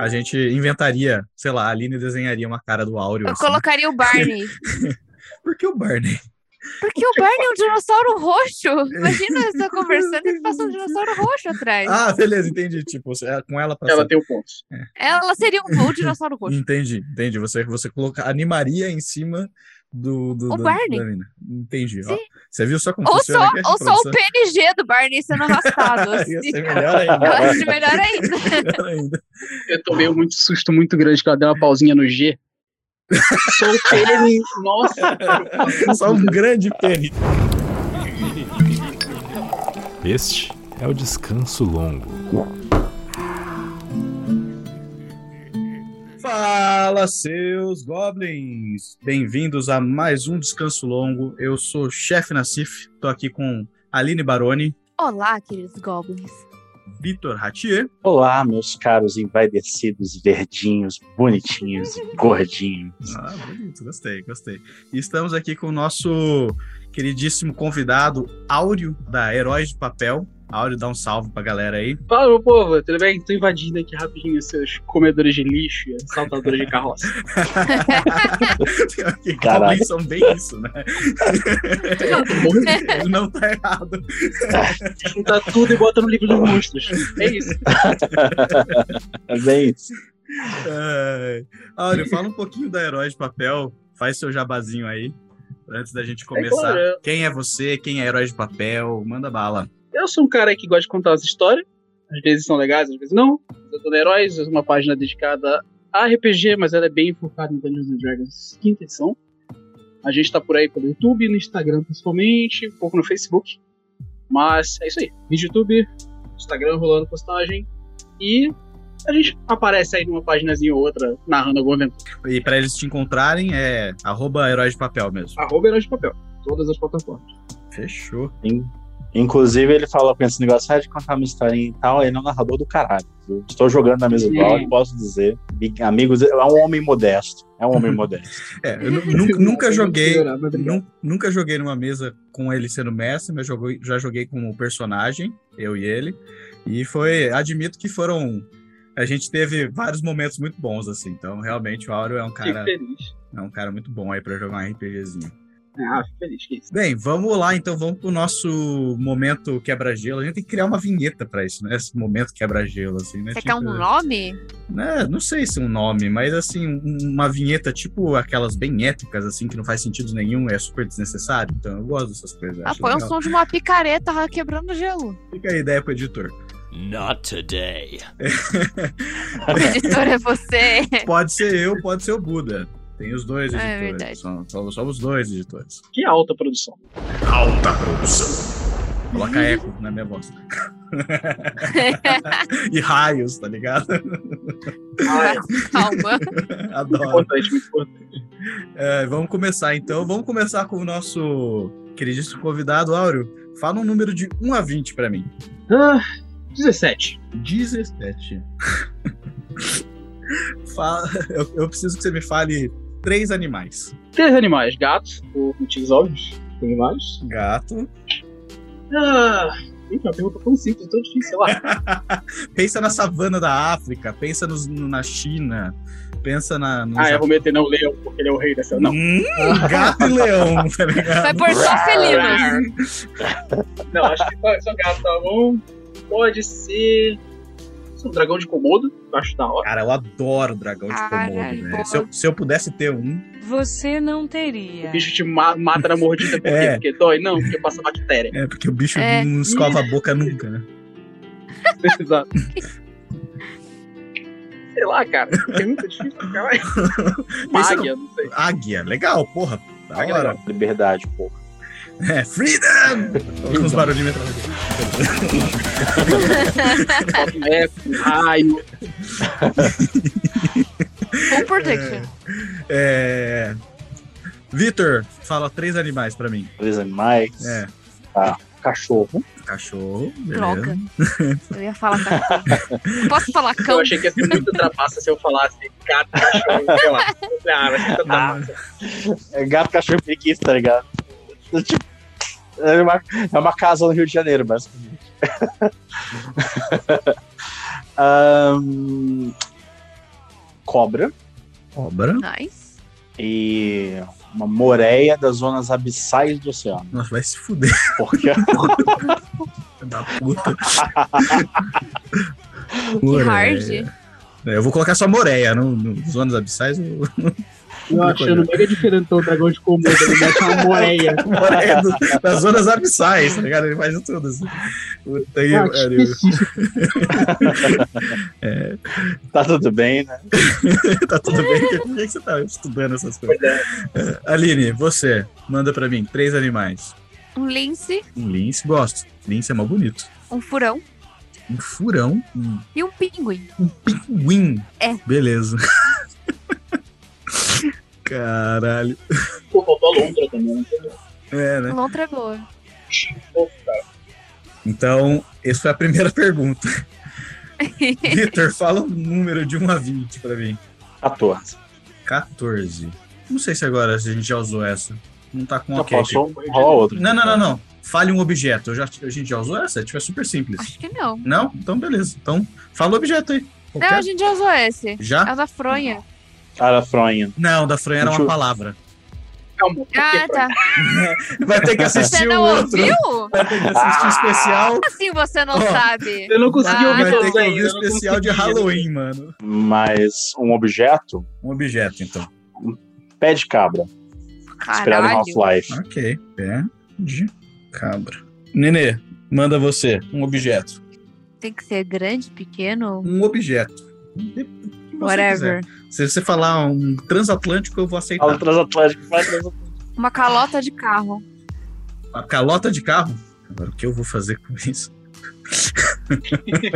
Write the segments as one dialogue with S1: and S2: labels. S1: A gente inventaria, sei lá, a Aline desenharia uma cara do Áureo.
S2: Eu
S1: assim.
S2: colocaria o Barney.
S1: Por que o Barney?
S2: Porque o Barney é um dinossauro roxo. Imagina você tá conversando e passa um dinossauro roxo atrás.
S1: Ah, beleza, entendi. Tipo, você- é com ela pra
S3: Ela
S1: sempre.
S3: tem o ponto.
S2: Ela seria um, um dinossauro roxo.
S1: Entendi, entendi. Você, você coloca, animaria em cima do. do
S2: O
S1: da-
S2: Barney.
S1: da mina. Entendi. ó.
S2: Sim.
S1: Hum, Você viu só como
S2: Ou só,
S1: funciona aqui a
S2: ou só o
S1: reprodução? Ah,
S2: PNG do Barney sendo arrastado.
S1: Ia
S2: assim.
S1: ser melhor
S2: Eu
S1: ainda.
S2: acho melhor ainda.
S1: melhor ainda.
S3: Eu tomei um muito susto muito grande que ela deu uma pausinha no G. Soltei ele. Nossa,
S1: Só um grande pênis.
S4: Este é o descanso longo.
S1: Fala, seus goblins! Bem-vindos a mais um Descanso Longo. Eu sou o chefe Nassif, tô aqui com Aline Baroni,
S2: Olá, queridos goblins.
S1: Vitor Ratier
S5: Olá, meus caros envaidecidos, verdinhos, bonitinhos, gordinhos.
S1: Ah, bonito, gostei, gostei. E estamos aqui com o nosso queridíssimo convidado, Áureo, da Heróis de Papel. Áureo, dá um salve pra galera aí.
S3: fala meu povo, tudo bem? Tô invadindo aqui rapidinho seus comedores de lixo e saltadores de carroça.
S1: Que
S5: Caralho.
S1: goblins são bem isso, né?
S3: Bom,
S1: Ele não tá errado.
S3: Juntar tudo e bota no livro dos monstros. É isso.
S5: É bem isso.
S1: Ai. Áureo, fala um pouquinho da Heróis de Papel. Faz seu jabazinho aí, antes da gente começar.
S3: claro.
S1: Quem é você? Quem é Heróis de Papel? Manda bala.
S3: Eu sou um cara que gosta de contar as histórias. Às vezes são legais, às vezes não. Eu tô no Heróis, uma página dedicada a RPG, mas ela é bem focada em Dungeons and Dragons quinta edição. A gente tá por aí pelo YouTube, no Instagram principalmente, um pouco no Facebook. Mas é isso aí. Vídeo YouTube, Instagram rolando postagem. E a gente aparece aí numa paginazinha ou outra narrando algum evento.
S1: E pra eles te encontrarem, é arroba Heróis de Papel mesmo.
S3: Arroba Heróis de Papel. Todas as plataformas.
S1: Fechou.
S5: Inclusive, ele falou com esse negócio ah, de contar uma historinha e tal, ele é um narrador do caralho. viu? Estou jogando na mesa do
S3: Sim.
S5: áudio, posso dizer. Big- Amigos, é um homem modesto. É um homem modesto.
S1: É, eu nu- nunca, nunca joguei...
S3: Melhorar, mas obrigado.
S1: Nun- Nunca joguei numa mesa com ele sendo mestre, mas joguei- já joguei com o personagem, eu e ele. E foi, admito que foram. A gente teve vários momentos muito bons, assim. Então, realmente, o Auro é um
S3: Fico
S1: cara,
S3: feliz.
S1: é um cara muito bom aí pra jogar um RPGzinho.
S3: Ah, fico feliz, que isso.
S1: Bem, vamos lá, então, vamos pro nosso momento quebra-gelo. A gente tem que criar uma vinheta pra isso, né? Esse momento quebra-gelo, assim, né?
S2: Você
S1: Tipo,
S2: quer um nome?
S1: né, Não sei se um nome, mas, assim, um- uma vinheta tipo aquelas bem épicas, assim, que não faz sentido nenhum, é super desnecessário. Então, eu gosto dessas coisas.
S2: Ah,
S1: acho
S2: põe o
S1: legal.
S2: som de uma picareta quebrando gelo.
S1: Fica a ideia pro editor.
S6: Not today.
S2: O editor é você.
S1: Pode ser eu, pode ser o Buda. Tem os dois
S2: É
S1: editores.
S2: verdade.
S1: São- são- somos dois editores.
S3: Que alta produção.
S1: Alta produção. Coloca eco na minha voz. e raios, tá ligado?
S3: Ah, é
S2: Calma.
S1: Adoro.
S3: importante, muito importante.
S1: É, vamos começar então. Vamos começar com o nosso queridíssimo convidado, Áureo. Fala um número de 1 a 20 pra mim.
S3: Ah, 17.
S1: 17. Fala- eu, eu preciso que você me fale três animais.
S3: Três animais. Gato, por motivos óbvios. Animais.
S1: Gato.
S3: Ah, gente, uma pergunta tão simples, tão difícil, sei lá.
S1: pensa na savana da África, pensa nos- no- na China, pensa na. nos-
S3: ah, eu vou meter não leão, porque ele é o rei dessa. Não,
S1: Hum, gato e leão, tá
S2: Vai
S1: ligado?
S2: por só felinos.
S3: não, acho que só, só gato tá bom. Pode ser. pode ser Um dragão de Komodo, eu acho da hora.
S1: Cara, eu adoro dragão de
S2: Caralho,
S1: Komodo, velho.
S2: boa.
S1: Se eu, se eu pudesse ter um.
S7: Você não teria.
S3: O bicho te ma- mata na mordida por quê?
S1: É.
S3: Porque dói? Não, porque passa bactéria.
S1: É, porque o bicho
S2: É.
S1: não escova a boca nunca, né?
S3: Exato. Sei lá, cara. Pergunta difícil, caralho.
S1: Pensa no-
S3: Magia, não sei.
S1: Águia, legal, porra. Da
S3: Águia é
S1: hora.
S5: Liberdade, pô.
S1: É, freedom! Com uns barulhinhos atrás.
S3: Falta um eco, um raio.
S2: Full protection.
S1: É. Vitor, fala três animais pra mim.
S5: Três animais.
S1: É.
S5: Cachorro.
S1: Cachorro. beleza.
S2: Droga. Eu ia falar cachorro. Posso falar cão?
S3: Eu achei que ia ser muito trapaça se eu falasse gato, cachorro, sei lá. Ah, vai ser trapaça.
S5: É gato, cachorro e preguiça, tá ligado? É tipo- É uma, é uma casa no Rio de Janeiro, basicamente. Ahn, cobra
S1: Cobra.
S2: Nice.
S5: e uma moreia das zonas abissais do oceano.
S1: Nossa, vai se fuder,
S5: Porque
S1: filho da puta.
S2: Que
S1: Moreia.
S2: hard.
S1: É, eu vou colocar só Moreia, não, não, zonas abissais. Eu...
S3: Eu achando mega diferente o dragão de Komodo, ele mete uma moreia.
S1: Moreia do, das zonas abissais, tá ligado? Ele faz tudo assim. Puta que
S3: Ah, que
S1: pariu.
S3: específico.
S5: tá tudo bem, né?
S1: tá tudo bem? Por que que você tá estudando essas coisas? É, Aline, você, manda pra mim três animais.
S2: Um lince,
S1: Um lince, gosto. Lince é mal bonito.
S2: um furão
S1: Um furão, um
S2: e um pinguim.
S1: pinguim.
S2: É.
S1: Beleza. Caralho.
S3: Pô, faltou a Londra também. né?
S1: É, né?
S2: Lontra é boa.
S1: Então, essa foi a primeira pergunta. Vitor, fala um número de 1 a 20 pra mim.
S5: 14.
S1: 14. Não sei se agora se a gente já usou essa. Não tá com
S5: Já
S1: ok.
S5: posso rolar outro.
S1: Não, não, não, não. Fale um objeto. Eu já, a gente já usou essa? Tipo, é super simples.
S2: Acho que não.
S1: Não? Então, beleza. Então, fala o objeto aí.
S2: Não, a
S1: Qualquer-
S2: gente já usou esse.
S1: Já?
S2: É o da fronha.
S5: Cara, fronha.
S1: Não, da Fran era
S5: Deixa
S1: uma
S5: eu-
S1: palavra.
S3: Calma, por que,
S2: Ah, tá.
S1: Vai ter que
S2: Você
S1: assistir o
S2: não
S1: outro.
S2: ouviu?
S1: Vai ter que assistir o especial.
S2: Assim você não
S1: Ó.
S2: sabe.
S3: Eu não consegui
S2: Ah,
S3: ouvir
S1: Vai ter
S3: todos
S1: que ouvir
S3: ainda.
S1: o
S3: eu não
S1: especial de
S3: consegui.
S1: Halloween, mano.
S5: Mas um objeto,
S1: Um objeto, então.
S5: pé de cabra, inspirado em
S2: Caralho.
S5: Half-Life.
S1: Ok. Pé de cabra. Nenê, manda você um objeto.
S2: Tem que ser grande, pequeno,
S1: Um objeto. O que você
S2: whatever.
S1: quiser. Se você falar um transatlântico, eu vou aceitar.
S5: Ah, o transatlântico faz transatlântico.
S2: Uma calota de carro.
S1: Uma calota de carro? Agora, o que eu vou fazer com isso?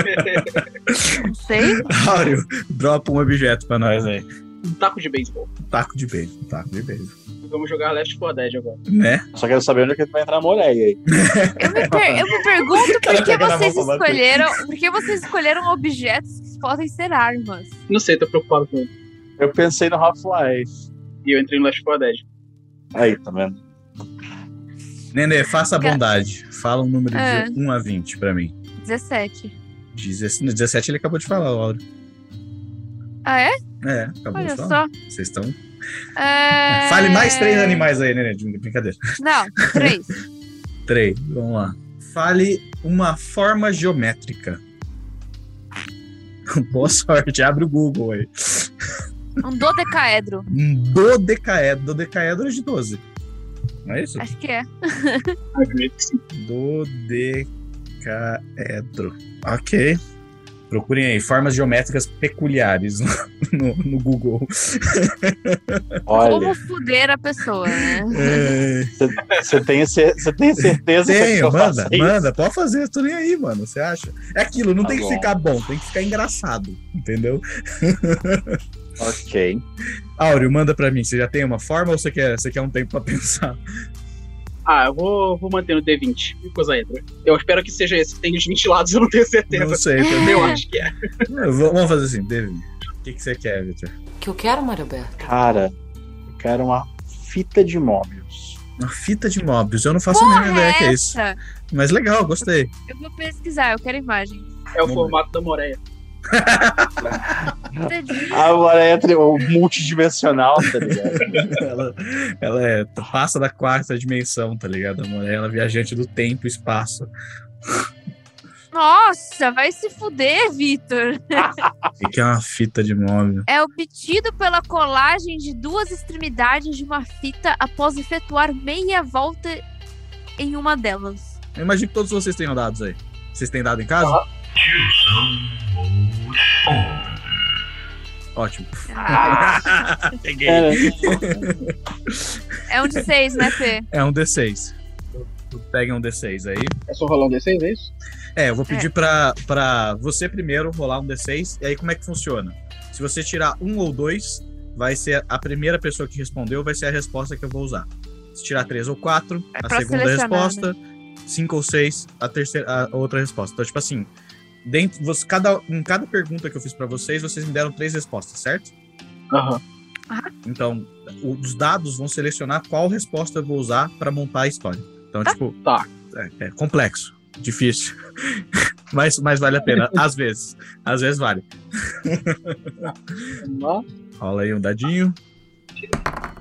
S2: Não sei.
S1: Áureo, dropa um objeto pra nós aí.
S3: Um taco de beisebol.
S1: Um taco de beijo. Um taco de beijo.
S3: Vamos jogar Left 4 Dead agora.
S1: Né?
S5: Só quero saber onde é que vai entrar a moreia aí.
S2: Eu me, per- eu me
S1: Cara,
S2: pergunto por que
S1: pega na
S2: vocês
S1: mão pra bater.
S2: escolheram. Por que vocês escolheram objetos que podem ser armas?
S3: Não sei, tô preocupado com ele.
S5: Eu pensei no Half-Life.
S3: E eu entrei no Left 4 Dead.
S5: Aí, tá vendo?
S1: Nenê, faça a
S2: Cara-
S1: bondade. Fala um número
S2: É.
S1: de 1 a 20 pra mim.
S2: 17.
S1: 17, no 17 ele acabou de falar, Áureo.
S2: Ah, é?
S1: É, acabou
S2: Olha
S1: de falar.
S2: só.
S1: Vocês estão.
S2: É...
S1: Fale mais três animais aí, Nenê. de- Brincadeira.
S2: Não, três.
S1: Três. Vamos lá. Fale uma forma geométrica. Boa sorte, abre o Google aí.
S2: Um dodecaedro.
S1: Um dodecaedro. Dodecaedro é de 12. Não é isso?
S2: Acho que é.
S3: Acredito Ah, que sim.
S1: Dodecaedro. Ok. Procurem aí, formas geométricas peculiares no, no- no Google.
S5: Olha,
S2: Como fuder a pessoa, né?
S1: É,
S5: você tem, cer- você tem certeza que
S1: tenho,
S5: eu
S1: manda,
S5: faço isso?
S1: manda, pode fazer, tô nem aí, mano. Você acha? É aquilo, não
S5: Tá
S1: tem
S5: bom.
S1: que ficar bom, tem que ficar engraçado, entendeu?
S5: Ok.
S1: Áureo, manda pra mim. Você já tem uma forma ou você quer, você quer um tempo pra pensar?
S3: Ah, eu vou, vou manter no D20. Que coisa entra. Eu espero que seja esse. Tem os 20 lados, eu não tenho
S1: Não
S3: certeza.
S1: sei. tá?
S3: Eu acho que é.
S1: Eu vou- Vamos fazer assim, David. O que, que você quer, Victor?
S7: que eu quero, Mário Beto?
S5: Cara, eu quero uma fita de móveis.
S1: Uma fita de móveis. Eu não faço a
S2: Porra,
S1: mínima ideia que
S2: é
S1: é isso.
S2: essa?
S1: Mas legal, gostei.
S2: Eu vou pesquisar, eu quero imagem.
S3: É o
S1: Uhum.
S3: formato da moreia.
S2: Tadinho.
S5: Agora é tri- o multidimensional, tá ligado?
S1: Ela, ela é, passa da quarta dimensão, tá ligado? Amor? Ela é viajante do tempo e espaço.
S2: Nossa, vai se fuder, Vitor.
S1: E que é uma fita de móvel.
S2: É obtido pela colagem de duas extremidades de uma fita após efetuar meia volta em uma delas.
S1: Eu imagino que todos vocês tenham dados aí. Vocês têm dado em casa? Ótimo.
S5: Ah,
S1: Peguei.
S5: Cara,
S2: É um de seis, né, Fê?
S1: É um D6. Peguem um D6 aí.
S3: É só rolar um D6, é isso?
S1: É, eu vou pedir pra, pra você primeiro rolar um D6. E aí, como é que funciona? Se você tirar um ou dois, vai ser a primeira pessoa que respondeu, vai ser a resposta que eu vou usar. Se tirar três ou quatro, a
S2: É pra
S1: segunda
S2: selecionar, né?
S1: resposta. Cinco ou seis, a terceira, a outra resposta. Então, tipo assim, dentro, você, cada, em cada pergunta que eu fiz pra vocês, vocês me deram três respostas, certo?
S3: Aham.
S1: Então, o- os dados vão selecionar qual resposta eu vou usar pra montar a história. Então, tipo,
S3: tá.
S1: é, é complexo. Difícil. mas, mas vale a pena. Às vezes. Às vezes vale.
S3: Vamos lá.
S1: Rola aí um dadinho.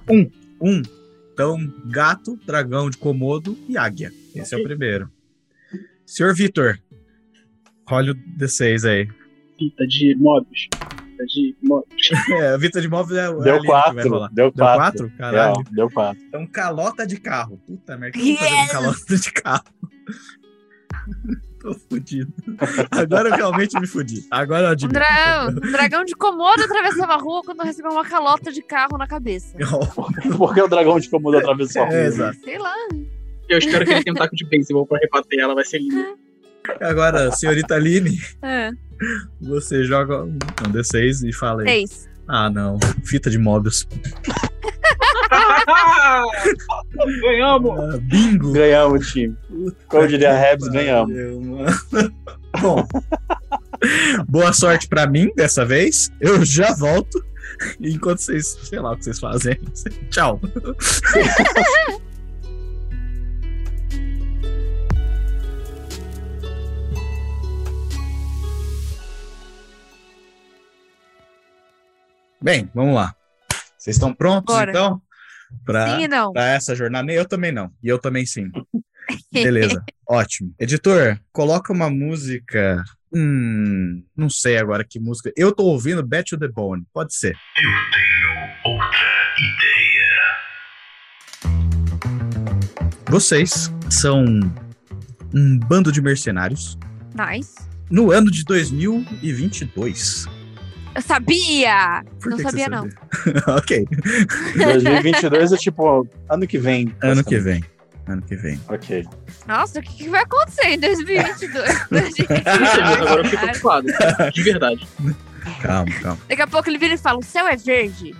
S1: Um. Um. Então, gato, dragão de Komodo e águia. Esse é o primeiro. Senhor Vitor, role o D6 aí.
S3: Fita de mobs. Fita de mobs.
S1: É, Vitor de Móveis é, o- é
S5: Deu
S1: ali que vai
S5: quatro,
S1: rolar. Deu
S5: deu quatro.
S1: quatro? Caralho.
S5: É, ó, deu quatro.
S1: Então, calota de carro. Puta merda, que eu tô fazendo calota de carro. tô fudido. Agora eu realmente me fudi. Agora eu
S2: Um,
S1: admito.
S2: dra- um dragão de comodo atravessava a rua quando recebeu uma calota de carro na cabeça.
S5: Porque o dragão de Komodo atravessou a rua.
S1: É, exato.
S2: Sei lá.
S3: Eu espero que ele tenha um taco de beisebol pra rebater ela, vai ser lindo.
S1: Agora, senhorita Aline,
S2: Ah,
S1: você joga um um D6 e fala aí.
S2: seis.
S1: Ah, não. Fita de móveis.
S3: Ganhamos!
S1: Ah, bingo.
S5: Ganhamos o time. Como eu diria Rebs,
S1: que
S5: ganhamos.
S1: pariu, mano. Bom, boa sorte pra mim dessa vez. Eu já volto. Enquanto vocês, sei lá o que vocês fazem. Tchau. Bem, vamos lá. Vocês estão prontos,
S2: Bora.
S1: então? Pra...
S2: Sim e não.
S1: Pra essa jornada? Eu também não. E eu também sim. Beleza. Ótimo. Editor, coloca uma música. Hum, não sei agora que música. Eu tô ouvindo Bat to the Bone. Pode ser. Eu tenho outra ideia. Vocês são um bando de mercenários
S2: Nice.
S1: no ano de 2022.
S2: Eu sabia!
S1: Por
S2: Não
S1: que que você
S2: sabia, não.
S1: sabia? ok.
S5: 2022 é tipo ano que vem.
S1: Ano que vem. Ano que vem.
S5: Ok.
S2: Nossa, o que, que vai acontecer em 2022? Gente,
S1: Ah,
S3: Isso, mas agora eu fico ocupado. De verdade.
S1: Calma, calma.
S2: Daqui a pouco ele vira e fala: o céu é verde.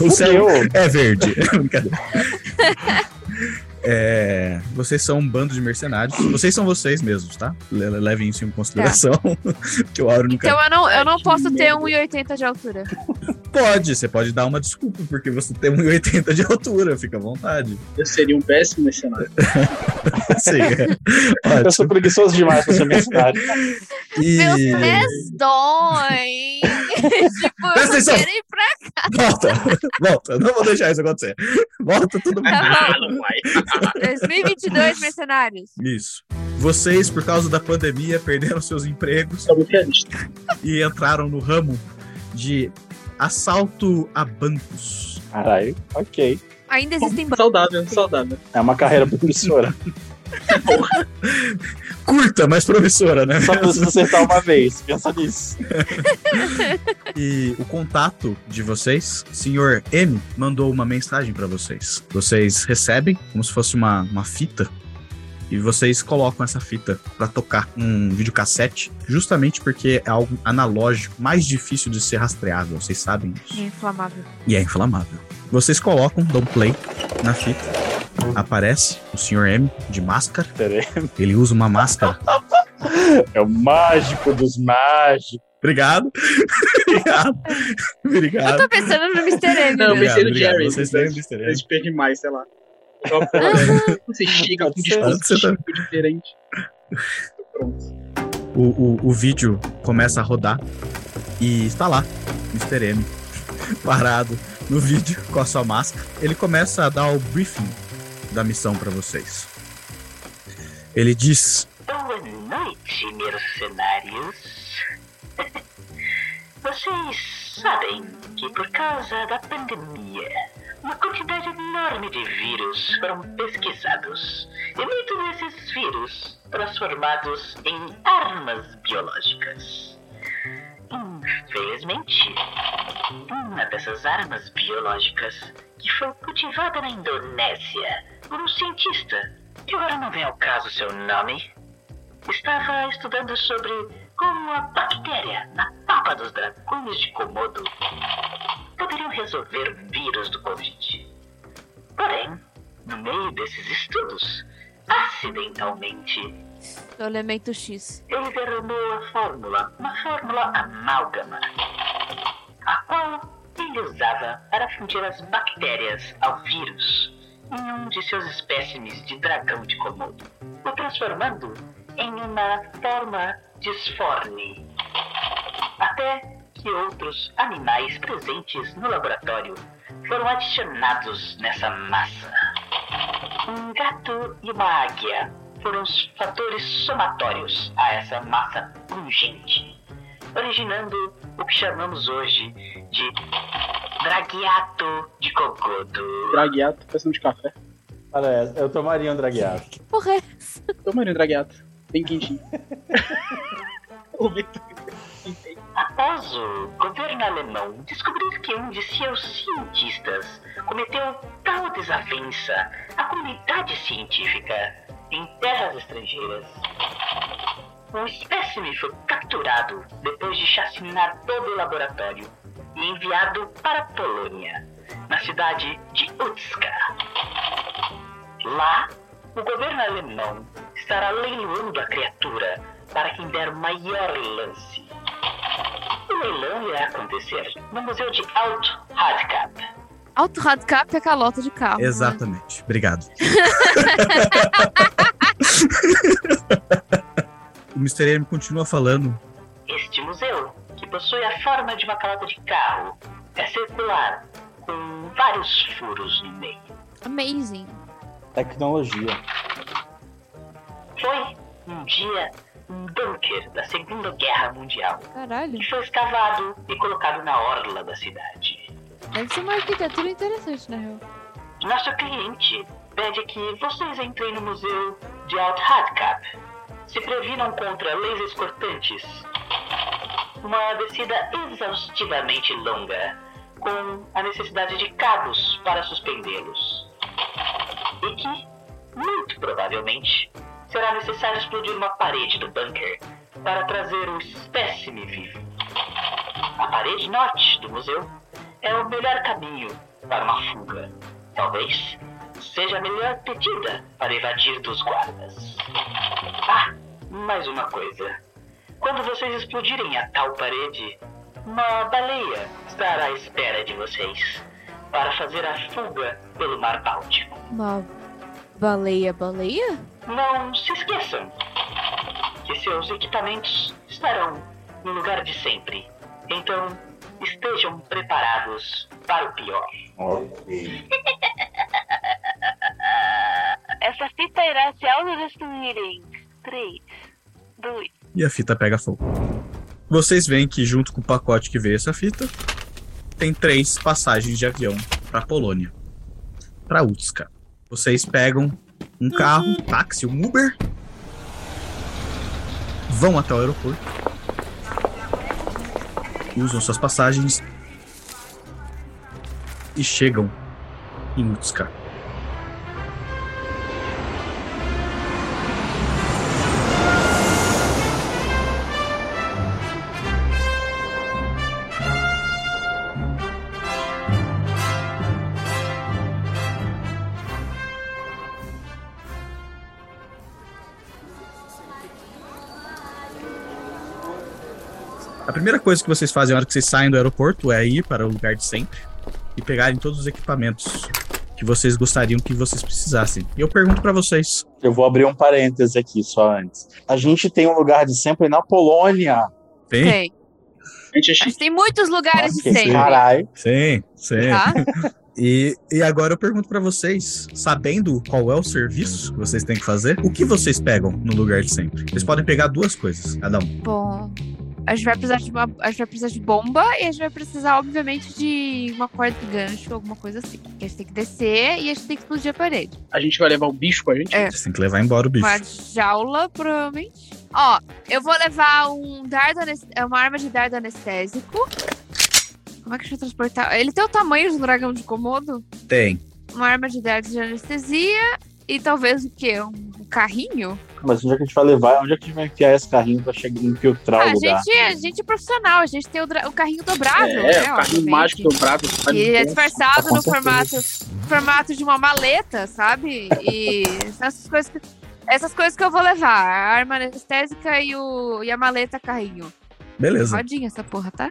S1: O céu
S5: Fudeu.
S1: É verde. Brincadeira. É, vocês são um bando de mercenários. Vocês são vocês mesmos, tá? Le- le- Levem isso em consideração. que o Auro nunca.
S2: Então eu não, eu não
S3: Que
S2: posso ter
S3: merda.
S2: 1,80 de altura.
S1: Pode, você pode dar uma desculpa, porque você tem 1,80 de altura, fica à vontade.
S3: Eu seria um péssimo mercenário.
S1: Assim, é.
S5: Eu
S1: Ótimo.
S5: sou preguiçoso demais pra ser mercenário.
S1: E...
S2: Meus pés doem. tipo, eu
S1: Presta atenção.
S2: não quero ir pra
S1: Volta, volta. Não vou deixar isso acontecer. Volta todo mundo.
S3: Ah, não vai.
S2: 2022, mercenários.
S1: Isso. Vocês, por causa da pandemia, perderam seus empregos.
S3: Sou é muito realista.
S1: e entraram no ramo de assalto a bancos.
S5: Caralho, ok.
S2: Ainda existem bancos.
S3: Saudável, saudável.
S5: É uma carreira promissora.
S1: Curta, mas promissora, né?
S5: Só precisa acertar uma vez. Pensa nisso.
S1: E o contato de vocês, senhor M, mandou uma mensagem pra vocês. Vocês recebem como se fosse uma, uma fita. E vocês colocam essa fita pra tocar um videocassete, justamente porque é algo analógico, mais difícil de ser rastreável, vocês sabem disso.
S2: É inflamável.
S1: e é inflamável. Vocês colocam, dão play na fita, aparece o Sr. M de máscara.
S5: Pera aí.
S1: Ele usa uma máscara.
S5: É o mágico dos mágicos.
S1: Obrigado. Obrigado.
S2: Eu
S1: Obrigado.
S2: tô pensando no Mr. M.
S3: Não,
S2: né?
S3: mas- pensei no
S1: Obrigado,
S3: Jerry.
S1: Vocês têm o Mr.
S3: Eu
S1: M.
S3: espero demais, sei lá. Igual a porra. Você chega com um dispositivo diferente. Pronto.
S1: O, o, o vídeo começa a rodar e está lá, Mr. M, parado no vídeo com a sua máscara. Ele começa a dar o briefing da missão para vocês. Ele diz:
S7: Boa noite, mercenários. Vocês sabem que por causa da pandemia, uma quantidade enorme de vírus foram pesquisados. E muitos desses vírus transformados em armas biológicas. Infelizmente, uma dessas armas biológicas que foi cultivada na Indonésia por um cientista, que agora não vem ao caso seu nome, estava estudando sobre como a bactéria na papa dos dragões de Komodo poderiam resolver o vírus do Covid. Porém, no meio desses estudos, acidentalmente,
S2: Do elemento X.
S7: ele derramou a fórmula, uma fórmula amálgama, a qual ele usava para fundir as bactérias ao vírus em um de seus espécimes de dragão de Komodo. o transformando em uma forma disforme. Até que outros animais presentes no laboratório foram adicionados nessa massa. Um gato e uma águia foram os fatores somatórios a essa massa pungente, originando o que chamamos hoje de draguiato de cogodo.
S3: Dragueato, pensando de café.
S5: Parece. Eu tomaria um dragueado.
S2: Porra, é
S3: Tomaria um dragueato. Bem quentinho. o Victor.
S7: Após o governo alemão descobrir que um de seus cientistas cometeu tal desavença à comunidade científica em terras estrangeiras, o espécime foi capturado depois de chacinar todo o laboratório e enviado para a Polônia, na cidade de Utska. Lá, o governo alemão estará leiloando a criatura para quem der o maior lance. O leilão irá acontecer no Museu de Alt Hadcap.
S2: alto radcap é calota de carro. né?
S1: Exatamente. Obrigado. o Mr. M continua falando.
S7: Este museu, que possui a forma de uma calota de carro, é circular, com vários furos no meio.
S2: Amazing.
S5: Tecnologia.
S7: Foi, um dia, um bunker da Segunda Guerra Mundial,
S2: Caralho.
S7: que foi escavado e colocado na orla da cidade.
S2: Deve ser uma arquitetura interessante, na real.
S7: Nosso cliente pede que vocês entrem no museu de Alt Hadcap. Se previnam contra lasers cortantes. Uma descida exaustivamente longa, com a necessidade de cabos para suspendê-los. E que, muito provavelmente, será necessário explodir uma parede do bunker para trazer o espécime vivo. A parede norte do museu é o melhor caminho para uma fuga. Talvez seja a melhor pedida para evadir dos guardas. Ah, mais uma coisa. Quando vocês explodirem a tal parede, uma baleia estará à espera de vocês para fazer a fuga pelo mar Báltico.
S2: Uma baleia, baleia?
S7: Não se esqueçam que seus equipamentos estarão no lugar de sempre. Então, estejam preparados para o pior.
S5: Ok.
S8: Essa fita irá se autodestruir em 3, 2,
S1: E a fita pega fogo. Vocês veem que, junto com o pacote que veio essa fita, tem três passagens de avião para Polônia. Para Utska. Vocês pegam um carro, um táxi, um Uber, vão até o aeroporto, usam suas passagens e chegam em Utska. A primeira coisa que vocês fazem na hora que vocês saem do aeroporto é ir para o lugar de sempre e pegarem todos os equipamentos que vocês gostariam que vocês precisassem. E eu pergunto pra vocês,
S5: Eu vou abrir um parêntese aqui só antes. A gente tem um lugar de sempre na Polônia.
S1: tem?
S3: Gente, é chique.
S2: Mas tem muitos lugares de
S5: Ok,
S2: sempre.
S5: Caralho.
S1: Sim, sim.
S2: Tá?
S1: E, e agora eu pergunto pra vocês, sabendo qual é o serviço que vocês têm que fazer, o que vocês pegam no lugar de sempre? Vocês podem pegar duas coisas, cada um.
S2: Bom. A gente, vai precisar de uma, a gente vai precisar de bomba e a gente vai precisar, obviamente, de uma corda de gancho, alguma coisa assim. Que a gente tem que descer e a gente tem que explodir a parede.
S3: A gente vai levar o bicho com a gente?
S2: É.
S1: Vocês têm que levar embora o bicho.
S2: Uma jaula, provavelmente. Ó, eu vou levar um dardo anes- é, uma arma de dardo anestésico. Como é que a gente vai transportar? Ele tem o tamanho do dragão de Komodo?
S1: Tem.
S2: Uma arma de dardo de anestesia e talvez o quê? Um carrinho?
S5: Mas onde é que a gente vai levar? Onde é que a gente vai enfiar esse carrinho pra chegar e infiltrar
S2: Ah,
S5: o
S2: a
S5: lugar?
S2: gente, a gente é profissional, a gente tem o, dra- o carrinho dobrável,
S3: É,
S2: né?
S3: o carrinho
S2: obviamente.
S3: mágico dobrado. faz
S2: E é
S3: um
S2: disfarçado
S5: Com
S2: no
S5: certeza.
S2: formato, formato de uma maleta, sabe? E essas coisas que, essas coisas que eu vou levar. A arma anestésica e, o, e a maleta carrinho.
S1: Beleza.
S2: Rodinha essa porra, tá?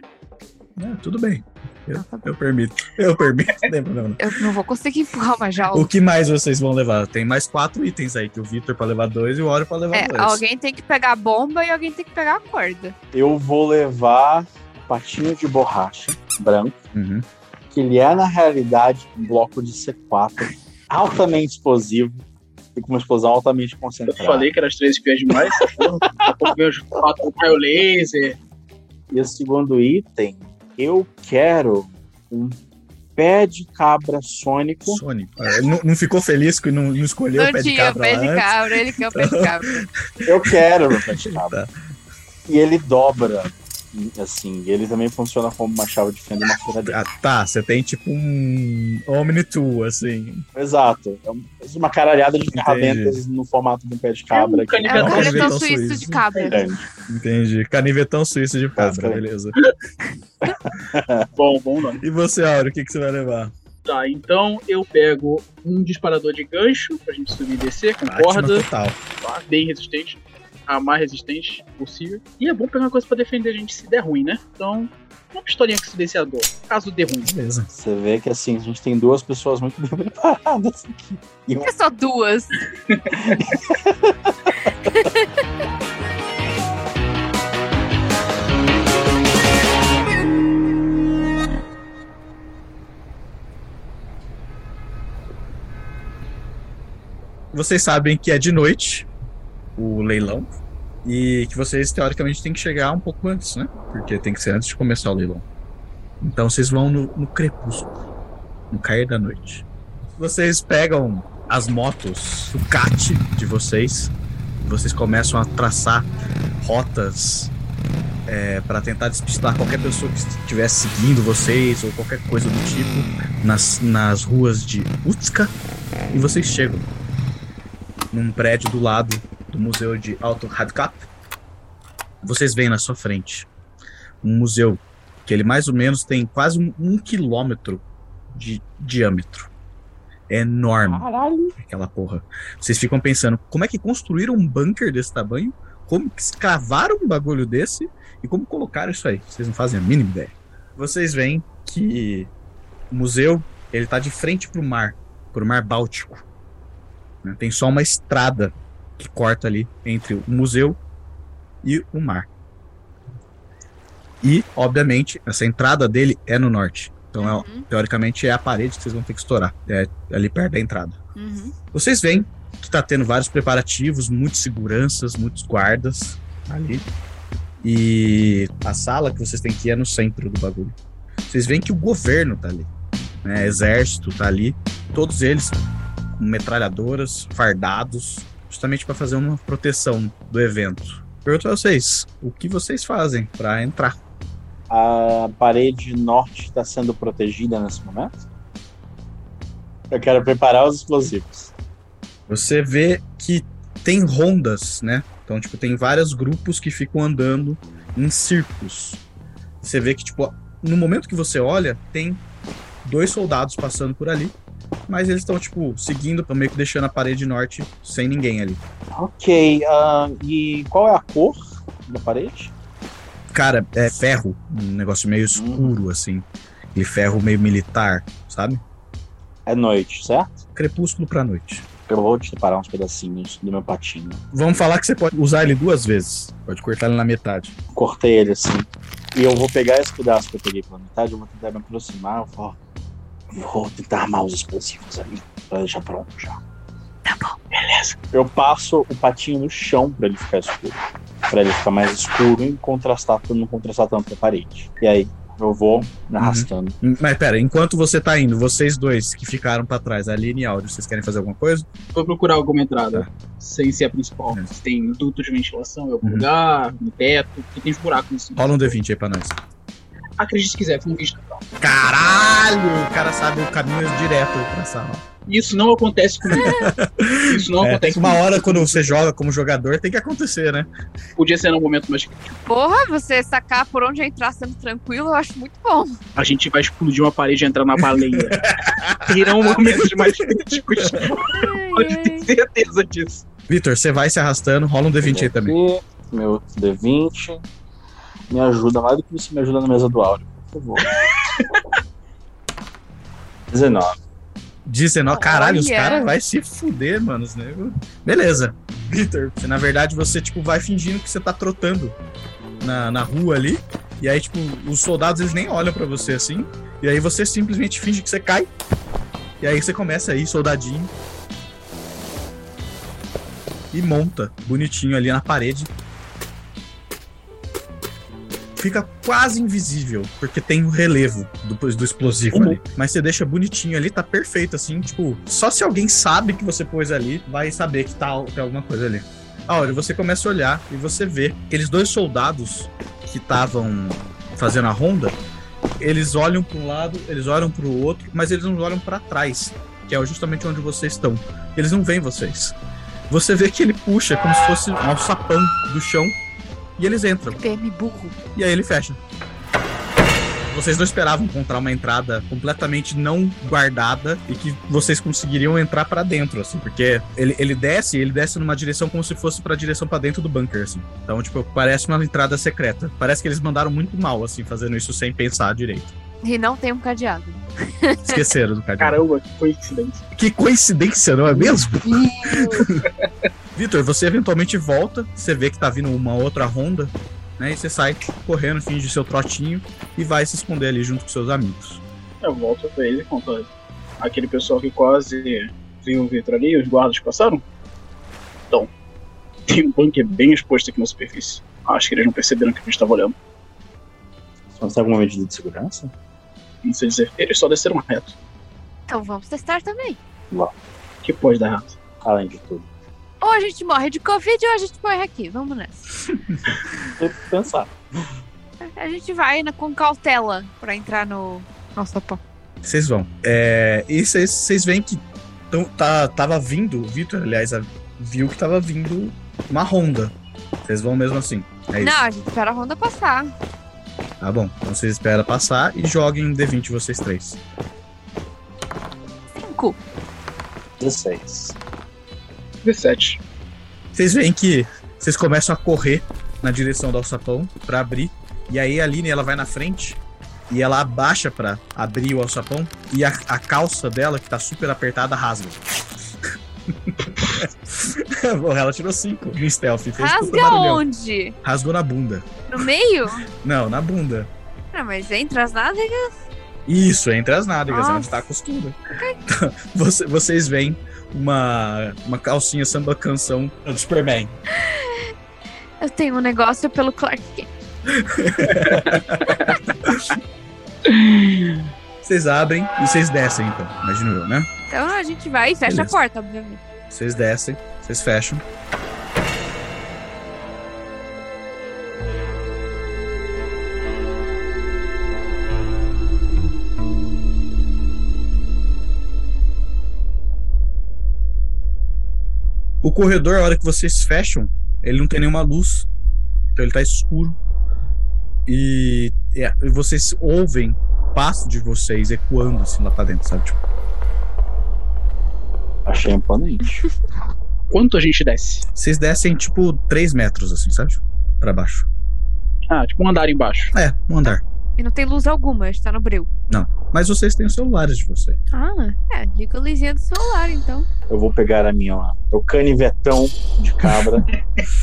S1: É, tudo bem.
S2: Não, tá bom.
S1: Eu permito. Eu permito, não tem problema não.
S2: Eu não vou conseguir empurrar uma jaula.
S1: O que mais vocês vão levar? Tem mais quatro itens aí, que o Victor pra levar dois e o Oro pra levar
S2: É,
S1: dois.
S2: alguém tem que pegar a bomba e alguém tem que pegar a corda.
S5: Eu vou levar patinho de borracha branco,
S1: Uhum.
S5: que ele é, na realidade, um bloco de C4 altamente explosivo e com uma explosão altamente
S3: Eu
S5: concentrada.
S3: falei que era as três espiãs demais, essa porra. Daqui a pouco vem os quatro com raio laser.
S5: E o segundo item, eu quero um pé de cabra sônico.
S1: Sony. Ah, ele Não, não ficou feliz que não, não escolheu é o
S2: Não
S1: pé de
S2: tinha o
S1: cabra né?
S2: pé
S1: lá
S2: de
S1: antes?
S2: cabra, ele quer o pé de cabra.
S5: Eu quero meu pé de cabra.
S1: Tá.
S5: E ele dobra, assim. e Ele também funciona como uma chave de fenda e uma furadeira.
S1: Ah, tá, você tem tipo um Omni-Tool, assim.
S5: Exato. É um- uma caralhada de ferramentas no formato de um pé de
S3: É
S5: cabra.
S3: um
S5: que-
S2: É o
S1: Não,
S2: coletão
S1: canivete
S2: suíço
S1: suíço.
S2: de cabra.
S3: É.
S5: Grande.
S1: Entendi. Canivetão suíço de cabra,
S5: Basicamente.
S1: beleza.
S3: Bom, bom nome.
S1: E você, Auro, o que, que você vai levar?
S3: Tá, então eu pego um disparador de gancho pra gente subir e descer com
S1: Batman
S3: corda,
S1: total.
S3: tá, bem resistente, a mais resistente possível. E é bom pegar uma coisa pra defender a gente se der ruim, né? Então, uma pistolinha com silenciador, é caso dê ruim.
S1: Beleza.
S5: Você vê que assim, a gente tem duas pessoas muito bem preparadas aqui. E um
S2: Por que só duas?
S1: Vocês sabem que é de noite o leilão. E que vocês, teoricamente, têm que chegar um pouco antes, né? Porque tem que ser antes de começar o leilão. Então vocês vão no, no crepúsculo, no cair da noite. Vocês pegam as motos, o CAT de vocês, vocês começam a traçar rotas é, para tentar despistar qualquer pessoa que estivesse seguindo vocês ou qualquer coisa do tipo nas, nas ruas de Utska. E vocês chegam num prédio do lado do museu de Alto Hadkap. Vocês veem na sua frente um museu que ele mais ou menos tem quase um, um quilômetro de diâmetro. É enorme
S5: Caralho.
S1: aquela porra. Vocês ficam pensando, como é que construíram um bunker desse tamanho? Como que escavaram um bagulho desse? E como colocaram isso aí? Vocês não fazem a mínima ideia. Vocês veem que o museu, ele tá de frente pro mar, pro mar Báltico. né? Tem só uma estrada que corta ali entre o museu e o mar. E, obviamente, essa entrada dele é no norte. Então, é-
S2: Uhum,
S1: teoricamente, é a parede que vocês vão ter que estourar. É ali perto da entrada.
S2: uhum.
S1: Vocês veem que tá tendo vários preparativos, muitas seguranças, muitos guardas ali. E a sala que vocês têm que ir é no centro do bagulho. Vocês veem que o governo tá ali, né? Exército tá ali, todos eles com metralhadoras, fardados, justamente para fazer uma proteção do evento. Pergunto a vocês, o que vocês fazem para entrar?
S5: A parede norte está sendo protegida nesse momento. Eu quero preparar os explosivos.
S1: Você vê que tem rondas, né? Então, tipo, tem vários grupos que ficam andando em círculos. Você vê que, tipo, no momento que você olha, tem dois soldados passando por ali, mas eles estão, tipo, seguindo, meio que deixando a parede norte sem ninguém ali.
S5: Ok. ah, e qual é a cor da parede?
S1: Cara, é ferro, um negócio meio escuro, assim. E ferro meio militar, sabe?
S5: É noite, certo?
S1: Crepúsculo pra noite.
S5: Eu vou te separar uns pedacinhos do meu patinho.
S1: Vamos falar que você pode usar ele duas vezes. Pode cortar ele na metade.
S5: Cortei ele assim. E eu vou pegar esse pedaço que eu peguei pela metade, eu vou tentar me aproximar. Eu vou, vou tentar armar os explosivos ali. Pra deixar pronto já.
S2: Tá bom.
S5: Eu passo o patinho no chão pra ele ficar escuro. Pra ele ficar mais escuro e contrastar, pra não contrastar tanto com a parede. E aí, eu vou me arrastando.
S1: Mas pera, enquanto você tá indo, vocês dois que ficaram pra trás, Aline e Áudio, vocês querem fazer alguma coisa?
S3: Vou procurar alguma entrada, sem ser a principal.
S1: É.
S3: Se tem duto de ventilação em algum
S1: Uhum.
S3: lugar, no teto, porque tem uns buracos nisso.
S1: Rola um D20 aí pra nós.
S3: Acredite se quiser, fui um risco.
S1: Caralho! O cara sabe o caminho direto pra sala.
S3: Isso não acontece comigo. Isso não
S1: É,
S3: acontece
S1: uma
S3: comigo.
S1: hora quando você joga como jogador tem que acontecer, né?
S3: Podia ser num momento mais
S2: Porra, você sacar por onde entrar sendo tranquilo, eu acho muito bom.
S3: A gente vai explodir uma parede e entrar na baleia. Terão momentos mais críticos. Pode ter certeza disso.
S1: Vitor, você vai se arrastando, rola um D20 aí também.
S5: Aqui, Meu D20. Me ajuda mais do que você me ajuda na mesa do áudio, por favor. 19.
S1: 19, caralho, os
S2: Olha.
S1: caras vai se fuder, mano, os negros. Beleza. Peter, você, na verdade você tipo vai fingindo que você tá trotando na, na rua ali, e aí tipo os soldados eles nem olham pra você assim, e aí você simplesmente finge que você cai. E aí você começa aí soldadinho. E monta bonitinho ali na parede. Fica quase invisível, porque tem o relevo do, do explosivo ali. Mas você deixa bonitinho ali, tá perfeito, assim, tipo, só se alguém sabe que você pôs ali, vai saber que tá, tem alguma coisa ali. A hora você começa a olhar e você vê aqueles dois soldados que estavam fazendo a ronda, eles olham para um lado, eles olham para o outro, mas eles não olham para trás, que é justamente onde vocês estão. Eles não veem vocês. Você vê que ele puxa como se fosse um alçapão do chão e eles entram.
S2: PM burro.
S1: E aí ele fecha. Vocês não esperavam encontrar uma entrada completamente não guardada e que vocês conseguiriam entrar pra dentro, assim, porque ele, ele desce, ele desce numa direção como se fosse pra direção pra dentro do bunker, assim. Então, tipo, parece uma entrada secreta. Parece que eles mandaram muito mal, assim, fazendo isso sem pensar direito.
S2: E não tem um cadeado.
S1: Esqueceram do cadeado.
S3: Caramba, que coincidência.
S1: Que coincidência, não é mesmo? Vitor, você eventualmente volta, você vê que tá vindo uma outra ronda, né? E você sai correndo, finge seu trotinho e vai se esconder ali junto com seus amigos.
S3: Eu volto pra ele e conto. Aquele pessoal que quase viu o Vitor ali, os guardas passaram? Então, tem um bunker bem exposto aqui na superfície. Acho que eles não perceberam que a gente tava olhando.
S5: Você não sabe alguma medida de segurança?
S3: Não sei dizer. Eles só desceram reto.
S2: Então vamos testar também.
S3: Que pode dar errado.
S5: Além de tudo.
S2: Ou a gente morre de Covid ou a gente morre aqui. Vamos nessa.
S5: Tem que pensar.
S2: A gente vai na- com cautela pra entrar no nosso pão.
S1: Vocês vão. É, e vocês- vocês veem que tão, tá, tava vindo, o Vitor, aliás, a- viu que tava vindo uma ronda. Vocês vão mesmo assim. É isso.
S2: Não, a gente espera a ronda passar.
S1: Tá bom. Então vocês esperam passar e joguem um D20 vocês três.
S2: Cinco.
S5: 16.
S3: 17.
S1: Vocês veem que vocês começam a correr na direção do alçapão pra abrir. E aí a Aline, ela vai na frente e ela abaixa pra abrir o alçapão. E a, a calça dela, que tá super apertada, rasga. Bom, ela tirou cinco no stealth. Fez puta
S2: Rasga
S1: barulhão.
S2: onde?
S1: Rasgou na bunda.
S2: No meio?
S1: Não, na bunda.
S2: Não, mas entre as nádegas.
S1: Isso, entre as nádegas, é
S2: Nossa.
S1: onde tá a costura. Então, você- vocês veem uma, uma calcinha samba canção do Superman.
S2: Eu tenho um negócio pelo Clark Kent.
S1: Vocês abrem e vocês descem, então. Imagino eu, né?
S2: Então a gente vai e fecha a
S1: Beleza.
S2: porta, obviamente.
S1: Vocês descem, vocês fecham. O corredor, a hora que vocês fecham, ele não tem nenhuma luz. Então ele tá escuro. E, é, e vocês ouvem o passo de vocês ecoando assim lá pra dentro, sabe? Tipo,
S5: Achei um imponente.
S3: Quanto a gente desce?
S1: Vocês descem, tipo, 3 metros, assim, sabe? Pra baixo.
S3: Ah, tipo um andar embaixo.
S1: É, um andar.
S2: E não tem luz alguma, a gente tá no breu.
S1: Mas vocês têm os celulares de vocês.
S2: Ah, é, liga a luzinha do celular, então.
S5: Eu vou pegar a minha lá. É o canivetão de cabra.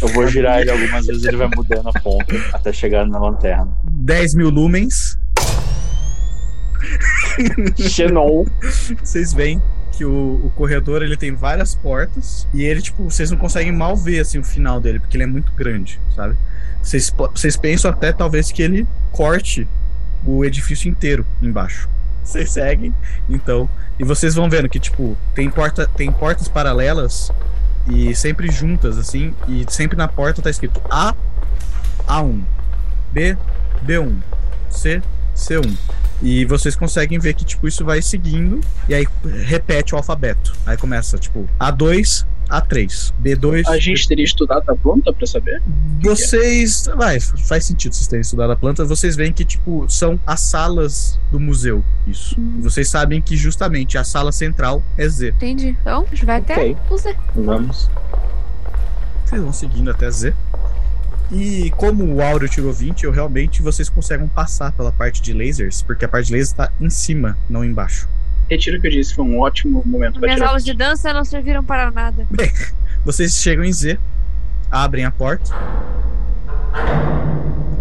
S5: Eu vou girar ele algumas vezes, ele vai mudando a ponta até chegar na lanterna.
S1: 10 mil lumens.
S5: Xenon.
S1: Vocês veem que o, o corredor, ele tem várias portas. E ele, tipo, vocês não conseguem mal ver, assim, o final dele. Porque ele é muito grande, sabe? Vocês, po- vocês pensam até, talvez, que ele corte o edifício inteiro embaixo. Vocês seguem, então. E vocês vão vendo que, tipo, tem, porta, tem portas paralelas e sempre juntas, assim, e sempre na porta tá escrito A, A1, B, B1, C, C1. E vocês conseguem ver que, tipo, isso vai seguindo e aí repete o alfabeto. Aí começa, tipo, A2, A3, B2.
S3: A gente teria estudado a planta pra saber?
S1: Vocês. Vai, faz sentido vocês terem estudado a planta. Vocês veem que, tipo, são as salas do museu. Isso. E Vocês sabem que justamente a sala central é Z.
S2: Entendi. Então, a gente vai até
S5: Ok.
S2: o Zé.
S5: Vamos.
S1: Vocês vão seguindo até Z. E como o Áureo tirou 20, eu realmente vocês conseguem passar pela parte de lasers, porque a parte de lasers tá em cima, não embaixo.
S3: Retiro o que eu disse, foi um ótimo momento pra
S2: Minhas
S3: tirar.
S2: aulas de dança não serviram para nada.
S1: Vocês chegam em Z, abrem a porta,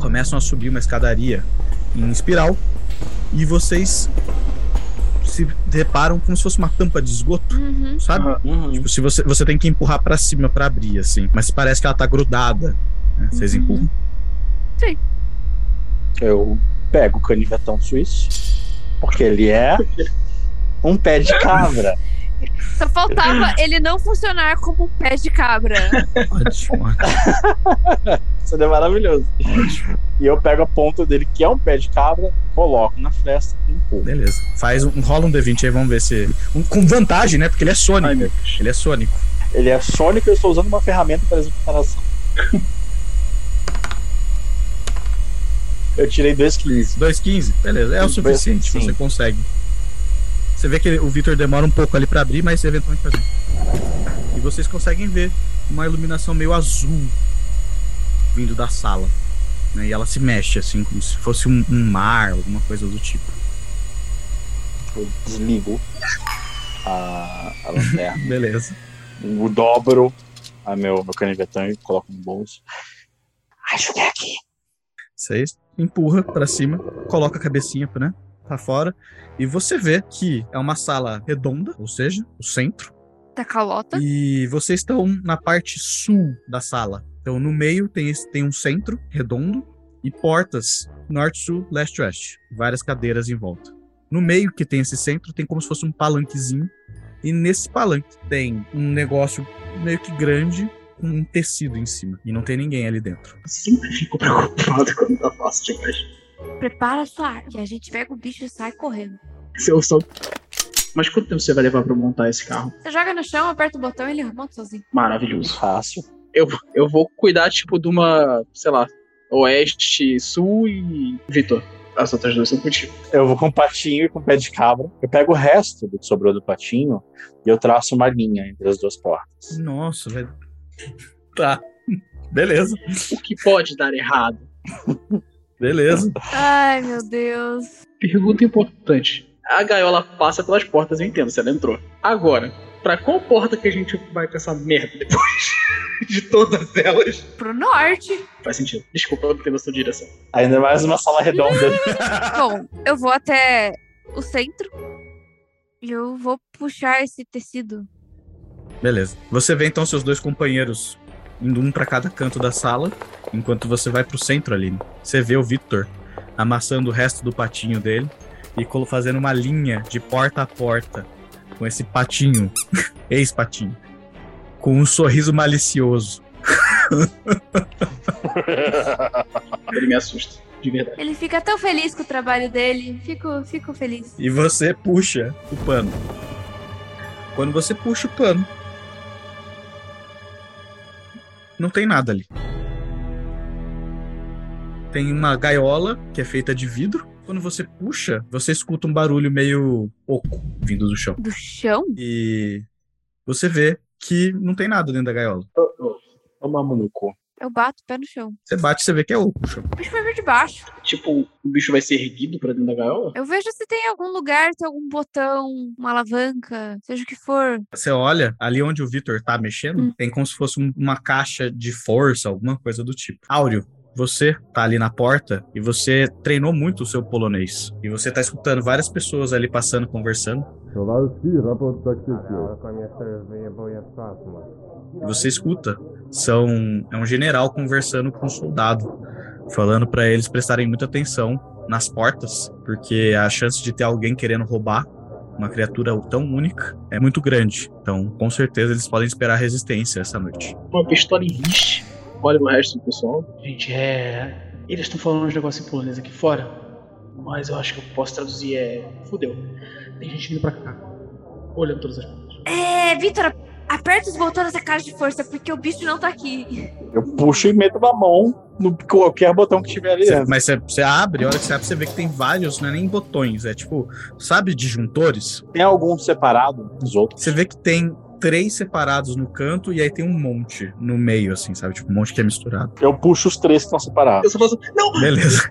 S1: começam a subir uma escadaria em espiral e vocês se deparam como se fosse uma tampa de esgoto,
S2: Uhum.
S1: sabe?
S5: Uhum.
S1: Tipo, se você, você tem que empurrar pra cima pra abrir, assim. Mas parece que ela tá grudada. né? Vocês
S2: Uhum.
S1: empurram.
S5: Eu pego o canivetão suíço, porque ele é um pé de cabra.
S2: Só faltava ele não funcionar como um pé de cabra.
S1: Ótimo. ótimo.
S5: Isso é maravilhoso. E eu pego a ponta dele, que é um pé de cabra, coloco na fresta e empurro.
S1: Beleza. Faz um, rola um D20 aí, vamos ver se. um- com vantagem, né? Porque ele é
S3: Ai, meu
S1: sônico.
S3: Deus.
S1: Ele é sônico.
S5: Ele é sônico, eu estou usando uma ferramenta para executar a ação. Eu tirei dois 15.
S1: 2,15? Beleza. É o
S5: Dois,
S1: suficiente,
S5: sim.
S1: você consegue. Você vê que ele- o Victor demora um pouco ali pra abrir, mas eventualmente faz. um- E vocês conseguem ver uma iluminação meio azul vindo da sala. né? E ela se mexe, assim, como se fosse um, um mar, alguma coisa do tipo.
S5: Eu tipo, desligo a, a lanterna.
S1: Beleza.
S5: Eu dobro a meu, meu canivetão e coloco no bolso. Acho que é aqui.
S1: Você empurra pra cima, coloca a cabecinha, né? Pra fora. E você vê que é uma sala redonda, ou seja, o centro.
S2: Da calota.
S1: E vocês estão na parte sul da sala. Então, no meio tem, esse- tem um centro redondo e portas norte, sul, leste, oeste. Várias cadeiras em volta. No meio que tem esse centro, tem como se fosse um palanquezinho. E nesse palanque tem um negócio meio que grande com um tecido em cima. E não tem ninguém ali dentro.
S3: Sempre fico preocupado quando tá fácil de encaixar.
S2: Prepara a sua arte. A gente pega o bicho e sai correndo.
S3: Se eu só- Mas quanto tempo você vai levar pra montar esse carro?
S2: Você joga no chão, aperta o botão e ele remonta sozinho.
S3: Maravilhoso.
S5: Fácil.
S3: Eu, eu vou cuidar, tipo, de uma, sei lá, oeste, sul e. Vitor. As outras duas são contigo.
S5: Eu vou com um patinho e com pé de cabra. Eu pego o resto do que sobrou do patinho e eu traço uma linha entre as duas portas.
S1: Nossa, velho. Tá. Beleza.
S3: O que pode dar errado?
S1: Beleza.
S2: Ai, meu Deus.
S3: Pergunta importante. A gaiola passa pelas portas, eu entendo, se ela entrou. Agora, pra qual porta que a gente vai com essa merda depois de todas elas?
S2: Pro norte.
S3: Faz sentido. Desculpa, eu não tenho noção de direção.
S5: Ainda mais uma sala redonda.
S2: Bom, eu vou até o centro. E eu vou puxar esse tecido.
S1: Beleza. Você vê então seus dois companheiros indo um pra cada canto da sala, enquanto você vai pro centro ali. Você vê o Victor amassando o resto do patinho dele e colo- fazendo uma linha de porta a porta com esse patinho, ex-patinho, com um sorriso malicioso.
S3: Ele me assusta, de verdade.
S2: Ele fica tão feliz com o trabalho dele. Fico, fico feliz.
S1: E você puxa o pano. Quando você puxa o pano, não tem nada ali. Tem uma gaiola que é feita de vidro. Quando você puxa, você escuta um barulho meio oco vindo do chão.
S2: Do chão?
S1: E você vê que não tem nada dentro da gaiola.
S5: Toma mamuco.
S2: Eu bato o pé no chão.
S1: Você bate, você vê que é oco o chão.
S2: O bicho vai vir de baixo.
S3: Tipo, o bicho vai ser erguido pra dentro da gaiola?
S2: Eu vejo se tem algum lugar, tem algum botão, uma alavanca, seja o que for.
S1: Você olha ali onde o Vitor tá mexendo,
S2: Hum.
S1: tem como se fosse um- uma caixa de força, alguma coisa do tipo. Áureo, você tá ali na porta e você treinou muito o seu polonês. E você tá escutando várias pessoas ali passando, conversando. E você escuta. São, é um general conversando com um soldado, falando pra eles prestarem muita atenção nas portas, porque a chance de ter alguém querendo roubar uma criatura tão única é muito grande. Então, com certeza, eles podem esperar resistência essa noite.
S3: Uma pistola em lixo. Olha o resto do pessoal. Gente, é. Eles estão falando uns negócios em polonês aqui fora. Mas eu acho que eu posso traduzir é. Fudeu. Tem gente vindo pra cá. Olhando todas as coisas.
S2: É, Vitor, aperta os botões dessa caixa de força, porque o bicho não tá aqui.
S5: Eu puxo e meto uma mão no qualquer botão que tiver ali
S1: Cê-
S5: dentro.
S1: mas você, abre, a hora que você abre, você vê que tem vários, não é nem botões, é tipo, sabe, disjuntores?
S5: Tem algum separado dos outros?
S1: Você vê que tem três separados no canto e aí tem um monte no meio, assim, sabe? Tipo, um monte que é misturado.
S5: Eu puxo os três que estão separados.
S3: Eu só faço. Não!
S1: Beleza.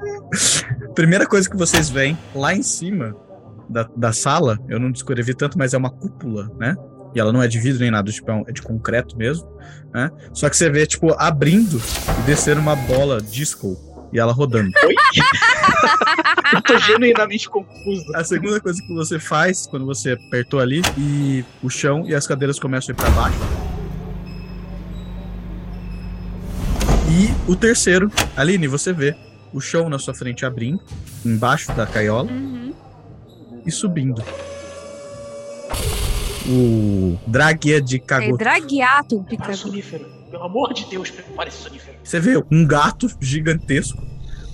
S1: Primeira coisa que vocês veem lá em cima da, da sala, eu não descrevi tanto, mas é uma cúpula, né? E ela não é de vidro nem nada, tipo, é um- é de concreto mesmo, né? Só que você vê, tipo, abrindo e descendo uma bola disco e ela rodando.
S3: Oi? eu tô genuinamente confuso.
S1: A segunda coisa que você faz quando você apertou ali e o chão e as cadeiras começam a ir pra baixo. E o terceiro, Aline, você vê o chão na sua frente abrindo, embaixo da caiola
S2: Uhum.
S1: e subindo. O Draguia de
S2: É
S1: Kagoto.
S2: dragueato,
S3: Para o
S2: Pikachu.
S3: Ah, é sonífero. Pelo amor de Deus, prepare esse sonífero.
S1: Você vê um gato gigantesco,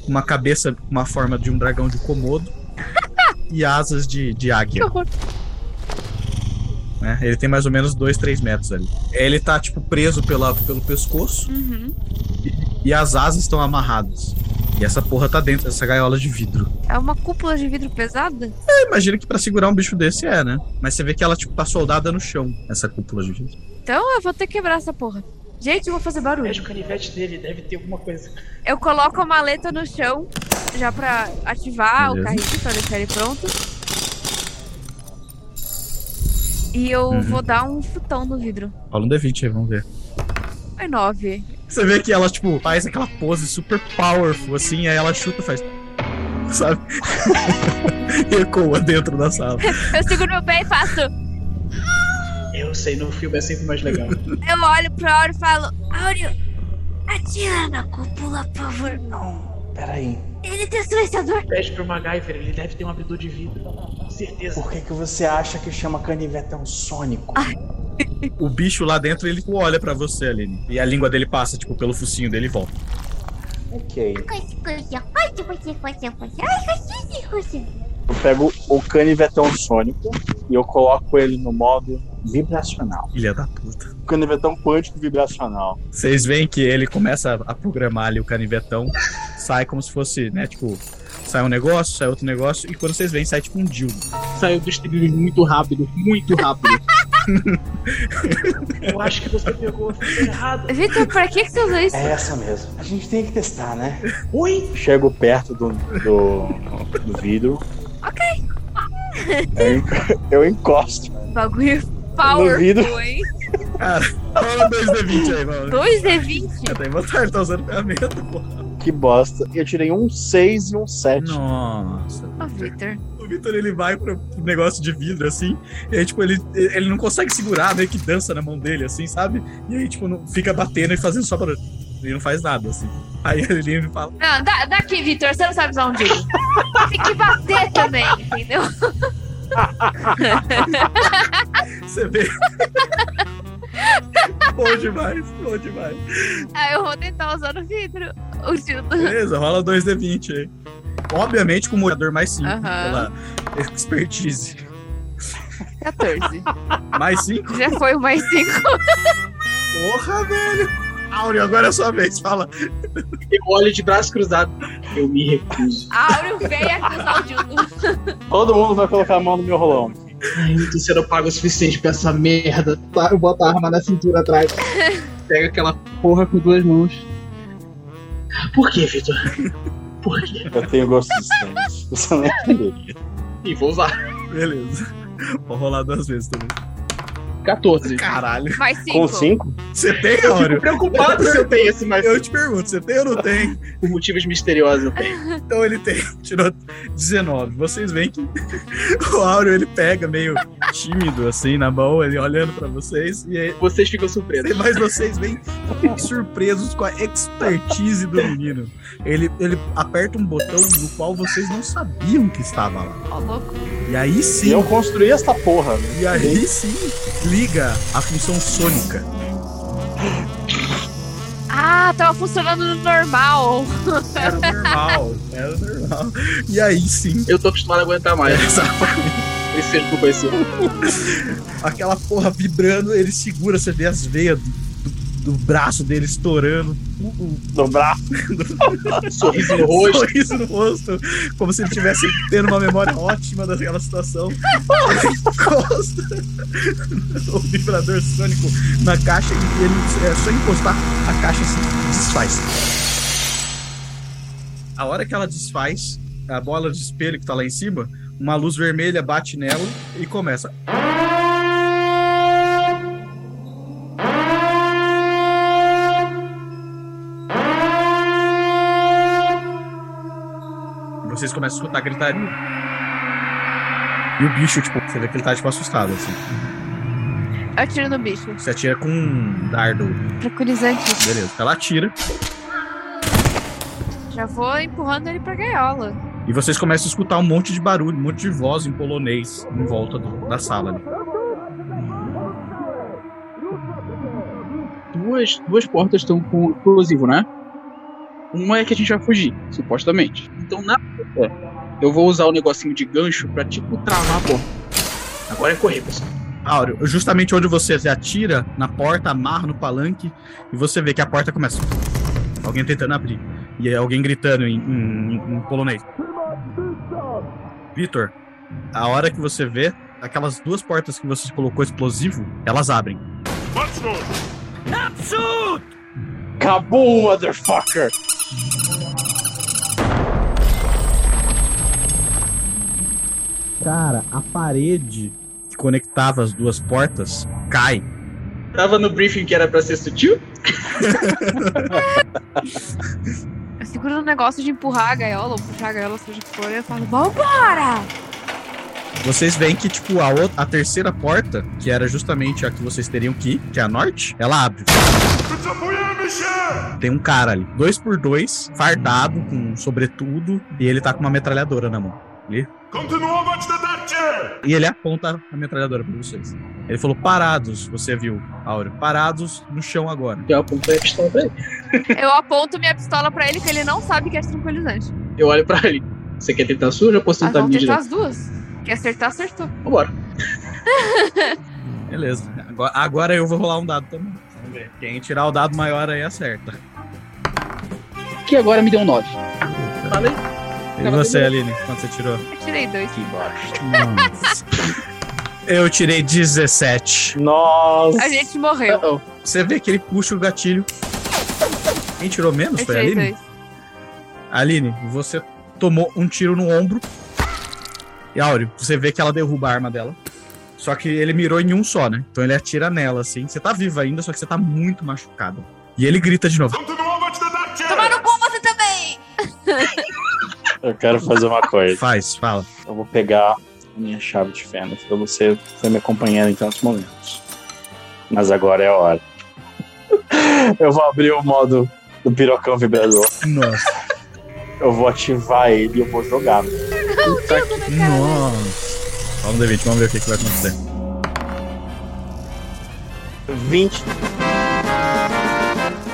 S1: com uma cabeça com uma forma de um dragão de Komodo e asas de, de
S2: Que
S1: águia.
S2: horror.
S1: né? Ele tem mais ou menos 2, 3 metros ali. Ele tá, tipo, preso pela, pelo pescoço
S2: Uhum.
S1: e as asas estão amarradas. E essa porra tá dentro dessa gaiola de vidro.
S2: É uma cúpula de vidro pesada?
S1: Eu imagino que pra segurar um bicho desse é, né? Mas você vê que ela, tipo, tá soldada no chão, essa cúpula de vidro.
S2: Então eu vou ter que quebrar essa porra. Gente, eu vou fazer barulho.
S3: Veja o canivete dele, deve ter alguma coisa.
S2: Eu coloco a maleta no chão, já pra ativar
S1: Beleza.
S2: o carrinho, pra deixar ele pronto. E eu
S1: Uhum.
S2: vou dar um chutão no vidro.
S1: Fala um D20 aí, vamos ver.
S2: É nove.
S1: Você vê que ela, tipo, faz aquela pose super powerful, assim, aí ela chuta e faz. Sabe? Ecoa dentro da sala.
S2: Eu seguro meu pé e faço.
S3: Eu sei, no filme é sempre mais legal.
S2: Eu olho pro Áureo e falo: Áureo, atira na cúpula, por favor.
S5: Não, peraí.
S2: Ele é tem silenciador.
S3: Pede pro MacGyver, ele deve ter um abridor de vidro. Com certeza.
S5: Por que, que você acha que chama canivetão sônico?
S1: O bicho lá dentro, ele tipo, olha pra você, Aline. E a língua dele passa, tipo, pelo focinho dele e volta.
S5: Ok.
S9: Coisa, coisa, coisa, coisa, coisa, coisa. Ai, coisa, coisa.
S5: Eu pego o canivetão sônico e eu coloco ele no modo vibracional.
S1: Filha da puta.
S5: Canivetão quântico vibracional.
S1: Vocês veem que ele começa a programar ali o canivetão, sai como se fosse, né, tipo, sai um negócio, sai outro negócio, e quando vocês veem, sai tipo um dildo.
S3: Saiu dos trilhos muito rápido, muito rápido. Eu acho que você pegou a fita errada.
S2: Vitor, pra que, que você usa isso?
S5: É essa mesmo. A gente tem que testar, né?
S3: Oi?
S5: Chego perto do, do, do vidro. Ok. Eu, enco- eu encosto.
S2: Bagulho
S5: Duvido.
S2: powerful, hein?
S1: Fala 2D20 aí, mano.
S2: 2D20?
S1: Eu tenho vontade, tá usando ferramenta, pô.
S5: Que bosta. Eu tirei um 6 e um 7.
S1: Nossa.
S2: Ô, Vitor.
S1: O Vitor ele vai pro pro negócio de vidro assim, e aí, tipo, ele, ele não consegue segurar, meio que dança na mão dele, assim, sabe? E aí, tipo, não, fica batendo e fazendo só barulho. Ele não faz nada, assim. Aí ele me fala:
S2: Não, dá, dá aqui, Vitor, você não sabe usar um dildo. Tem que bater também, entendeu?
S1: Você vê. bom demais, bom demais.
S2: Aí eu vou tentar usar no vidro. O dildo.
S1: Beleza, rola 2D20 aí. Obviamente com o morador mais 5,
S2: Aham.
S1: pela expertise.
S2: 14.
S1: Mais 5?
S2: Já foi o mais 5.
S1: Porra, velho! Áureo, agora é a sua vez, fala.
S3: Eu olho de braço cruzado. Eu me recuso.
S2: Áureo veio acusar o dildo.
S5: Todo mundo vai colocar a mão no meu rolão.
S3: Ai, eu tô sendo pago o suficiente pra essa merda. Tá, eu boto a arma na cintura atrás. Pega aquela porra com duas mãos. Por que, Vitor? Por quê?
S5: Eu tenho gostos estranhos. Você não é entendeu.
S3: E vou usar.
S1: Beleza. Vou rolar duas vezes também.
S3: 14.
S1: Caralho.
S2: Mais
S5: Com
S2: 5.
S5: 5?
S1: Você tem,
S3: Eu fico
S1: Áureo?
S3: preocupado se eu tenho esse mais
S1: Eu te pergunto, você tem ou não tem?
S3: por motivos misteriosos. Eu tenho.
S1: Então ele tem, tirou 19. Vocês veem que o Áureo ele pega meio tímido assim na mão, ele olhando pra vocês e aí,
S3: Vocês ficam surpresos.
S1: mas vocês vêm surpresos com a expertise do menino. Ele, ele aperta um botão no qual vocês não sabiam que estava lá.
S2: Ó, louco.
S1: E aí sim,
S5: E eu construí essa porra. né?
S1: e aí sim, liga a função sônica.
S2: Ah, tava funcionando no normal.
S1: Era normal, era normal. E aí sim,
S3: Eu tô acostumado a aguentar mais.
S1: essa
S3: Esse seja por conhecer.
S1: aquela porra vibrando, ele segura, você vê as veias do, do- do braço dele estourando, Uh, o,
S5: Dobrar.
S3: Sorriso no
S1: o
S3: rosto.
S1: sorriso no rosto, como se ele tivesse tendo uma memória ótima daquela situação. Ele encosta o vibrador sônico na caixa e ele é só encostar, a caixa se desfaz. A hora que ela desfaz, a bola de espelho que tá lá em cima, uma luz vermelha bate nela e começa. Vocês começam a escutar gritaria. E o bicho, tipo, você vê que ele tá tipo assustado, assim.
S2: Eu tiro no bicho.
S1: Você atira com um dardo.
S2: Tranquilizante.
S1: Beleza. Ela atira.
S2: Já vou empurrando ele pra gaiola.
S1: E vocês começam a escutar um monte de barulho, um monte de voz em polonês em volta do- da sala. ali.
S3: Duas, duas portas estão com explosivo, né? Uma é que a gente vai fugir, supostamente. Então na porta, eu vou usar o negocinho de gancho pra tipo travar a porta. Agora é correr, pessoal.
S1: Áureo, justamente onde você atira, na porta, amarra no palanque, e você vê que a porta começa. Alguém tentando abrir. E é alguém gritando em, em- em polonês. Vitor, a hora que você vê, aquelas duas portas que você colocou explosivo, elas abrem.
S5: Acabou, motherfucker!
S1: Cara, a parede que conectava as duas portas cai.
S3: Tava Tá no briefing que era pra ser sutil?
S2: Eu seguro no negócio de empurrar a gaiola ou puxar a gaiola, seja o que for, e eu falo, vambora!
S1: Vocês veem que, tipo, a, outra, a terceira porta, que era justamente a que vocês teriam que ir, que é a norte, ela abre. Tem um cara ali, dois por dois, fardado, com um sobretudo, e ele tá com uma metralhadora na mão. Ali. E ele aponta a metralhadora pra vocês. Ele falou, parados, você viu, Áureo, parados no chão agora.
S3: Eu apontei a é pistola pra ele.
S2: Eu aponto minha pistola pra ele, que ele não sabe que é tranquilizante.
S3: Eu olho pra ele. Você tá quer tentar a sua ou já posso
S2: Mas
S3: tentar a
S2: vamos
S3: minha
S2: tentar
S3: direita?
S2: as duas. Quer acertar, acertou.
S3: Vambora.
S1: Beleza. Agora, agora eu vou rolar um dado também. Vamos ver. Quem tirar o dado maior aí acerta.
S3: Que agora me deu um 9. Falei.
S1: E você, Aline, quanto você tirou?
S2: Eu tirei dois.
S5: Que bosta.
S1: Eu tirei 17.
S5: Nossa!
S2: A gente morreu.
S3: Uh-oh.
S1: Você vê que ele puxa o gatilho. Quem tirou menos
S2: Eu
S1: foi a
S2: tirei
S1: Aline?
S2: dois.
S1: Aline, você tomou um tiro no ombro. E Áureo, você vê que ela derruba a arma dela. Só que ele mirou em um só, né? Então ele atira nela, assim. Você tá viva ainda, só que você tá muito machucado. E ele grita de novo.
S9: Tomar no cu você também!
S5: Eu quero fazer uma coisa.
S1: Faz, fala.
S5: Eu vou pegar a minha chave de fenda pra você foi tá me acompanhando em tantos momentos. Mas agora é a hora. Eu vou abrir o modo do pirocão vibrador.
S1: Nossa.
S5: Eu vou ativar ele e eu vou jogar.
S1: Nossa. Vamos, David, vamos ver o que, que vai acontecer.
S5: 20.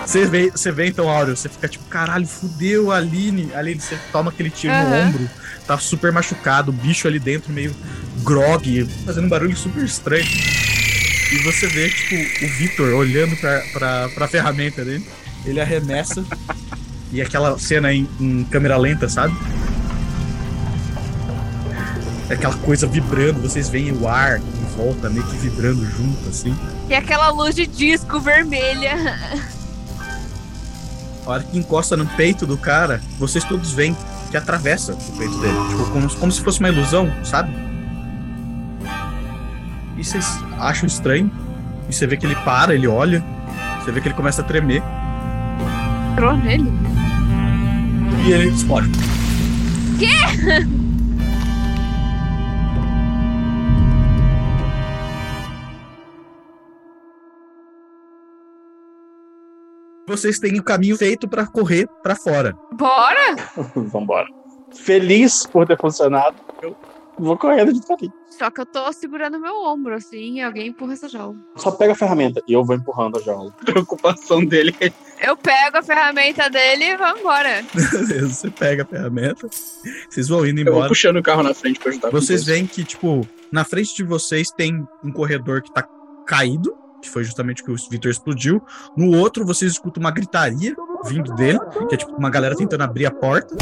S1: Você vê, você vê então, Áureo, você fica tipo, caralho, fudeu a Aline. Aline, você toma aquele tiro no
S2: Aham.
S1: ombro, tá super machucado, o bicho ali dentro meio grog, fazendo um barulho super estranho. E você vê, tipo, o Victor olhando pra, pra, pra ferramenta dele, ele arremessa. e aquela cena em, em câmera lenta, sabe? É Aquela coisa vibrando, vocês veem o ar em volta, meio que vibrando junto, assim.
S2: E aquela luz de disco vermelha.
S1: A hora que encosta no peito do cara, vocês todos veem que atravessa o peito dele. Tipo, como, como se fosse uma ilusão, sabe? E vocês acham estranho. E você vê que ele para, ele olha. Você vê que ele começa a tremer.
S2: Entrou nele.
S1: E ele explode. Vocês têm o caminho feito pra correr pra fora.
S2: Bora!
S5: Vambora. Feliz por ter funcionado. Eu vou correndo de caminho.
S2: Só que eu tô segurando meu ombro, assim, e alguém empurra essa jaula.
S5: Só pega a ferramenta e eu vou empurrando a jaula.
S3: Preocupação dele.
S2: Eu pego a ferramenta dele e vambora.
S1: Beleza, você pega a ferramenta. Vocês vão indo
S3: Eu vou
S1: embora.
S3: puxando o carro na frente pra ajudar. com
S1: Vocês
S3: tudo.
S1: veem que, tipo, na frente de vocês tem um corredor que tá caído, que foi justamente que o Victor explodiu. No outro, vocês escutam uma gritaria vindo dele, que é tipo uma galera tentando abrir a porta.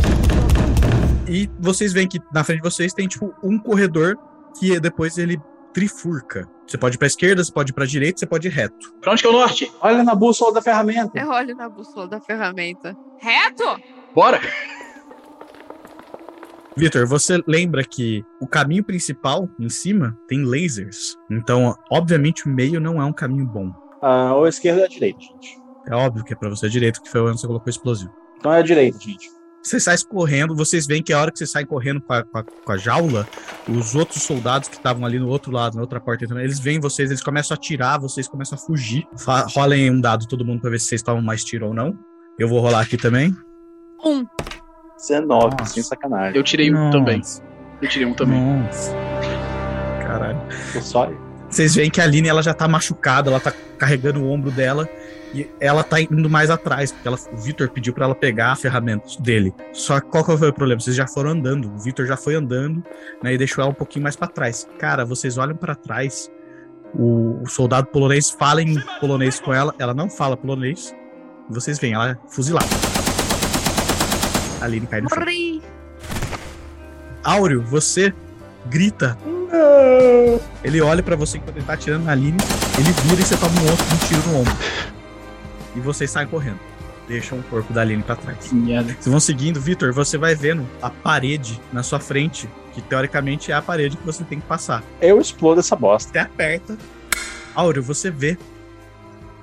S1: E vocês veem que na frente de vocês tem, tipo, um corredor que depois ele trifurca. Você pode ir pra esquerda, você pode ir pra direita, você pode ir reto.
S3: Pra onde que é o norte?
S5: Olha na bússola da ferramenta.
S2: Eu olho na bússola da ferramenta. Reto!
S3: Bora!
S1: Vitor, você lembra que o caminho principal, em cima, tem lasers. Então, obviamente, o meio não é um caminho bom.
S5: Ah, ou a esquerda ou a direita, gente.
S1: É óbvio que é pra você direito, que foi onde você colocou o explosivo.
S5: Então é a direita, gente.
S1: Vocês saem correndo, vocês veem que a hora que vocês saem correndo com a, com a- com a jaula, os outros soldados que estavam ali no outro lado, na outra porta, entrando, eles veem vocês, eles começam a atirar, vocês começam a fugir. Fa rolem um dado todo mundo pra ver se vocês tomam mais tiro ou não. Eu vou rolar aqui também.
S2: Um.
S5: 19,
S1: Nossa.
S5: sem sacanagem.
S3: Eu tirei um também. Eu tirei um também.
S1: Nossa. Caralho.
S5: Eu só.
S1: Vocês veem que a Aline ela já tá machucada, ela tá carregando o ombro dela e ela tá indo mais atrás, porque ela- o Vitor pediu pra ela pegar a ferramenta dele. Só que qual que foi o problema? Vocês já foram andando, o Vitor já foi andando, né, e deixou ela um pouquinho mais pra trás. Cara, vocês olham pra trás, o, o soldado polonês fala em polonês com ela, ela não fala polonês, e vocês veem ela é fuzilada. A Aline cai no chão.
S2: Morri.
S1: Áureo, você grita. Ele olha pra você enquanto ele tá atirando na Aline, ele vira e você toma um, outro, um tiro no ombro. E vocês saem correndo. Deixam o corpo da Aline pra trás.
S3: Que merda.
S1: Vocês vão seguindo, Vitor, você vai vendo a parede na sua frente, que teoricamente é a parede que você tem que passar.
S5: Eu explodo essa bosta.
S1: Você aperta. Áureo, você vê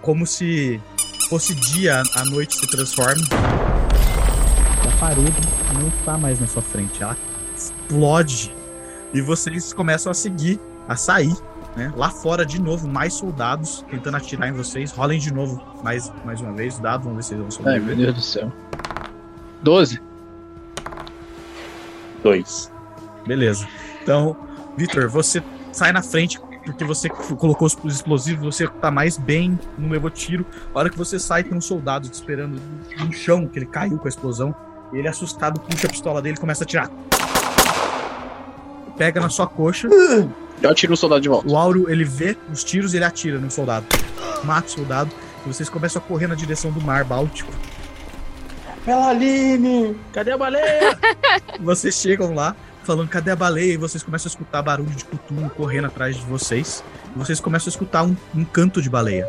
S1: como se fosse dia, a noite se transforma. A parede não está mais na sua frente, ela explode. E vocês começam a seguir, a sair. Né? Lá fora, de novo, mais soldados tentando atirar em vocês. Rolem de novo mais, mais uma vez o dado, vamos ver se eles vão
S3: Ai,
S1: sobreviver.
S3: meu Deus do céu. 12?
S5: 2.
S1: Beleza. Então, Vitor, você sai na frente porque você f- colocou os explosivos, você tá mais bem, não levou tiro. A hora que você sai, tem um soldado te esperando no chão, que ele caiu com a explosão. Ele, assustado, puxa a pistola dele e começa a atirar. Pega na sua coxa.
S3: Já tiro o soldado de volta.
S1: O Áureo, ele vê os tiros e ele atira no soldado. Mata o soldado. E vocês começam a correr na direção do mar Báltico.
S5: Aline!
S3: Cadê a baleia?
S1: Vocês chegam lá falando cadê a baleia e vocês começam a escutar barulho de cutumo correndo atrás de vocês. E vocês começam a escutar um, um canto de baleia.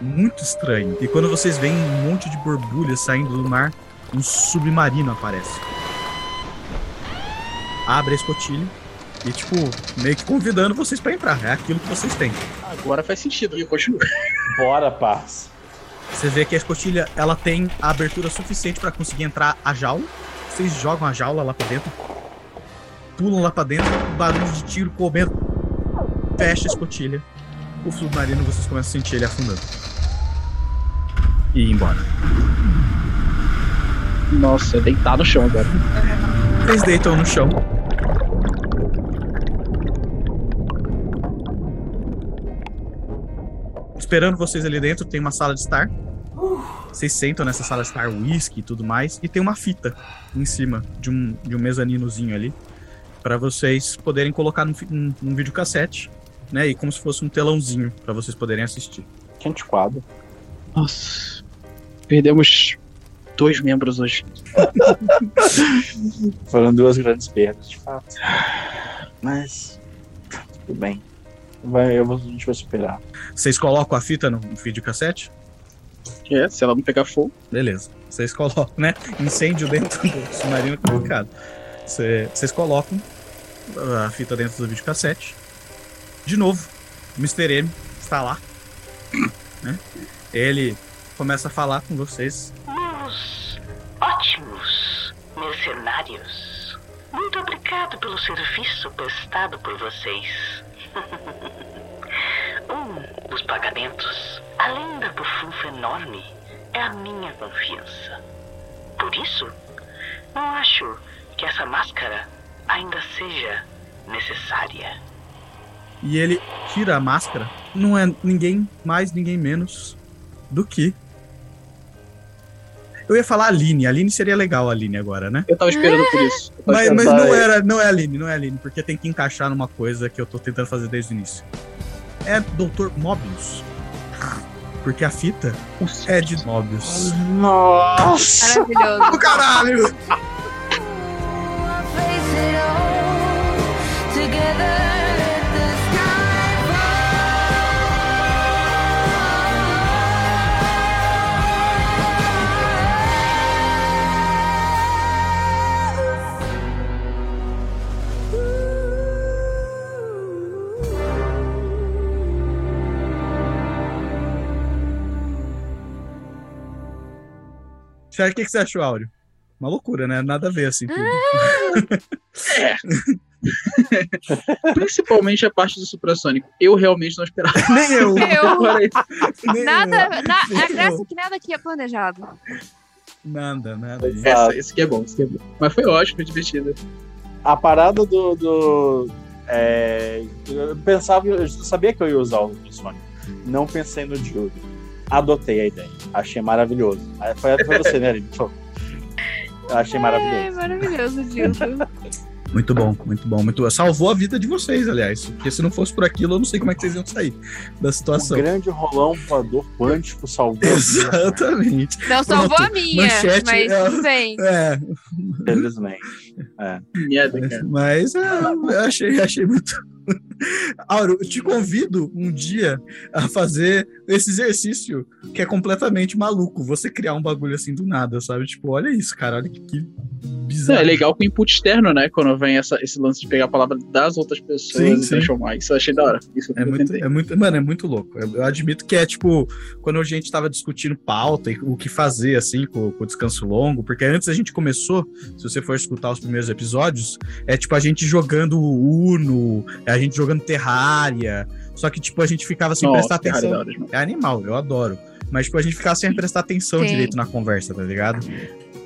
S1: Muito estranho. E quando vocês veem um monte de borbulhas saindo do mar, um submarino aparece. Abre a escotilha e, tipo, meio que convidando vocês pra entrar. É aquilo que vocês têm.
S3: Agora faz sentido. E eu continuo.
S5: Bora, parça.
S1: Você vê que a escotilha ela tem a abertura suficiente pra conseguir entrar a jaula. Vocês jogam a jaula lá pra dentro, pulam lá pra dentro, barulho de tiro comendo, fecha a escotilha. O submarino vocês começam a sentir ele afundando e ir embora.
S3: Nossa, deitar no chão agora.
S1: Vocês deitam no chão. Esperando vocês ali dentro, tem uma sala de estar. Vocês sentam nessa sala de estar, whisky e tudo mais, e tem uma fita em cima de um, de um mezaninozinho ali, Pra vocês poderem colocar num, fi- num, num videocassete, né? E como se fosse um telãozinho pra vocês poderem assistir.
S5: Que antiquado.
S3: Nossa. Perdemos dois membros hoje.
S5: Foram duas grandes perdas, de fato. Mas. Tudo bem. Vai, eu vou, a gente vai superar.
S1: Vocês colocam a fita no videocassete?
S3: É, se ela não pegar fogo.
S1: Beleza. Vocês colocam, né? Incêndio dentro do submarino é complicado. Cê- Vocês colocam a fita dentro do videocassete. De novo, o Mr. M está lá. Né? Ele começa a falar com vocês.
S7: Meus ótimos mercenários, muito obrigado pelo serviço prestado por vocês. um dos pagamentos, além da bufunfa enorme, é a minha confiança. Por isso, não acho que essa máscara ainda seja necessária.
S1: E ele tira a máscara. Não é ninguém mais, ninguém menos do que. Eu ia falar Aline. Aline seria legal, Aline, agora, né?
S3: Eu tava esperando por isso. Eu tava
S1: Mas, mas
S3: esperando.
S1: não, era, não é a Aline, não é a Aline, porque tem que encaixar numa coisa que eu tô tentando fazer desde o início. É Dr. Mobius. Porque a fita é de Mobius.
S5: Nossa!
S2: Maravilhoso.
S1: Do caralho! Fer, o que, que você achou, Áureo? Uma loucura, né? Nada a ver, assim, tudo.
S3: Principalmente a parte do Suprassônico. Eu realmente não esperava.
S1: Nem eu.
S2: Eu-
S3: Olha aí.
S1: nem
S2: Nada, na, a
S1: Meu.
S2: graça é que nada aqui é planejado.
S1: eu. Nada, nada.
S5: Ah,
S3: Essa, esse que é bom, esse que é bom. Mas foi ótimo, foi divertido.
S5: a parada do. do é, eu pensava, eu sabia que eu ia usar o do Sonic. Não pensei no Judo. Adotei a ideia. Achei maravilhoso. Aí Foi, foi você, né, Aline? Foi. Eu Achei
S2: É,
S5: maravilhoso.
S2: maravilhoso, Dildo.
S1: Muito bom, muito bom, muito Salvou a vida de vocês, aliás. Porque se não fosse por aquilo, eu não sei como é que vocês iam sair da
S5: Um
S1: situação.
S5: grande rolão voador quântico salvou.
S1: Exatamente.
S2: Não salvou a minha,
S1: Manchete,
S2: mas
S1: é.
S2: tudo bem.
S1: É,
S5: Felizmente.
S3: Merda, Hum, né, cara.
S1: mas é, eu achei, achei muito. Auro, eu te convido um dia a fazer esse exercício que é completamente maluco. Você criar um bagulho assim do nada, sabe? Tipo, olha isso, cara, olha que, que
S3: Não,
S1: bizarro.
S3: é legal com input externo, né? Quando vem essa, esse lance de pegar a palavra das outras pessoas
S1: Sim,
S3: e
S1: sim.
S3: transformar. Isso eu achei da hora. Isso eu
S1: É muito,
S3: tentei.
S1: é muito, mano, é muito louco. Eu, eu admito que é tipo, quando a gente tava discutindo pauta e o que fazer, assim, com, com o descanso longo, porque antes a gente começou, se você for escutar os primeiros episódios, é tipo a gente jogando Uno, é a gente jogando Terraria, só que tipo a gente ficava sem
S3: Nossa,
S1: prestar
S3: que
S1: atenção.
S3: raridade, mano.
S1: É animal, eu adoro. Mas, tipo, a gente ficava sem prestar atenção
S2: Sim.
S1: direito na conversa, tá ligado?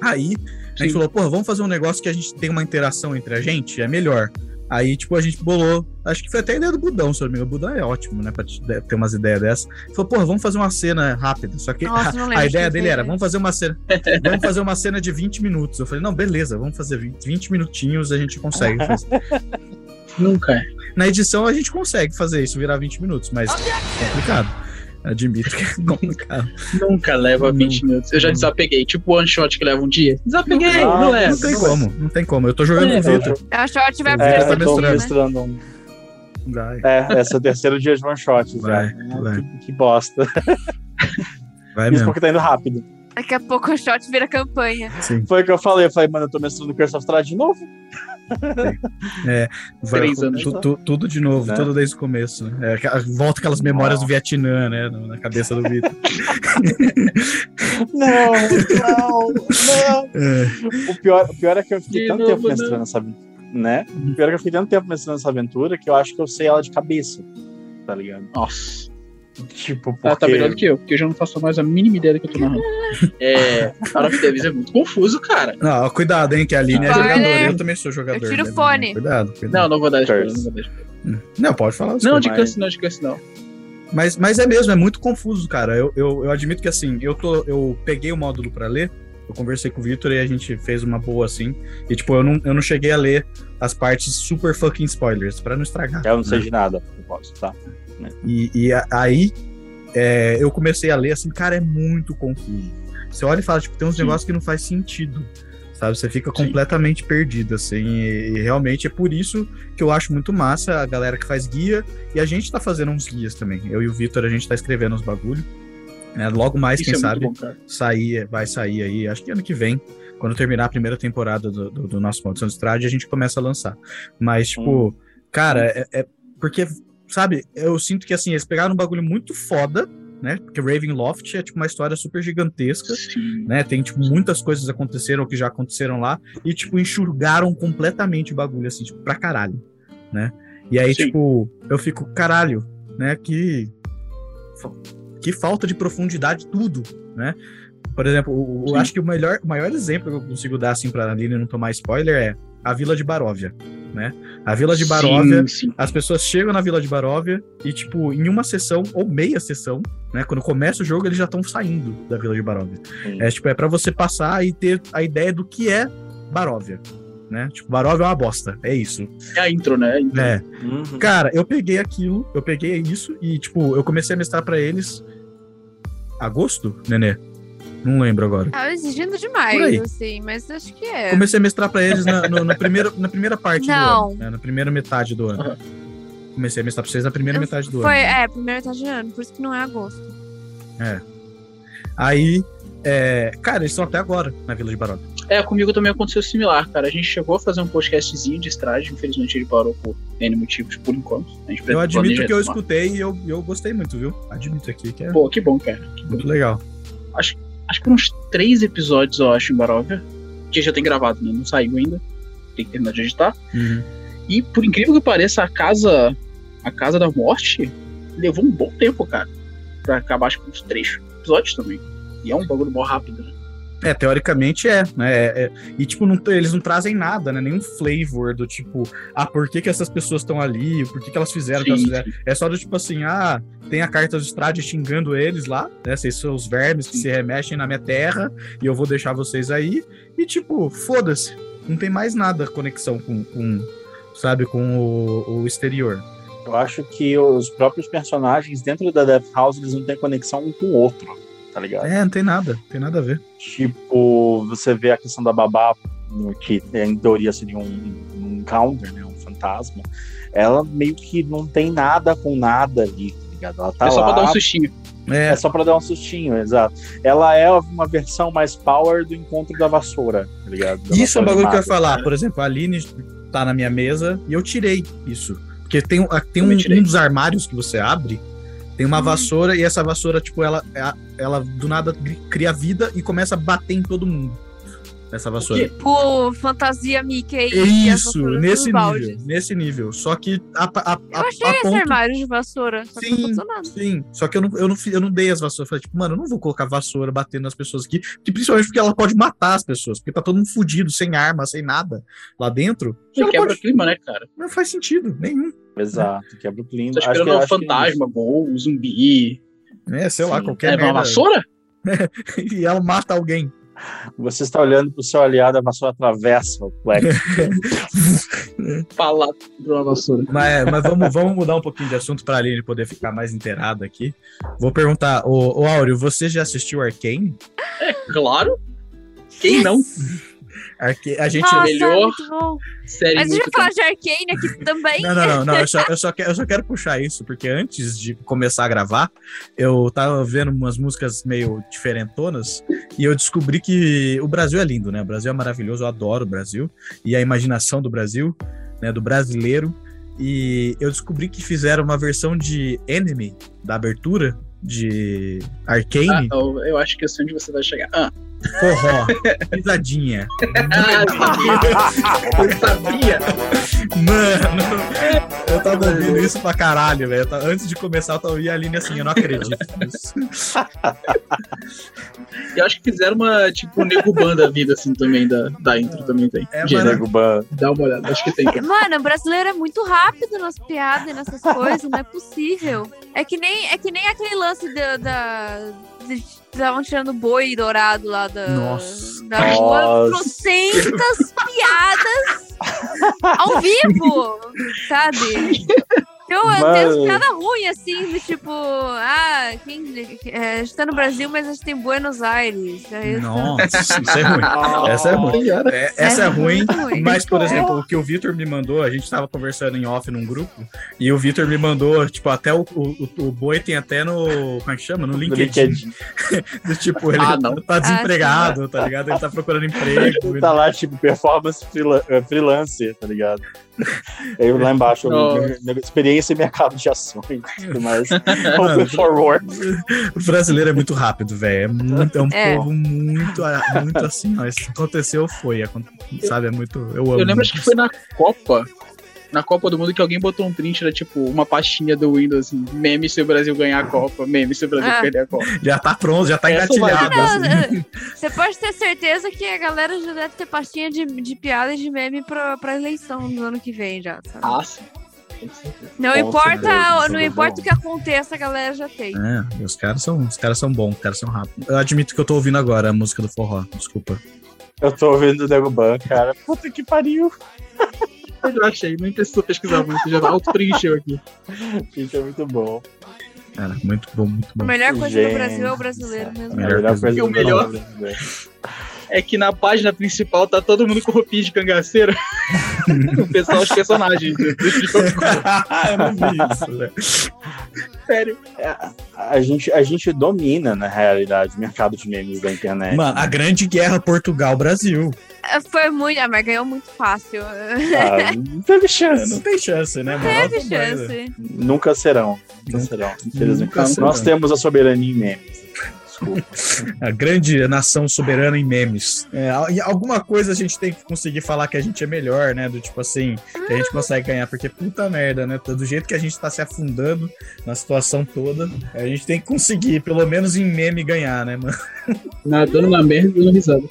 S1: Aí, a gente
S3: Sim.
S1: falou, pô, vamos fazer um negócio que a gente tem uma interação entre a gente, é melhor. Aí, tipo, a gente bolou. Acho que foi até a ideia do Budão, seu amigo. O Budão é ótimo, né? Pra te- de- ter umas ideias dessas. Falou, pô, vamos fazer uma cena rápida. Só que
S2: Nossa, não
S1: a-
S2: lembro
S1: a
S2: de
S1: ideia
S2: quem
S1: dele
S2: foi,
S1: era,
S2: né?
S1: vamos fazer uma cena. vamos fazer uma cena de 20 minutos. Eu falei, não, beleza, vamos fazer 20, 20 minutinhos, a gente consegue fazer.
S3: Nunca é.
S1: Na edição a gente consegue fazer isso, virar 20 minutos, mas é complicado. Admito que é complicado.
S3: Nunca leva 20 minutos. Eu já desapeguei. Tipo one shot que leva um dia. Desapeguei,
S5: Não,
S3: É, não,
S5: não
S3: leva.
S1: Não tem como, não tem como. Eu tô jogando
S3: É,
S1: Vita.
S2: A short vai
S1: É,
S2: pra
S1: tá
S5: É, eu tô
S1: misturando.
S2: né?
S5: misturando um.
S1: Vai,
S5: É, esse é o terceiro dia de one shot. já.
S1: Vai,
S5: Ah,
S1: vai.
S5: Que, que bosta.
S1: vai
S5: Isso
S1: mesmo.
S5: porque tá indo rápido.
S2: Daqui a pouco a short vira campanha.
S1: Sim.
S5: Foi o que eu falei. Eu falei, mano, eu tô mestrando Curse of Strahd de novo.
S1: Vai,
S3: Três
S1: tu-
S3: anos.
S1: tu- tu- tudo de novo,
S5: Né?
S1: tudo desde o começo. né? É, aquela- volta aquelas memórias
S5: Não.
S1: do Vietnã, né? no- Na cabeça do Vitor.
S5: Não, não, não.
S1: É,
S5: O pior, o pior é que eu fiquei
S3: De
S5: tanto
S3: novo,
S5: tempo mestrando essa aventura, né? O pior é que eu fiquei tanto tempo mestrando essa aventura que eu acho que eu sei ela de cabeça, tá ligado?
S3: Nossa.
S5: Tipo, porque...
S3: Ela tá melhor do que eu, porque eu já não faço mais a mínima ideia do que eu tô narrando. É. Out of Davis é muito confuso, cara.
S1: Não, ó, cuidado, hein, que a Aline é
S2: Spoiler.
S1: jogadora. Eu também sou jogador.
S2: Eu tiro o
S1: né,
S2: fone.
S1: Aline? Cuidado,
S3: Não,
S1: cuidado.
S3: não vou dar spoiler.
S5: Curse.
S3: Não, vou dar spoiler.
S1: Não, pode falar.
S3: não de
S5: mas-
S3: curse não, de curse não.
S1: Mas, mas é mesmo, é muito confuso, cara. Eu, eu, eu admito que assim, eu, tô, eu peguei o módulo pra ler, eu conversei com o Victor e a gente fez uma boa assim. E tipo, eu não, eu não cheguei a ler as partes super fucking spoilers, pra não estragar.
S5: É, Eu não sei
S1: né?
S5: de nada, eu posso, tá?
S1: E, e a- aí é, eu comecei a ler assim, cara, é muito confuso. Você olha e fala, tipo, tem uns
S3: Sim.
S1: negócios que não faz sentido. Sabe, você fica
S3: Sim.
S1: completamente perdido, assim, e, e realmente é por isso que eu acho muito massa a galera que faz guia, e a gente tá fazendo uns guias também. Eu e o Vitor, a gente tá escrevendo uns bagulho, né? Logo mais,
S3: Isso
S1: quem
S3: é
S1: sabe,
S3: muito bom, cara.
S1: sair, vai sair aí, acho que ano que vem, quando terminar a primeira temporada do, do, do nosso Maldição de Estrade, a gente começa a lançar. Mas, tipo, cara, é, é porque, sabe, eu sinto que assim, eles pegaram um bagulho muito foda, né? Porque Ravenloft é tipo uma história super
S3: é
S1: gigantesca
S3: Sim.
S1: né? Tem, tipo, muitas coisas aconteceram que já aconteceram lá e, tipo, enxurgaram completamente o bagulho, assim, tipo, pra caralho, né? E aí,
S3: Sim.
S1: tipo, eu fico, caralho, né? Que, que falta de profundidade tudo, né? Por exemplo, o- o- eu
S3: Sim.
S1: acho que o, melhor, o maior exemplo que eu consigo dar, assim, pra Aline não tomar spoiler é a Vila de Baróvia, né? A Vila de Baróvia
S3: Sim, sim.
S1: as pessoas chegam na Vila de Baróvia e, tipo, em uma sessão ou meia sessão, né? Quando começa o jogo, eles já estão saindo da Vila de Baróvia.
S5: Sim.
S1: É, tipo, é pra você passar e ter a ideia do que é Baróvia, né? Tipo, Baróvia é uma bosta, é isso.
S3: É a intro, né? A intro.
S1: É.
S5: Uhum.
S1: Cara, eu peguei aquilo, eu peguei isso e, tipo, eu comecei a mestrar pra eles agosto, Nenê? Não lembro agora.
S2: Tava exigindo
S1: Por aí.
S2: demais, assim, mas acho que é.
S1: Comecei a mestrar pra eles na, no- na primeira, na primeira parte
S2: Não.
S1: do ano, né? na primeira metade do ano. Comecei a mestrar pra vocês na primeira
S2: Eu-
S1: metade do ano.
S2: Foi, é, primeiro tá de ano, por isso que não é agosto.
S1: Aí, é, cara, eles estão até agora na Vila de Baroque.
S3: É, comigo também aconteceu similar, cara. A gente chegou a fazer um podcastzinho de estrade, infelizmente ele parou por N motivos por enquanto. A gente
S1: Eu admito
S3: planeja
S1: que eu
S3: retomar.
S1: escutei e eu, eu gostei muito, viu? Admito aqui que é
S3: Pô, que bom, cara.
S1: muito legal.
S3: acho que foram uns três episódios, eu acho, em Barovia. Que já tem gravado, né? Não saiu ainda. Tem que terminar de editar. E por incrível que pareça, a casa. A Casa da Morte levou um bom tempo, cara. Pra acabar, acho que uns três episódios também. E é um bagulho mó rápido, né?
S1: É, teoricamente é, né? É- é- e, tipo, não, eles não trazem nada, né? Nenhum flavor do tipo, ah, por que, que essas pessoas estão ali? Por que, que elas fizeram o que elas
S3: Sim,
S1: fizeram? É só do tipo assim, ah, tem a carta do Strade xingando eles lá, né? Vocês são os vermes que se remexem na minha terra e eu vou deixar vocês aí. E tipo, foda-se. Não tem mais nada conexão com, com, sabe, com o, o exterior.
S5: Eu acho que os próprios personagens dentro da Death House eles não têm conexão um com o outro, tá ligado?
S1: É, não tem nada. Tem nada a ver.
S5: Tipo, você vê a questão da babá, no que em teoria seria um, um counter, né? Um fantasma. Ela meio que não tem nada com nada ali, tá ligado? Ela tá
S3: é só
S5: lá,
S3: pra dar um sustinho.
S1: É,
S5: É só pra dar um sustinho, exato. Ela é uma versão mais power do encontro da vassoura, tá ligado? Da
S1: Isso é um
S5: vassoura
S1: bagulho que eu ia
S5: animada.
S1: falar. Por exemplo, a Aline tá na minha mesa e eu tirei isso. Porque tem, um- a- tem um,
S3: Também tirei.
S1: um dos armários que você abre, tem
S2: Hum.
S1: uma vassoura e essa vassoura, tipo, ela, a- ela do nada gri- cria vida e começa a bater em todo mundo. Essa vassoura.
S3: quê?
S2: Tipo, fantasia Mickey.
S1: É
S2: e as
S1: isso,
S2: vassouras
S1: nesse
S2: dos
S1: nível.
S2: baldes.
S1: Nesse nível. Só que a, a, a,
S2: Eu achei
S1: a
S2: esse
S1: ponto-
S2: armário de vassoura, só que não
S1: Sim.
S2: aconteceu nada.
S1: Sim, só que eu não, eu, não, fi- eu não dei as vassouras. Eu Falei, tipo, mano, eu não vou colocar vassoura batendo nas pessoas aqui, que principalmente porque ela pode matar as pessoas, porque tá todo mundo fudido, sem arma, sem nada lá dentro.
S3: Já
S1: Ela
S3: quebra
S1: pode-
S3: o clima, né, cara?
S1: Não faz sentido nenhum.
S5: Exato, quebra o clima.
S3: Tô
S5: Acho que-
S3: esperando um
S5: acho que é
S3: fantasma, bom, um zumbi.
S1: É, sei lá,
S5: Sim.
S1: qualquer
S3: É, uma
S1: merda.
S3: vassoura?
S1: E ela mata alguém.
S5: isso. Você está olhando pro seu aliado, a vassoura atravessa o plexo.
S3: Falar sobre uma vassoura.
S1: Mas, mas vamos, vamos mudar um pouquinho de assunto pra Aline poder ficar mais inteirada aqui. Vou perguntar, ô, ô Áureo, você já assistiu Arkane?
S3: Claro. Quem não?
S1: Arca- A gente.
S2: Nossa,
S3: melhor.
S2: muito bom.
S3: Série
S2: Mas assim. deixa
S3: muito
S2: eu falar de Arcane aqui também.
S1: Não, não, não, não. Eu só, eu, só quero, eu só quero puxar isso, porque antes de começar a gravar, eu tava vendo umas músicas meio diferentonas e eu descobri que o Brasil é lindo, né? O Brasil é maravilhoso, eu adoro o Brasil e a imaginação do Brasil, né? Do brasileiro. E eu descobri que fizeram uma versão de Enemy da abertura de
S3: Ah,
S1: Arcane,
S3: eu, eu acho que eu sei onde você vai chegar. Ah,
S1: forró, risadinha.
S3: eu sabia.
S1: Mano, eu tava ouvindo isso pra caralho, velho. Eu tava- Antes de começar, eu tava ouvindo a Aline assim, eu não acredito nisso.
S3: Eu acho que fizeram uma, tipo, Nego Ban da vida, assim, também, da, da intro também tem.
S1: É,
S3: Gente,
S1: mano.
S5: Diego Ban.
S3: Dá uma olhada, acho que tem.
S2: Mano, o brasileiro é muito rápido nas piadas e nessas coisas, não é possível. É que nem, é que nem aquele lance da. da de- Estavam tirando boi dourado lá da,
S1: Nossa.
S2: da rua.
S5: Nossa.
S2: Trocentas piadas ao vivo, sabe? Então,
S5: Mano.
S2: tem umas piadas ruins, assim, do tipo, ah, quem, é, a gente tá no Brasil, mas a gente tem Buenos Aires. Aí,
S1: Nossa, isso é ruim.
S3: Ah.
S1: Essa é ruim.
S3: Obrigado.
S1: É, essa é ruim.
S2: muito ruim.
S1: Mas, por exemplo, o que o Vitor me mandou, a gente tava conversando em off num grupo, e o Vitor me mandou, tipo, até o, o, o- o boi tem até no. Como é que chama? No
S5: Do
S1: LinkedIn.
S5: LinkedIn.
S1: tipo, ele
S3: Ah, não.
S1: tá desempregado, tá ligado? Ele tá procurando emprego.
S5: Tá lá, tipo, performance freela- eh, freelancer, tá ligado? Aí lá embaixo,
S3: Não.
S5: experiência e mercado de ações, tudo mais.
S1: Mano.
S5: Open for work.
S1: O brasileiro é muito rápido, velho. É, muito- é um
S2: É.
S1: povo muito, muito assim, ó. Isso aconteceu, foi. aconte- Sabe, é muito. Eu amo.
S3: Eu lembro, acho que foi na Copa. Na Copa do Mundo que alguém botou um print, era tipo uma pastinha do Windows, assim, meme se o Brasil ganhar a Copa, meme se o Brasil
S2: Ah.
S3: perder a Copa.
S1: Já tá pronto, já tá
S3: Essa é
S1: engatilhado.
S3: vai-
S1: assim.
S2: Não, Você pode ter certeza que a galera já deve ter pastinha de, de piada e de meme pra, pra eleição do ano que vem já. sabe?
S3: Ah, sim.
S2: não
S5: com
S2: importa,
S5: certeza, isso é
S2: não
S5: bom.
S2: importa o que aconteça, a galera já tem.
S1: É, os caras são, os caras são bons, os caras são rápidos. Eu admito que eu tô ouvindo agora a música do forró, desculpa.
S5: Eu tô ouvindo o Nego Ban, cara. Puta que pariu.
S3: Eu já achei, nem precisou pesquisar muito, já auto-preencheu aqui.
S5: Gente, é muito bom.
S1: Cara, muito bom, muito
S2: A
S1: bom.
S2: melhor coisa
S5: Gente,
S2: do Brasil é o brasileiro mesmo.
S5: É a melhor coisa
S3: E o
S5: do né? Brasil.
S3: melhor? É que na página principal tá todo mundo com roupinha de cangaceiro. o pessoal, os personagens do do jogo.
S1: eu não vi isso, né? velho.
S3: Sério.
S5: A gente, a gente domina, na realidade, o mercado de memes da internet.
S1: Mano, a grande guerra Portugal-Brasil.
S2: É, Foi muito, ah, mas ganhou muito fácil.
S5: Ah, não teve chance.
S1: É, Não tem chance, né? mano?
S2: Teve
S1: Olha o tamanho, velho.
S2: chance.
S5: Nunca serão. Nunca serão, infelizmente.
S1: Nunca serão.
S5: Nós temos a soberania em memes. desculpa.
S1: A grande nação soberana em memes. É, al- e alguma coisa a gente tem que conseguir falar que a gente é melhor, né? Do tipo assim, que a gente consegue ganhar, porque puta merda, né? Do jeito que a gente tá se afundando na situação toda, a gente tem que conseguir, pelo menos em meme, ganhar, né, mano?
S3: Nadando na merda e dando risada.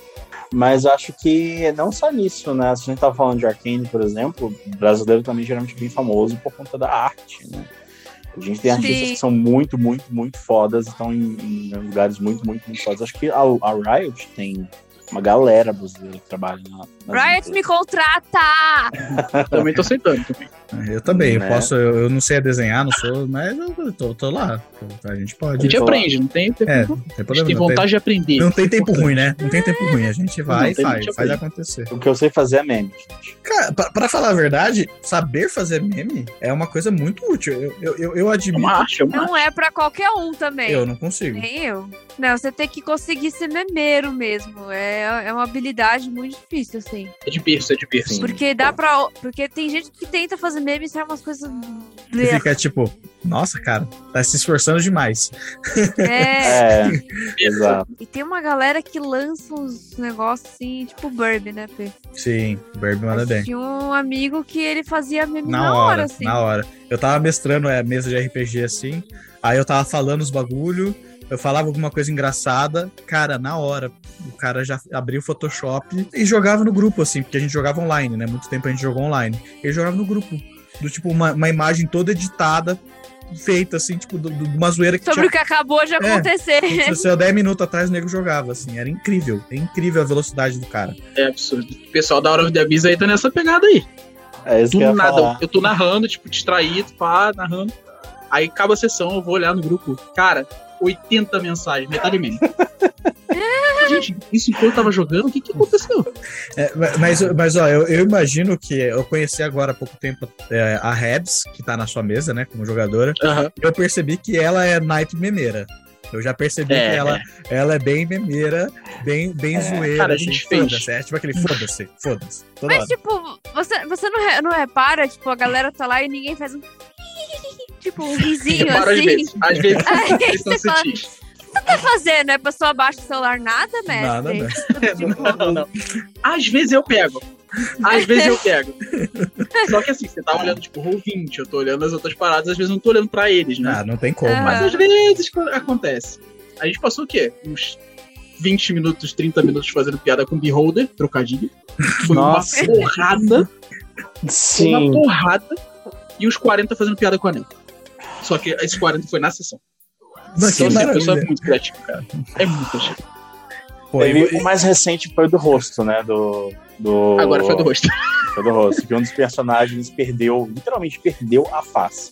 S5: Mas acho que é não só nisso, né? Se a gente tava falando de Arcane, por exemplo, o brasileiro também geralmente é bem famoso por conta da arte, né? A gente tem artistas
S2: Sim.
S5: que são muito, muito, muito fodas, estão em, em lugares muito, muito, muito fodas. Acho que a, a Riot tem uma galera brasileira que trabalha na. nas
S2: Riot me
S5: empresas.
S2: contrata!
S3: Também tô aceitando. Também.
S1: Eu também, eu
S5: Né?
S1: posso, eu, eu não sei desenhar, não sou, mas eu tô, tô lá. A gente
S3: A
S1: pode.
S3: gente aprende, não tem tempo.
S1: É, não
S3: não.
S1: tem
S3: a
S1: problema.
S3: gente tem
S1: Não tem,
S3: vontade de aprender.
S1: não tem tempo ruim, né? Não tem tempo ruim. A gente vai
S3: Não,
S1: e
S3: tem
S1: faz,
S3: gente
S1: faz
S3: aprende.
S1: acontecer.
S5: O que eu sei fazer é meme, gente.
S1: Cara, pra, pra falar a verdade, saber fazer meme é uma coisa muito útil. Eu, eu, eu, eu
S3: É
S1: admito.
S3: uma É. arte, é uma arte.
S2: Não é pra qualquer um também.
S1: Eu não consigo.
S2: Nem eu. Não, você tem que conseguir ser memeiro mesmo. É, é uma habilidade muito difícil, assim.
S3: É de berço, é de berço.
S5: Sim.
S2: Porque dá pra. Porque tem gente que tenta fazer meme e sai umas coisas.
S1: Você fica tipo, nossa, cara, tá se esforçando demais.
S2: É.
S5: É, exato.
S2: E tem uma galera que lança uns negócios assim, tipo Burb, né, P?
S1: Sim, o Berb manda bem.
S2: Tinha um amigo que ele fazia meme
S1: Na hora,
S2: assim.
S1: na hora. Eu tava mestrando é, mesa de RPG assim, aí eu tava falando os bagulho, eu falava alguma coisa engraçada, cara, na hora, o cara já abriu o Photoshop e jogava no grupo, assim, porque a gente jogava online, né? Muito tempo a gente jogou online. Ele jogava no grupo, do tipo, uma, uma imagem toda editada, feita, assim, tipo, do- do- de uma zoeira que
S2: Sobre o que acabou de acontecer.
S1: tinha. É. Se eu 10 minutos atrás, o nego jogava, assim, era incrível, é incrível a velocidade do cara.
S3: É absurdo. O pessoal da Hora of the Abyss aí tá nessa pegada aí.
S5: É isso que eu
S3: Do
S5: ia
S3: nada.
S5: falar.
S3: Eu tô narrando, tipo, distraído, pá, narrando. Aí acaba a sessão, eu vou olhar no grupo. Cara, 80 mensagens, metade e meia. Gente, isso enquanto eu tava jogando, o que que aconteceu?
S1: É, ma- mas, mas ó, eu, eu imagino que eu conheci agora há pouco tempo é, a Rebs, que tá na sua mesa, né, como jogadora.
S3: Aham.
S1: Eu percebi que ela é naipe memeira. Eu já percebi
S3: É,
S1: que ela é. ela é bem memeira, bem, bem zoeira.
S3: cara, a gente fez.
S1: foda-se. É tipo aquele foda-se, foda-se. toda
S2: Mas,
S1: hora.
S2: tipo, você, você não, re- não repara, tipo, a galera tá lá e ninguém faz um. Tipo, um risinho
S3: Reparo às
S2: assim.
S3: vezes. Às vezes
S2: Aí
S3: eles estão
S2: você fala,
S3: sentindo.
S2: tá fazendo? É a pessoa abaixa o celular, nada, Tipo, mestre?
S1: Nada, né?
S3: Não, não, não. Às vezes eu pego. Às vezes eu pego. Só que assim, você tá olhando, tipo, roll 20, eu tô olhando as outras paradas, às vezes eu não tô olhando pra eles, né?
S1: Ah, não tem como.
S2: Ah.
S1: mas-
S3: Mas às vezes co- acontece. A gente passou o quê? Uns 20 minutos, 30 minutos fazendo piada com Beholder, trocadilho. Foi
S5: Nossa.
S3: uma porrada, foi uma
S5: Sim.
S3: porrada. E os 40 fazendo piada com a Anel. Só que esses 40 foi na sessão.
S1: Mas que
S3: Então, assim, a pessoa é
S1: maravilha.
S3: muito criativa, cara. É muito criativa.
S1: Pô, e-
S5: Teve- o mais recente foi o do rosto, né? Do, do...
S3: Agora foi do rosto.
S5: Foi do rosto. Que um dos personagens perdeu, literalmente perdeu a face.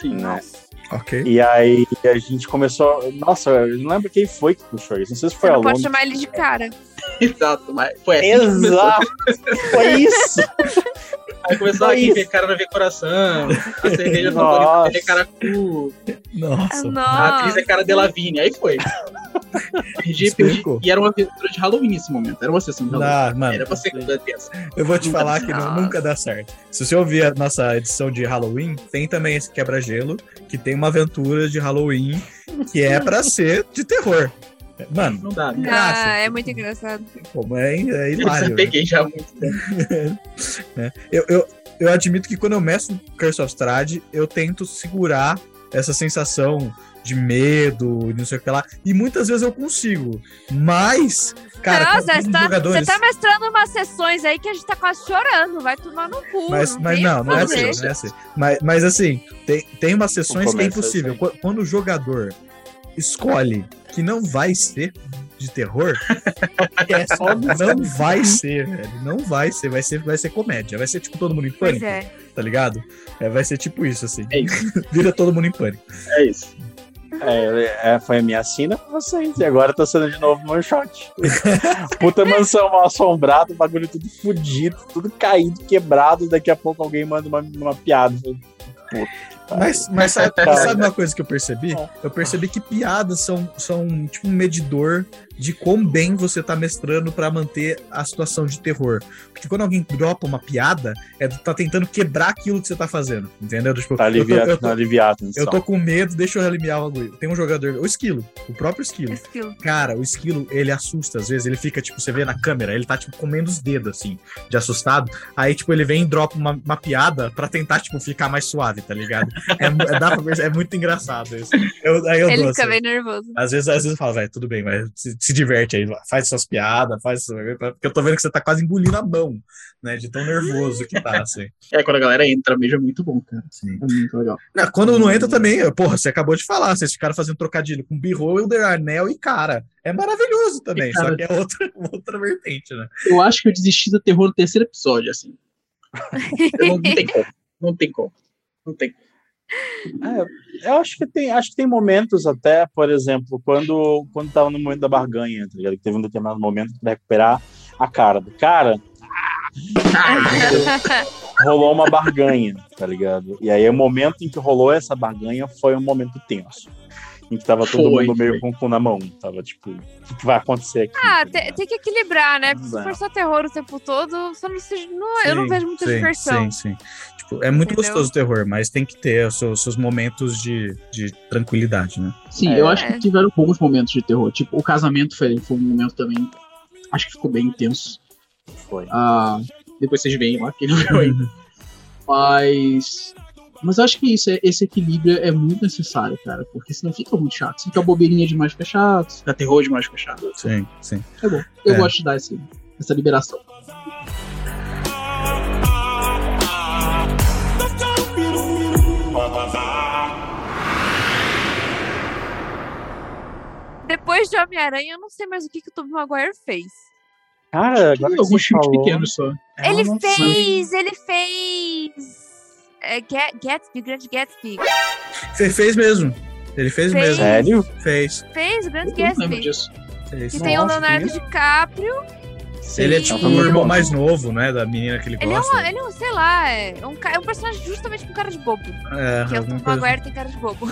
S3: Sim.
S5: Né?
S1: ok.
S5: E aí a gente começou. Nossa, eu não lembro quem foi que puxou isso. Não sei se foi
S2: Você não
S5: a Londres.
S2: pode chamar ele de cara.
S3: Exato, mas foi assim. que começou.
S5: Exato! foi isso!
S3: Aí começou
S5: Foi
S3: aqui
S5: isso.
S3: ver cara não vê coração, a cerveja
S5: Nossa.
S3: favorita é cara cu,
S1: Nossa.
S3: a atriz
S2: Nossa.
S3: é cara de Lavigne. Aí foi. Perdi, perdi.
S1: Explicou.
S3: E era uma aventura de Halloween nesse momento, era uma sessão de Halloween.
S2: Ah,
S1: Não, Ah, mano,
S3: Era pra segunda terça.
S1: Eu vou te
S3: Nunca
S1: falar
S3: dá
S1: que não-
S2: certo.
S1: nunca dá certo. Se você ouvir a nossa edição de Halloween, tem também esse quebra-gelo, que tem uma aventura de Halloween que é pra ser de terror. Mano,
S3: Não dá, né?
S1: Graça.
S2: Ah, é muito engraçado.
S1: como é, é
S3: Eu
S1: hilário. né?
S3: peguei já há muito tempo.
S1: Eu, eu, eu admito que quando eu mestro Curse of Strahd, eu tento segurar essa sensação de medo, de não sei o que lá. E muitas vezes eu consigo. Mas, cara,
S2: Nossa,
S1: com
S2: você tá,
S1: jogadores...
S2: você tá mestrando umas sessões aí que a gente tá quase chorando. Vai tomar no cu.
S1: Mas,
S2: não,
S1: mas
S2: tem o
S1: não,
S2: que
S1: não é assim,
S2: fazer.
S1: não é assim. Mas, mas assim, tem, tem umas sessões que é
S5: começo é
S1: impossível.
S5: assim.
S1: Qu- Quando o jogador escolhe que não vai ser de terror, é só não vai ser, velho. Não vai ser, vai ser, vai ser comédia. Vai ser tipo todo mundo em
S2: Pois
S1: pânico,
S2: é.
S1: tá ligado? É, vai ser tipo isso, assim.
S3: É isso,
S1: Vira todo mundo em pânico.
S3: é isso.
S5: É, é, foi a minha sina pra vocês. E agora tá sendo de novo one shot. Puta mansão mal assombrada, o bagulho tudo fudido, tudo caído, quebrado. Daqui a pouco alguém manda uma, uma piada. Puta que pariu.
S1: Mas, mas sabe,
S5: Cara. É.
S1: sabe uma coisa que eu percebi? Eu percebi que piadas são, são tipo um medidor de quão bem você tá mestrando pra manter a situação de terror. Porque quando alguém dropa uma piada, é tá tentando quebrar aquilo que você tá fazendo, entendeu? Tipo,
S5: Pra
S1: eu tô-
S5: aliviar,
S1: eu tô-
S5: aliviar a tensão.
S1: eu tô com medo, deixa eu aliviar o bagulho. Tem um jogador, o Esquilo, o próprio Esquilo.
S2: é, Esquilo.
S1: Cara, o Esquilo, ele assusta às vezes, ele fica, tipo, você vê na câmera, ele tá, tipo, comendo os dedos, assim, de assustado. Aí, tipo, ele vem e dropa uma, uma piada pra tentar, tipo, ficar mais suave, tá ligado? É, mu- é- dá pra ver, é muito engraçado isso. Eu- aí eu
S2: Ele
S1: dou,
S2: fica
S1: assim.
S2: bem nervoso.
S1: Às vezes, às vezes eu falo, velho, tudo bem, mas se, se diverte aí, faz suas piadas, faz. Porque eu tô vendo que você tá quase engolindo a mão, né? De tão nervoso que tá, assim.
S3: É, quando a galera entra mesmo é muito bom, cara.
S1: Sim.
S3: É muito legal.
S1: Não, Quando não
S2: Hum.
S1: entra também, eu- porra, você acabou de falar, vocês ficaram fazendo trocadilho com birroelder, anel e cara. É maravilhoso também,
S3: E cara.
S1: só que é outra, outra vertente, né?
S3: Eu acho que eu desisti do terror no terceiro episódio, assim. Eu não, não tem como. Não tem como. Não tem como.
S5: É, eu acho que tem, acho que tem momentos até, por exemplo, quando quando tava no momento da barganha, tá ligado? Que teve um determinado momento pra recuperar a cara do cara. rolou uma barganha, tá ligado? E aí o momento em que rolou essa barganha foi um momento tenso. Em que tava todo
S3: Foi,
S5: mundo meio
S3: foi.
S5: com o cu na mão. Tava tipo, o que que vai acontecer aqui?
S2: Ah,
S5: tá
S2: te-
S5: ligado?
S2: tem que equilibrar, né? Porque
S5: Não.
S2: se for só terror o tempo todo, só não se- não- Ah, eu não
S1: Sim,
S2: vejo muita
S1: sim,
S2: diversão.
S1: Sim, sim. Tipo, é muito
S2: Entendeu?
S1: gostoso o terror, mas tem que ter os seus, seus momentos de, de tranquilidade, né?
S3: Sim,
S5: É.
S3: eu acho que tiveram poucos momentos de terror. Tipo, o casamento foi, foi um momento também. Acho que ficou bem intenso.
S5: Foi.
S3: Ah, depois vocês veem lá que não viu ainda. Mas. Mas eu acho que isso, é- esse equilíbrio é muito necessário, cara. Porque senão fica muito chato. Se fica bobeirinha demais, fica chato. Se fica terror demais, fica chato.
S1: Sim, sim.
S3: É bom. Eu
S1: É.
S3: gosto de dar esse- essa liberação.
S2: Depois de Homem-Aranha, eu não sei mais o que, que o Tobey Maguire fez.
S5: Cara, agora que
S3: alguns
S5: você
S3: filmes
S5: falou,
S3: pequenos só.
S5: eu
S2: ele
S5: não sei.
S2: fez, ele fez. É, Ga- Gatsby, Grande Gatsby.
S1: Fe- fez mesmo. Ele fez,
S2: Fez.
S1: mesmo.
S5: Sério?
S1: Fez.
S2: Fez o Grande
S3: Eu não lembro
S2: Gatsby.
S3: disso.
S1: fez.
S2: Que tem o
S5: Nossa,
S2: Leonardo
S5: mesmo?
S2: DiCaprio.
S1: Ele é
S2: Sim.
S1: tipo o irmão mais novo, né? Da menina que ele
S2: Ele é, um,
S1: gosta.
S2: ele é um, sei lá, é um, ca- é um personagem justamente com cara de bobo.
S1: É,
S2: Porque o
S1: alguma coisa-
S2: Tobey
S1: assim.
S2: Maguire
S3: assim.
S2: tem cara de bobo.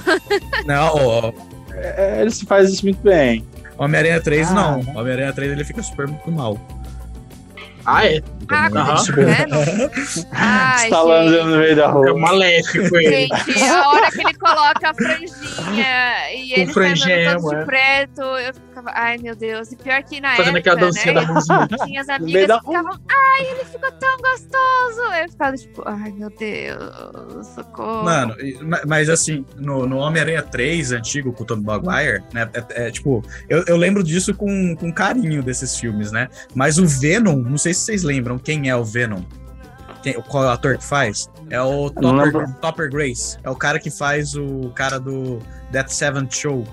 S1: Não, ó,
S5: É, ele se faz isso muito bem.
S1: Homem-Aranha 3
S5: Ah,
S1: não.
S5: né?
S1: Homem-Aranha 3 ele fica super muito mal.
S3: Ah, é.
S2: Ah,
S1: Entendeu?
S3: Aham.
S2: quando ele né? Não. Ai,
S5: Estalando no meio da rua.
S3: É maléfico ele.
S2: Gente, é a hora que ele coloca a franjinha e
S3: Com
S2: ele sai andando todo
S3: franjel, é.
S2: de preto, eu ficava, ai meu Deus. E pior que na
S3: Fazendo
S2: época,
S3: aquela dancinha
S2: né,
S3: da mãozinha.
S2: tinha as
S5: meio
S2: amigas
S5: da
S2: que ficavam, ai, ele ficou tão gostoso. Eu ficava tipo, ai meu Deus, socorro.
S1: Mano, e- ma- mas assim, no, no Homem-Aranha 3, antigo, com o Tobey Maguire, né? É, é, tipo, eu, eu lembro disso com, com carinho desses filmes, né? Mas o Venom, não sei se vocês lembram quem é o Venom. Quem, qual é o ator que faz? É o
S5: não
S1: Topper,
S5: lembro.
S1: Topper Grace. É o cara que faz o cara do That Seven Show.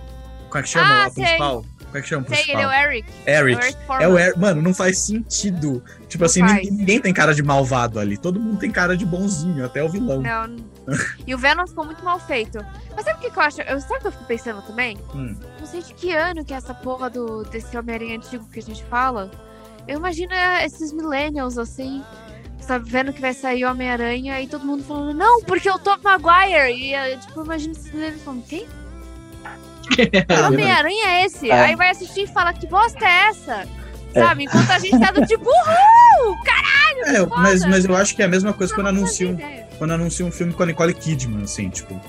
S1: Como é que
S2: Ah,
S1: chama o
S2: sei.
S1: principal? Como é que chama o
S2: sei, ele é o
S1: principal?
S2: Eric.
S1: Eric.
S2: É o Eric
S1: É o
S2: Foreman.
S1: Air, mano, não faz sentido. Tipo
S2: Não
S1: assim,
S2: faz.
S1: ninguém, ninguém tem cara de malvado ali. Todo mundo tem cara de bonzinho, até o vilão.
S2: Não. E o Venom ficou muito mal feito. Mas sabe o que que eu acho? Eu, sabe o que eu fico pensando também?
S1: Hum.
S2: Não sei de que ano que é essa porra do, desse Homem-Aranha antigo que a gente fala. Eu imagino é, esses millennials, assim, sabe, vendo que vai sair o Homem-Aranha e todo mundo falando, não, porque eu tô Maguire. E, é, tipo, eu imagino esses millennials falando, quem? Que Homem-Aranha é esse?
S5: É.
S2: Aí vai assistir e fala, que bosta é essa?
S5: É.
S2: Sabe? Enquanto a gente tá do tipo, uhul! Caralho!
S1: É,
S2: que foda!
S1: mas, mas eu acho que é a mesma coisa quando
S2: Não fazia
S1: anunciam,
S2: ideia.
S1: quando anunciam um filme com a Nicole Kidman, assim, tipo.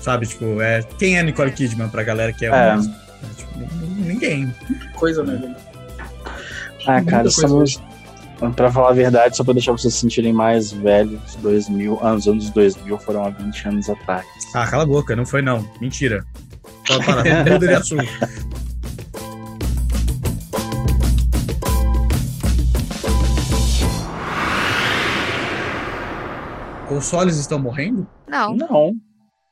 S1: Sabe, tipo, é, quem é Nicole Kidman pra galera que é,
S5: É.
S1: um- é, tipo, ninguém.
S3: Coisa, né? velho?
S5: Ah,
S3: Muita
S5: cara,
S3: coisa
S5: estamos. Pra falar a verdade, só pra deixar vocês se sentirem mais velhos, 2000, ah, os anos 2000 foram há 20 anos atrás.
S1: Ah, cala a boca, não foi não. Mentira. Pode parar, muda de assunto. Consoles estão morrendo?
S2: Não.
S5: Não.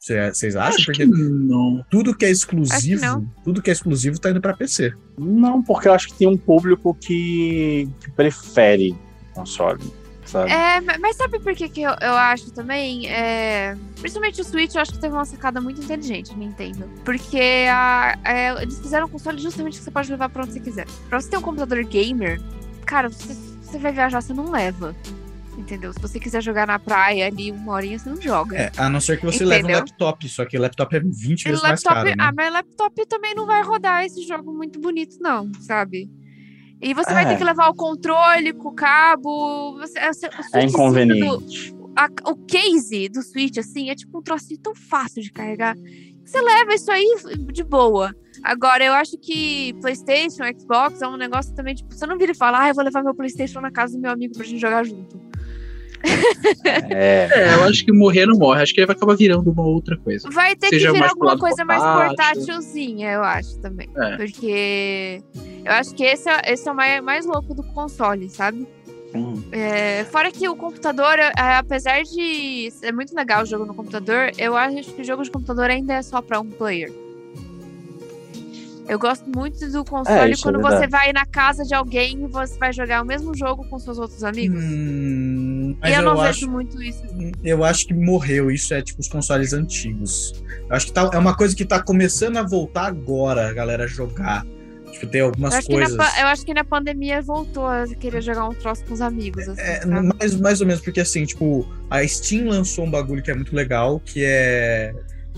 S1: Cê- Vocês acham?
S3: Acho
S1: Porque
S3: que não.
S1: tudo que é
S2: Acho que
S1: exclusivo,
S2: não.
S1: tudo que é exclusivo tá indo pra PC.
S5: Não, porque eu acho que tem um público que, que prefere console, sabe?
S2: É, ma- mas sabe por que, que eu, eu acho também? É, principalmente o Switch, eu acho que teve uma sacada muito inteligente, Nintendo. Porque a- é, eles fizeram um console justamente que você pode levar pra onde você quiser. Pra você ter um computador gamer, cara, você, você vai viajar, você não leva. Entendeu? Se você quiser jogar na praia ali uma horinha, você não joga.
S1: É, a não ser que você
S2: Entendeu?
S1: leve um laptop, só que laptop é 20
S2: E
S1: vezes mais
S2: laptop,
S1: caro, né?
S2: Ah, mas laptop também não vai rodar esse jogo muito bonito, não, sabe? E você vai
S5: É.
S2: ter que levar o controle com o cabo. Você, é, o seu- o
S5: É
S2: switchzinho do-
S5: inconveniente.
S2: a- o case do Switch, assim, é tipo um trocinho tão fácil de carregar. Você leva isso aí de boa. Agora, eu acho que PlayStation, Xbox é um negócio também, tipo, você não vira e fala, ah, eu vou levar meu PlayStation na casa do meu amigo pra gente jogar junto.
S5: É.
S3: É, eu acho que morrer não morre. Acho que ele vai acabar virando uma outra coisa.
S2: Vai ter
S3: Seja
S2: que virar
S3: mais pro
S2: alguma
S3: lado
S2: coisa mais
S3: portátil.
S2: portátilzinha, eu acho também.
S3: É.
S2: Porque eu acho que esse é, esse é o mais, mais louco do console, sabe?
S5: Hum.
S2: É, fora que o computador, é, é, apesar de ser muito legal o jogo no computador, eu acho que o jogo de computador ainda é só pra um player. Eu gosto muito do console
S5: isso é
S2: quando você
S5: verdade.
S2: vai na casa de alguém e você vai jogar o mesmo jogo com seus outros amigos.
S1: Hum,
S2: e
S1: mas
S2: eu
S1: eu,
S2: não vejo
S1: acho,
S2: muito isso.
S1: eu acho que morreu. Isso é tipo os consoles antigos. Eu acho que tá- é uma coisa que tá começando a voltar agora, a galera jogar. Tipo, tem
S2: Eu
S1: algumas
S2: acho, que na,
S1: coisas.
S2: pa- eu acho que na pandemia voltou a querer jogar um troço com os amigos. Assim,
S1: É,
S2: sabe?
S1: mais, mais ou menos, porque assim, tipo, a Steam lançou um bagulho que é muito legal, que é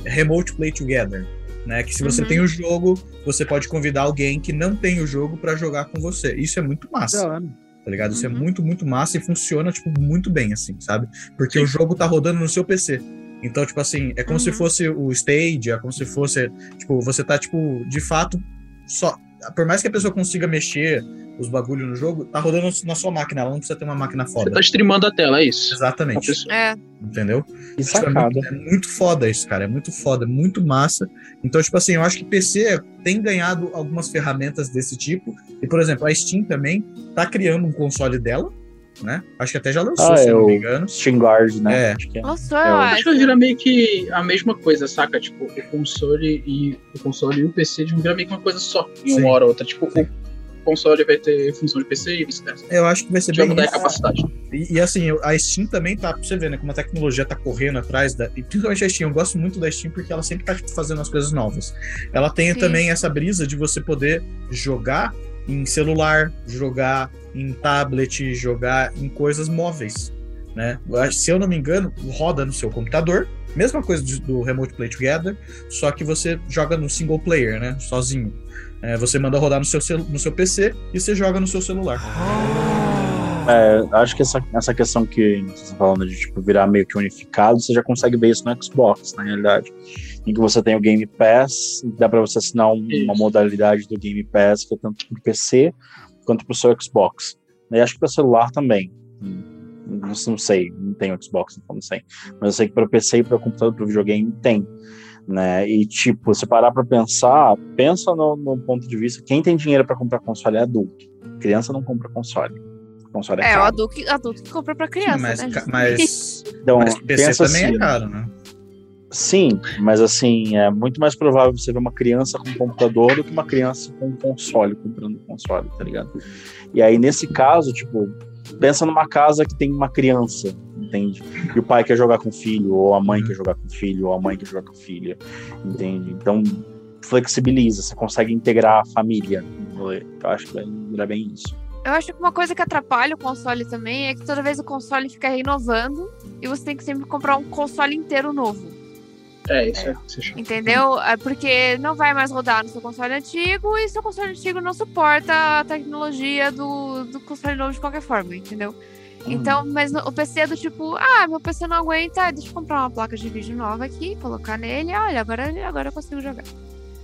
S1: Remote Play Together, né? Que se você
S2: Uhum.
S1: tem o jogo, você pode convidar alguém que não tem o jogo pra jogar com você. Isso é muito massa, tá ligado? Isso é
S2: Uhum.
S1: muito, muito massa e funciona, tipo, muito bem, assim, sabe? Porque o jogo tá rodando no seu PC. Então, tipo assim, é como se
S2: Uhum.
S1: fosse o Stage, é como se fosse, tipo, você tá, tipo, de fato, só... Por mais que a pessoa consiga mexer os bagulhos no jogo, tá rodando na sua máquina, ela não precisa ter uma máquina
S3: Você
S1: foda.
S3: tá streamando a tela, é isso. A
S1: Exatamente.
S3: pessoa-
S2: É,
S1: Entendeu?
S5: Que
S1: Tipo, é,
S5: sacada.
S1: muito, é muito foda isso, cara. É muito foda, é muito massa. Então, tipo assim, eu acho que PC tem ganhado algumas ferramentas desse tipo. E, por exemplo, a Steam também tá criando um console dela, né? Acho que até já lançou,
S5: Ah,
S1: se eu não
S5: eu-
S1: me engano.
S5: Steam Guard, né?
S1: É.
S5: Acho que é.
S2: lançou,
S5: É,
S2: eu
S5: eu
S3: Acho
S2: acho.
S3: que vai virar meio que a mesma coisa, saca? Tipo, o console e o console e o PC vão virar meio que uma coisa só, em
S1: Sim.
S3: uma hora ou outra. Tipo, o console vai ter função de PC e vice-versa.
S1: Eu acho que vai ser
S3: A gente vai
S1: bem
S3: mudar a
S1: isso.
S3: capacidade.
S1: E, e, assim, eu- a Steam também tá, pra você ver, né? Como a tecnologia tá correndo atrás da. E principalmente a Steam, eu gosto muito da Steam porque ela sempre tá tipo, fazendo as coisas novas. Ela tem
S2: Sim.
S1: também essa brisa de você poder jogar em celular, jogar em tablet, jogar em coisas móveis. Né? Eu acho- Se eu não me engano, roda no seu computador. Mesma coisa de- do Remote Play Together, só que você joga no single player, né? Sozinho. É, você manda rodar no seu, celu- no seu PC e você joga no seu celular.
S5: É, acho que essa, essa questão que vocês estão falando de tipo, virar meio que unificado, você já consegue ver isso no Xbox, na realidade. Em que você tem o Game Pass, dá pra você assinar um- uma
S3: Isso.
S5: modalidade do Game Pass que é tanto pro PC quanto pro seu Xbox. E acho que para celular também. Hum, Não, não sei, não tenho Xbox, então não sei. Mas eu sei que para PC e para computador, para videogame, tem. Né? E, tipo, se parar pra pensar, pensa no, no ponto de vista: quem tem dinheiro pra comprar console é adulto. Criança não compra console. Console é,
S2: É, o
S5: caro.
S2: adulto que, adulto que compra pra criança,
S1: mas,
S2: né?
S1: ca-
S2: gente?
S1: mas
S5: Então,
S1: Mas PC
S5: pensa
S1: também
S5: assim,
S1: é caro, né?
S5: Sim, mas assim, é muito mais provável você ver uma criança com computador do que uma criança com um console, comprando console, tá ligado? E aí, nesse caso, tipo, pensa numa casa que tem uma criança, entende? E o pai quer jogar com o filho, ou a mãe
S1: Uhum.
S5: quer jogar com o filho, ou a mãe quer jogar com a filha, entende? Então, flexibiliza, você consegue integrar a família. no rolê. Eu acho que vai virar bem isso.
S2: Eu acho que uma coisa que atrapalha o console também é que toda vez o console fica renovando e você tem que sempre comprar um console inteiro novo,
S3: É, isso é. Você chama.
S2: entendeu? É Porque não vai mais rodar no seu console antigo e seu console antigo não suporta a tecnologia do, do console novo de qualquer forma, entendeu?
S1: Hum.
S2: Então, mas no- o PC é do tipo, ah, meu PC não aguenta, ah, deixa eu comprar uma placa de vídeo nova aqui, colocar nele, olha, agora, agora eu consigo jogar.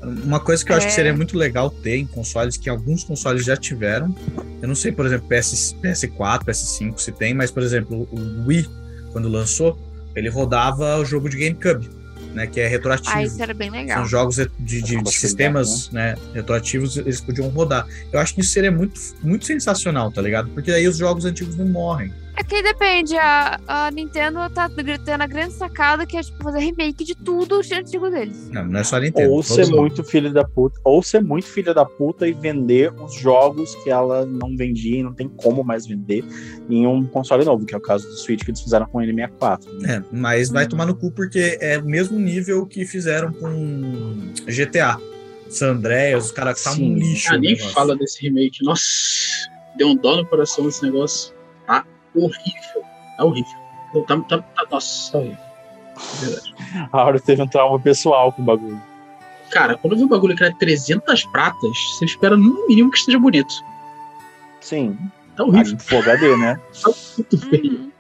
S1: Uma coisa que eu acho que
S2: É.
S1: seria muito legal ter em consoles, que alguns consoles já tiveram. Eu não sei, por exemplo, PS, PS4, PS5 se tem, mas, por exemplo, o Wii, quando lançou, ele rodava o jogo de GameCube, né? Que é retroativo.
S2: Ah, isso era bem legal.
S1: São jogos de, de- de
S5: Compatibilidade,
S1: sistemas né, retroativos, eles podiam rodar. Eu acho que isso seria muito, muito sensacional, tá ligado? Porque aí os jogos antigos não morrem.
S2: É que depende, a, a Nintendo tá gritando a grande sacada que é tipo fazer remake de tudo de antigo deles.
S1: Não, não é só a Nintendo.
S5: Ou
S1: todos
S5: ser
S1: morrem.
S5: muito filho da puta, ou ser muito filha da puta e vender os jogos que ela não vendia e não tem como mais vender em um console novo, que é o caso do Switch que eles fizeram com o N64. né?
S1: É, mas vai tomar no cu porque é o mesmo nível que fizeram com GTA. San Andreas, os caras tá um
S5: Sim.
S1: lixo.
S3: Ah,
S1: o
S3: nem
S1: negócio.
S3: fala desse remake. Nossa, deu um dó no coração esse negócio. Tá Ah, horrível. Tá horrível. Não, Tá, tá, tá- nossa, tá horrível. É Verdade.
S5: A Aura teve um trauma pessoal com o bagulho.
S3: Cara, quando eu vi o bagulho que era 300 pratas, você espera no mínimo que esteja bonito.
S5: Sim.
S3: Tá
S5: A
S3: horrível.
S5: gente Full HD, né?
S3: Tá muito feio.
S10: Hum.
S2: Uhum.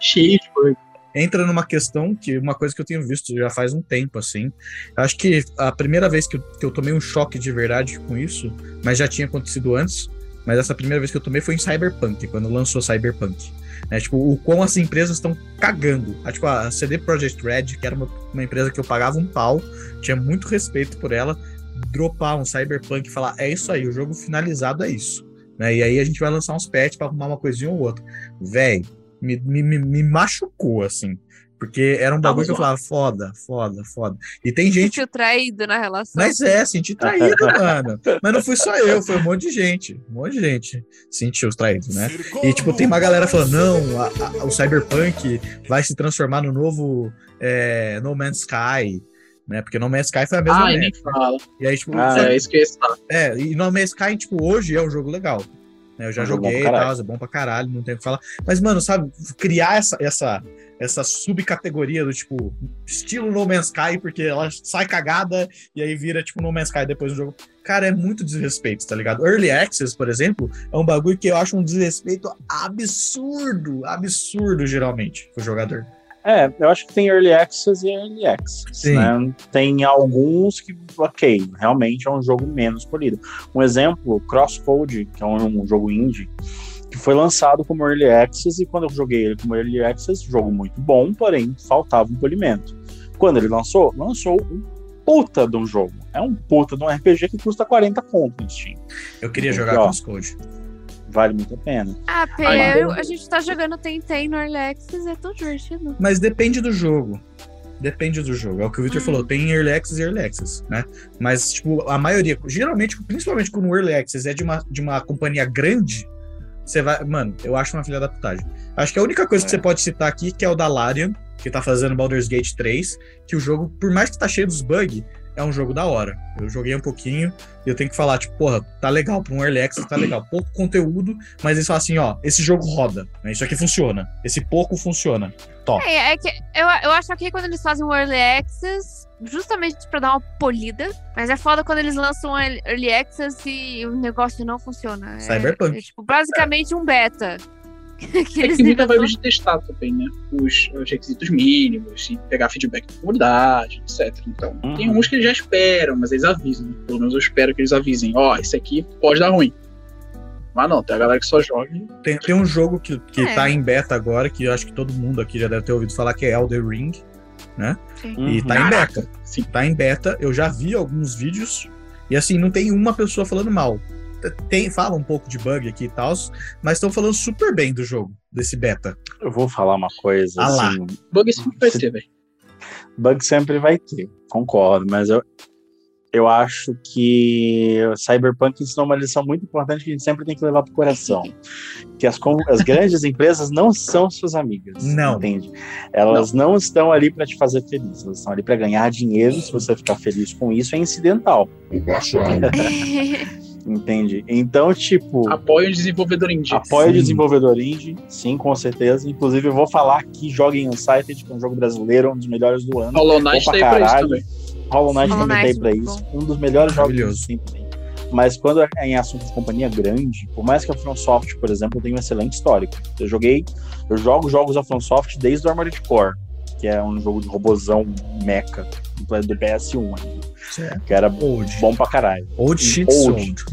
S3: Cheio de bug.
S1: entra numa questão que uma coisa que eu tenho visto já faz um tempo, assim. Acho que a primeira vez que eu, que eu tomei um choque de verdade com isso, mas já tinha acontecido antes, mas essa primeira vez que eu tomei foi em Cyberpunk, quando lançou Cyberpunk. né? tipo, o quão as empresas estão cagando. Ah, tipo, a CD Projekt Red, que era uma, uma empresa que eu pagava um pau, tinha muito respeito por ela, dropar um Cyberpunk e falar, é isso aí, o jogo finalizado é isso. Né? E aí a gente vai lançar uns patches pra arrumar uma coisinha ou outra. Véi, me, me, me- me machucou, assim. Porque era um
S3: Tá,
S1: bagulho
S3: mas
S1: que eu
S3: ó.
S1: falava, foda, foda, foda. E tem
S2: Se
S1: gente
S2: sentiu traído na relação.
S1: mas é, senti traído, mano. Mas não fui só eu, foi um monte de gente. Um monte de gente sentiu traído, né? E, tipo, tem uma galera falando, não, a- a- o Cyberpunk vai se transformar no novo é, No Man's Sky, né? Porque No Man's Sky foi a mesma
S3: Ai,
S1: merda.
S3: Ah, nem fala.
S1: E aí, tipo,
S5: Ah,
S1: só-
S3: É, isso que eu ia citar.
S1: é, e No Man's Sky, tipo, hoje é um jogo legal. né? Eu já
S5: É um jogo bom
S1: joguei e
S5: pra
S1: tal,
S5: caralho.
S1: é bom pra caralho, não tem o que falar. Mas, mano, sabe, criar essa, essa, essa subcategoria do tipo, estilo No Man's Sky, porque ela sai cagada e aí vira, tipo, No Man's Sky depois do jogo. Cara, é muito desrespeito, tá ligado? Early Access, por exemplo, é um bagulho que eu acho um desrespeito absurdo, absurdo, geralmente, pro jogador.
S5: É, eu acho que tem Early Access e Early Access.
S1: Sim.
S5: né? Tem alguns que, ok, realmente é um jogo menos polido. Um exemplo, Crosscode, que é um, um jogo indie, que foi lançado como Early Access, e quando eu joguei ele como Early Access, jogo muito bom, porém faltava um polimento. Quando ele lançou, lançou um puta de um jogo. É um puta de um RPG que custa 40 pontos no Steam.
S1: Eu queria jogar
S5: Ó.
S1: com os Code.
S5: Vale muito a pena.
S2: Ah, P,
S3: Ai,
S2: a gente tá jogando Tentem no Alexis, é tão divertido.
S1: Mas depende do jogo. Depende do jogo. É o que o Victor
S2: Hum.
S1: falou, tem Early Access e Early Access, né? Mas, tipo, a maioria, geralmente, principalmente quando o Early Access é de uma, de uma companhia grande, você vai. Mano, eu acho uma filha da putagem. Acho que a única coisa que
S5: É.
S1: você pode citar aqui, que é o da Larian, que tá fazendo Baldur's Gate 3, que o jogo, por mais que tá cheio dos bugs, é um jogo da hora. Eu joguei um pouquinho e eu tenho que falar, tipo, porra, tá legal, pra um Early Access tá legal. Pouco conteúdo, mas eles falam assim, ó, esse jogo roda, né? Isso aqui funciona. Esse pouco funciona.
S2: É, é que eu, eu acho que quando eles fazem um Early Access, justamente pra dar uma polida, mas é foda quando eles lançam um Early Access e o negócio não funciona. É-
S1: Cyberpunk.
S2: É, tipo, basicamente um beta. que
S3: É que
S2: eles
S3: tem muita
S2: inventam.
S3: vibe de testar também, né? Os, os requisitos mínimos, e pegar feedback da comunidade, etc. Então,
S5: Uhum.
S3: tem uns que eles já esperam, mas eles avisam. né? Pelo menos eu espero que eles avisem. Ó, esse aqui pode dar ruim. Mas não, tem a galera que só joga e
S1: Tem, tem um jogo que, que
S2: É.
S1: tá em beta agora, que eu acho que todo mundo aqui já deve ter ouvido falar, que é Elder Ring. E tá em
S3: Caraca,
S1: beta.
S3: sim.
S1: Tá em beta. Eu já vi alguns vídeos. E assim, não tem uma pessoa falando mal. Tem, fala um pouco de bug aqui e tal, mas estão falando super bem do jogo, desse beta.
S5: Eu vou falar uma coisa,
S1: Ah lá.
S5: assim,
S3: bug sempre vai ter, velho.
S5: Bug sempre vai ter, concordo, mas eu, eu acho que o Cyberpunk ensinou uma lição muito importante que a gente sempre tem que levar pro coração. Que as, com- as grandes empresas não são suas amigas.
S1: Não.
S5: Entende? Elas não, estão ali para te fazer feliz, elas estão ali para ganhar dinheiro. Se você ficar feliz com isso, é incidental.
S3: tá.
S5: Entende? Então, tipo,
S3: Apoia o desenvolvedor indie.
S5: apoia o
S1: Sim.
S5: desenvolvedor indie, sim, com certeza. Inclusive, eu vou falar aqui, joguem Unsighted, que é um jogo brasileiro, um dos melhores do ano.
S3: Hollow
S5: Bom
S3: Knight tá
S5: pra
S3: aí pra isso
S5: caralho.
S3: também.
S5: Hollow Knight
S2: Hollow
S5: também tá aí
S2: Knight, é
S5: pra
S2: muito
S5: isso. Um dos melhores jogos de
S1: Maravilhoso.
S5: sempre. tem. Mas quando é em assunto de companhia grande, por mais que a FromSoft, por exemplo, tenha um excelente histórico. Eu joguei, eu jogo jogos da FromSoft desde o Armored Core, que é um jogo de robozão mecha do PS1, ainda,
S1: Isso é
S5: que era
S1: Old.
S5: bom pra caralho.
S1: Old shit
S5: Old.
S1: sold.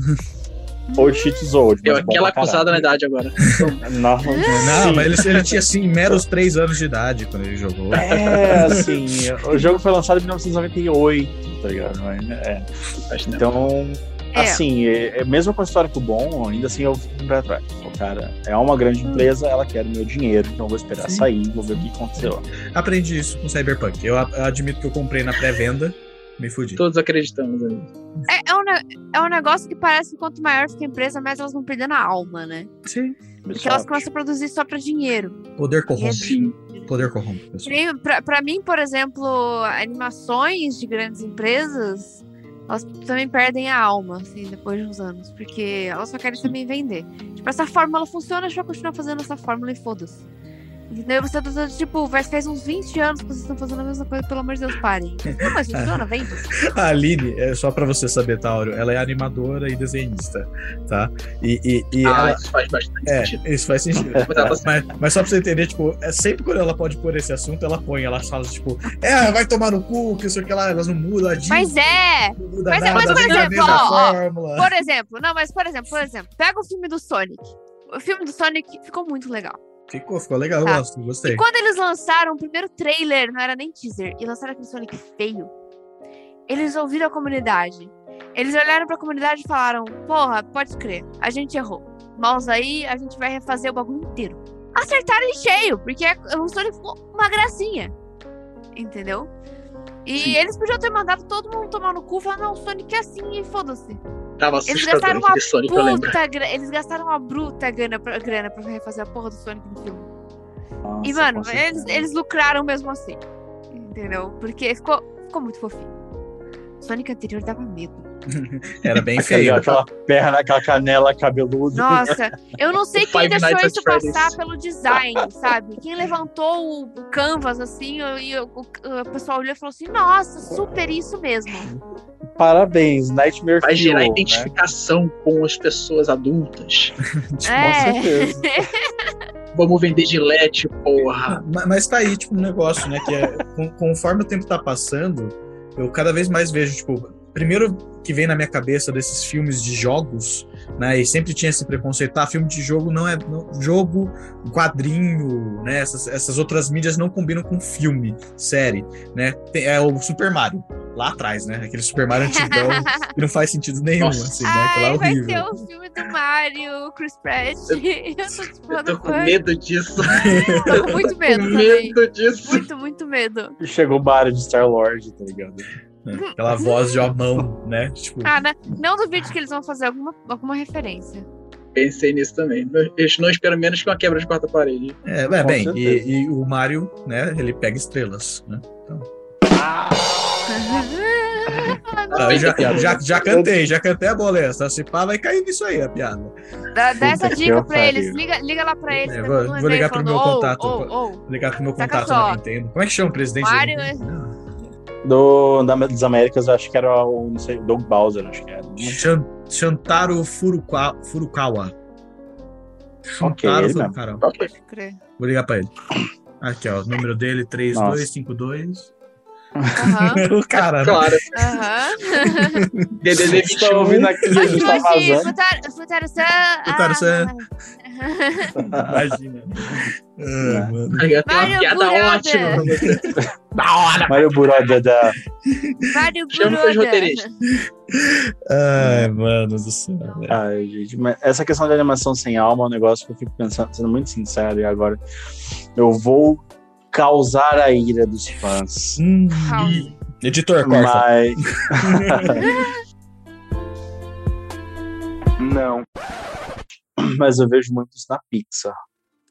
S5: Old Cheats Old,
S3: Deu
S5: mas bom
S3: aquela
S5: pra
S3: acusada né, na idade agora.
S5: caralho. Não,
S1: Não, mas ele, ele tinha assim, meros três anos de idade quando ele jogou.
S5: É, assim, o jogo foi lançado em 1998, tá ligado? Mas, é,
S3: Faz tempo.
S5: Então,
S2: É.
S5: assim, é- é mesmo com histórico bom, ainda assim eu fico pra trás. O cara é uma grande empresa, ela quer o meu dinheiro, então eu vou esperar
S1: Sim.
S5: sair, vou ver o que aconteceu.
S1: Aprendi isso com Cyberpunk. Eu, a- eu admito que eu comprei na pré-venda, me fudi.
S3: Todos acreditamos. Né?
S2: É, é um, ne- é um negócio que parece que quanto maior fica a empresa, mais elas vão perdendo a alma, né?
S1: Sim.
S2: Porque elas começam a produzir só pra dinheiro.
S1: Poder
S2: É
S1: corrompe.
S3: Sim.
S1: Poder corrompe, pessoal.
S2: Que nem Pra, pra mim, por exemplo, animações de grandes empresas, elas também perdem a alma, assim, depois de uns anos. Porque elas só querem também vender. Tipo, essa fórmula funciona, a gente vai continuar fazendo essa fórmula e foda-se. Entendeu? Você tá dizendo, tipo, vai- faz uns 20 anos que vocês estão fazendo a mesma coisa, pelo amor de Deus, parem. Não, mas funciona, vem.
S1: A Aline, é só pra você saber, Tauro, ela é animadora e desenhista, tá? E, e, e
S3: ah,
S1: ela-
S3: isso faz bastante
S1: É,
S3: sentido.
S1: isso faz sentido.
S3: Mas ela tá
S1: mas, mas só pra você entender, tipo, é sempre quando ela pode pôr esse assunto, ela põe, ela fala, tipo, é, vai tomar no cu, que não sei o que lá, elas não mudam a Disney,
S2: Mas é!
S1: não muda
S2: mas é-
S1: nada,
S2: mas, por
S1: sempre a
S2: exemplo,
S1: mesma
S2: ó, ó,
S1: fórmula.
S2: Por exemplo, não, mas por exemplo, por exemplo, pega o filme do Sonic. O filme do Sonic ficou muito legal.
S1: Ficou, ficou legal, eu
S2: Tá.
S1: gosto, gostei.
S2: E quando eles lançaram o primeiro trailer, não era nem teaser, e lançaram aquele Sonic feio, eles ouviram a comunidade. Eles olharam pra comunidade e falaram: Porra, pode crer, a gente errou. Maus aí, a gente vai refazer o bagulho inteiro. Acertaram em cheio, porque é, o Sonic ficou uma gracinha. Entendeu? E eles podiam ter mandado todo mundo tomar no cu e falar: Não, o Sonic é assim, e foda-se.
S3: Tava assustador
S2: gastaram uma
S3: aquele Sonic, eu lembro.
S2: Puta grana, eles gastaram uma bruta grana pra, grana pra refazer a porra do Sonic no filme.
S5: Nossa,
S2: E, mano,
S5: com certeza.
S2: eles, eles lucraram mesmo assim. Entendeu? Porque ficou, ficou muito fofinho. Sonic anterior dava medo.
S1: Era bem
S3: tá
S5: Aquele-
S1: feio.
S5: Aquela perna, aquela canela cabeluda.
S2: Nossa, eu não sei
S3: O
S2: quem
S3: Five
S2: deixou
S3: Nights at
S2: isso
S3: Freddy's.
S2: passar pelo design, sabe? Quem levantou o- o canvas assim e o, o- o pessoal olhou e falou assim: nossa, super isso mesmo.
S5: Parabéns, Nightmare
S3: Vai gerar
S5: Fuel, né?
S3: identificação com as pessoas adultas.
S5: Com
S2: É.
S5: certeza.
S3: Vamos vender gilete, porra.
S1: Ma- Mas, tá aí, tipo, um negócio, né? Que é, con- conforme o tempo tá passando, eu cada vez mais vejo, tipo, primeiro que vem na minha cabeça desses filmes de jogos, né? E sempre tinha esse preconceito, ah, filme de jogo não é. não- jogo, quadrinho, né? Essas, essas outras mídias não combinam com filme, série, né? Tem- é o Super Mario, lá atrás, né? Aquele Super Mario antigão que não faz sentido nenhum,
S3: Nossa.
S1: assim, né? Aquilo é
S2: Ai, vai
S1: horrível.
S2: ter o filme do Mario, Chris Pratt. Eu tô tipo,
S3: Eu
S2: what
S3: tô
S2: the
S3: com
S2: fuck?
S3: medo disso.
S2: Tô com muito medo
S3: com
S2: também.
S3: medo disso.
S2: Muito, muito medo.
S5: E Chegou o Mario de Star-Lord, tá ligado?
S2: um-
S1: né? Aquela voz de a mão, né? Tipo,
S2: Ah, né? não duvido que eles vão fazer alguma, alguma referência.
S3: Pensei nisso também. Eu não espero menos que uma quebra de quarta parede.
S1: É, é,
S5: Com
S1: bem,
S5: certeza.
S1: e, e o Mario, né, ele pega estrelas, né? Ah, eu já, já, já cantei, já cantei a bola essa. Se pá, vai cair nisso aí, a piada.
S2: Dá, dá essa
S5: Puta que
S2: dica
S5: eu
S2: pra eles.
S5: pariu.
S2: Liga, liga lá pra eles.
S1: É,
S2: né,
S1: vou-
S2: manda um
S1: vou
S2: e-mail
S1: ligar pro
S2: falando,
S1: meu
S2: "Ô,
S1: contato,
S2: ô, ô,
S1: Vou ligar pro meu
S2: Saca
S1: contato
S2: só.
S1: na Nintendo. Como é que chama o presidente
S2: Mario-
S1: da Nintendo?
S5: Do, da- das Américas, eu acho que era o, não sei, Doug Bowser, acho que era.
S1: Ah, Shan- Shantaro Furukawa. Furukawa.
S5: Ok,
S1: Shantaro
S5: ele
S1: Furukawa.
S3: Ok.
S2: Pode crer.
S1: Vou ligar pra ele. Aqui, ó, o número dele, 3252.
S2: Aham,
S1: o cara, né?
S3: Claro.
S2: aham.
S3: DDD
S5: Vocês Tá estão ouvindo
S3: 21.
S5: aqui, a gente tá
S2: Hoje,
S5: vazando.
S2: Futaro- Futaro-san.
S1: Futaro-san.
S2: ah,
S1: imagina. Ah, mano.
S3: Aí, tem
S2: Mario
S3: uma piada
S2: Burada.
S3: ótima. pra você.
S5: Mario Buroda da.
S2: Mario
S3: Chama seus
S2: Buroda.
S3: roteiristas.
S1: Ai, mano do céu. velho.
S5: Ai, gente, mas essa questão de animação sem alma é um negócio que eu fico pensando, sendo muito sincero, e agora eu vou causar a ira dos fãs.
S1: Hum.
S2: House.
S1: Editor, corta.
S5: Mas.
S4: Não.
S5: Mas eu vejo muito isso na Pixar.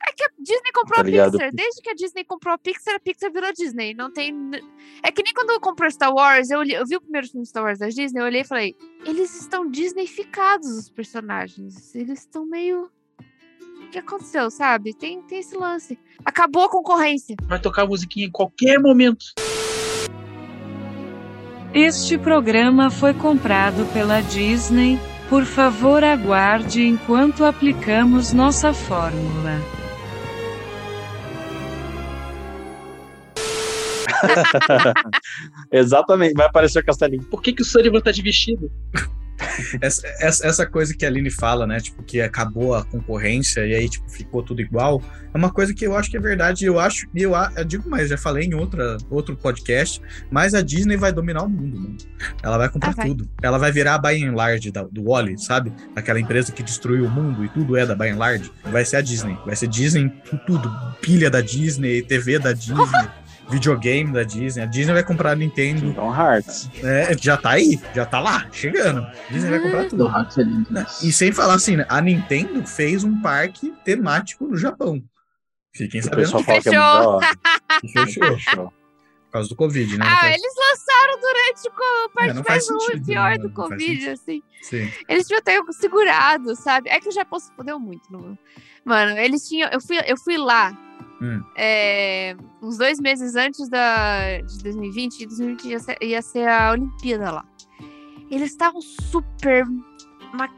S2: É que a Disney comprou
S5: Tá
S2: a
S5: ligado?
S2: Pixar. Desde que a Disney comprou a Pixar, a Pixar virou Disney. Não tem. É que nem quando eu comprei Star Wars, eu, olhei- eu vi o primeiro filme Star Wars da Disney, eu olhei e falei: eles estão Disneyficados, os personagens. Eles estão meio. O que aconteceu, sabe? Tem, tem esse lance. Acabou a concorrência.
S3: Vai tocar a musiquinha em qualquer momento.
S10: Este programa foi comprado pela Disney. Por favor, aguarde enquanto aplicamos nossa fórmula.
S5: Exatamente, vai aparecer o castelinho.
S3: Por que, que o Sullivan tá de vestido?
S1: Essa, essa, essa coisa que a Aline fala, né? Tipo, que acabou a concorrência e aí, tipo, ficou tudo igual. É uma coisa que eu acho que é verdade. Eu acho, e eu, a- eu digo mais, já falei em outra, outro podcast, mas a Disney vai dominar o mundo, mano. Ela vai comprar
S2: Ah, vai.
S1: tudo. Ela vai virar a Buy and Large da- do Wally, sabe? Aquela empresa que destruiu o mundo e tudo é da Buy and Large. Vai ser a Disney. Vai ser Disney em tu- tudo. Pilha da Disney, TV da Disney. Videogame da Disney. A Disney vai comprar a Nintendo.
S5: Kingdom Então, Hearts.
S1: né? já tá aí, já tá lá, chegando. A Disney vai comprar tudo.
S3: rato ali.
S1: E sem falar assim, né, a Nintendo fez um parque temático no Japão. Fiquem
S5: O
S1: sabendo
S5: pessoal
S2: Que
S5: fala que é muito
S2: fechou.
S5: da hora.
S1: que fechou
S5: Fechou.
S1: por causa do Covid, né?
S2: Ah, eles lançaram durante co- a parte
S1: É, não faz
S2: mais ruim e
S1: sentido,
S2: pior
S1: né?
S2: do
S1: Não faz
S2: Covid,
S1: sentido.
S2: assim.
S1: Sim.
S2: Eles deviam ter segurado, sabe? É que o Japão se fodeu muito. No... Mano, eles tinham. Eu fui, eu fui lá
S1: Hum.
S2: é, uns dois meses antes da, de 2020, 2020 ia ser, ia ser a Olimpíada lá. Eles estavam super ma-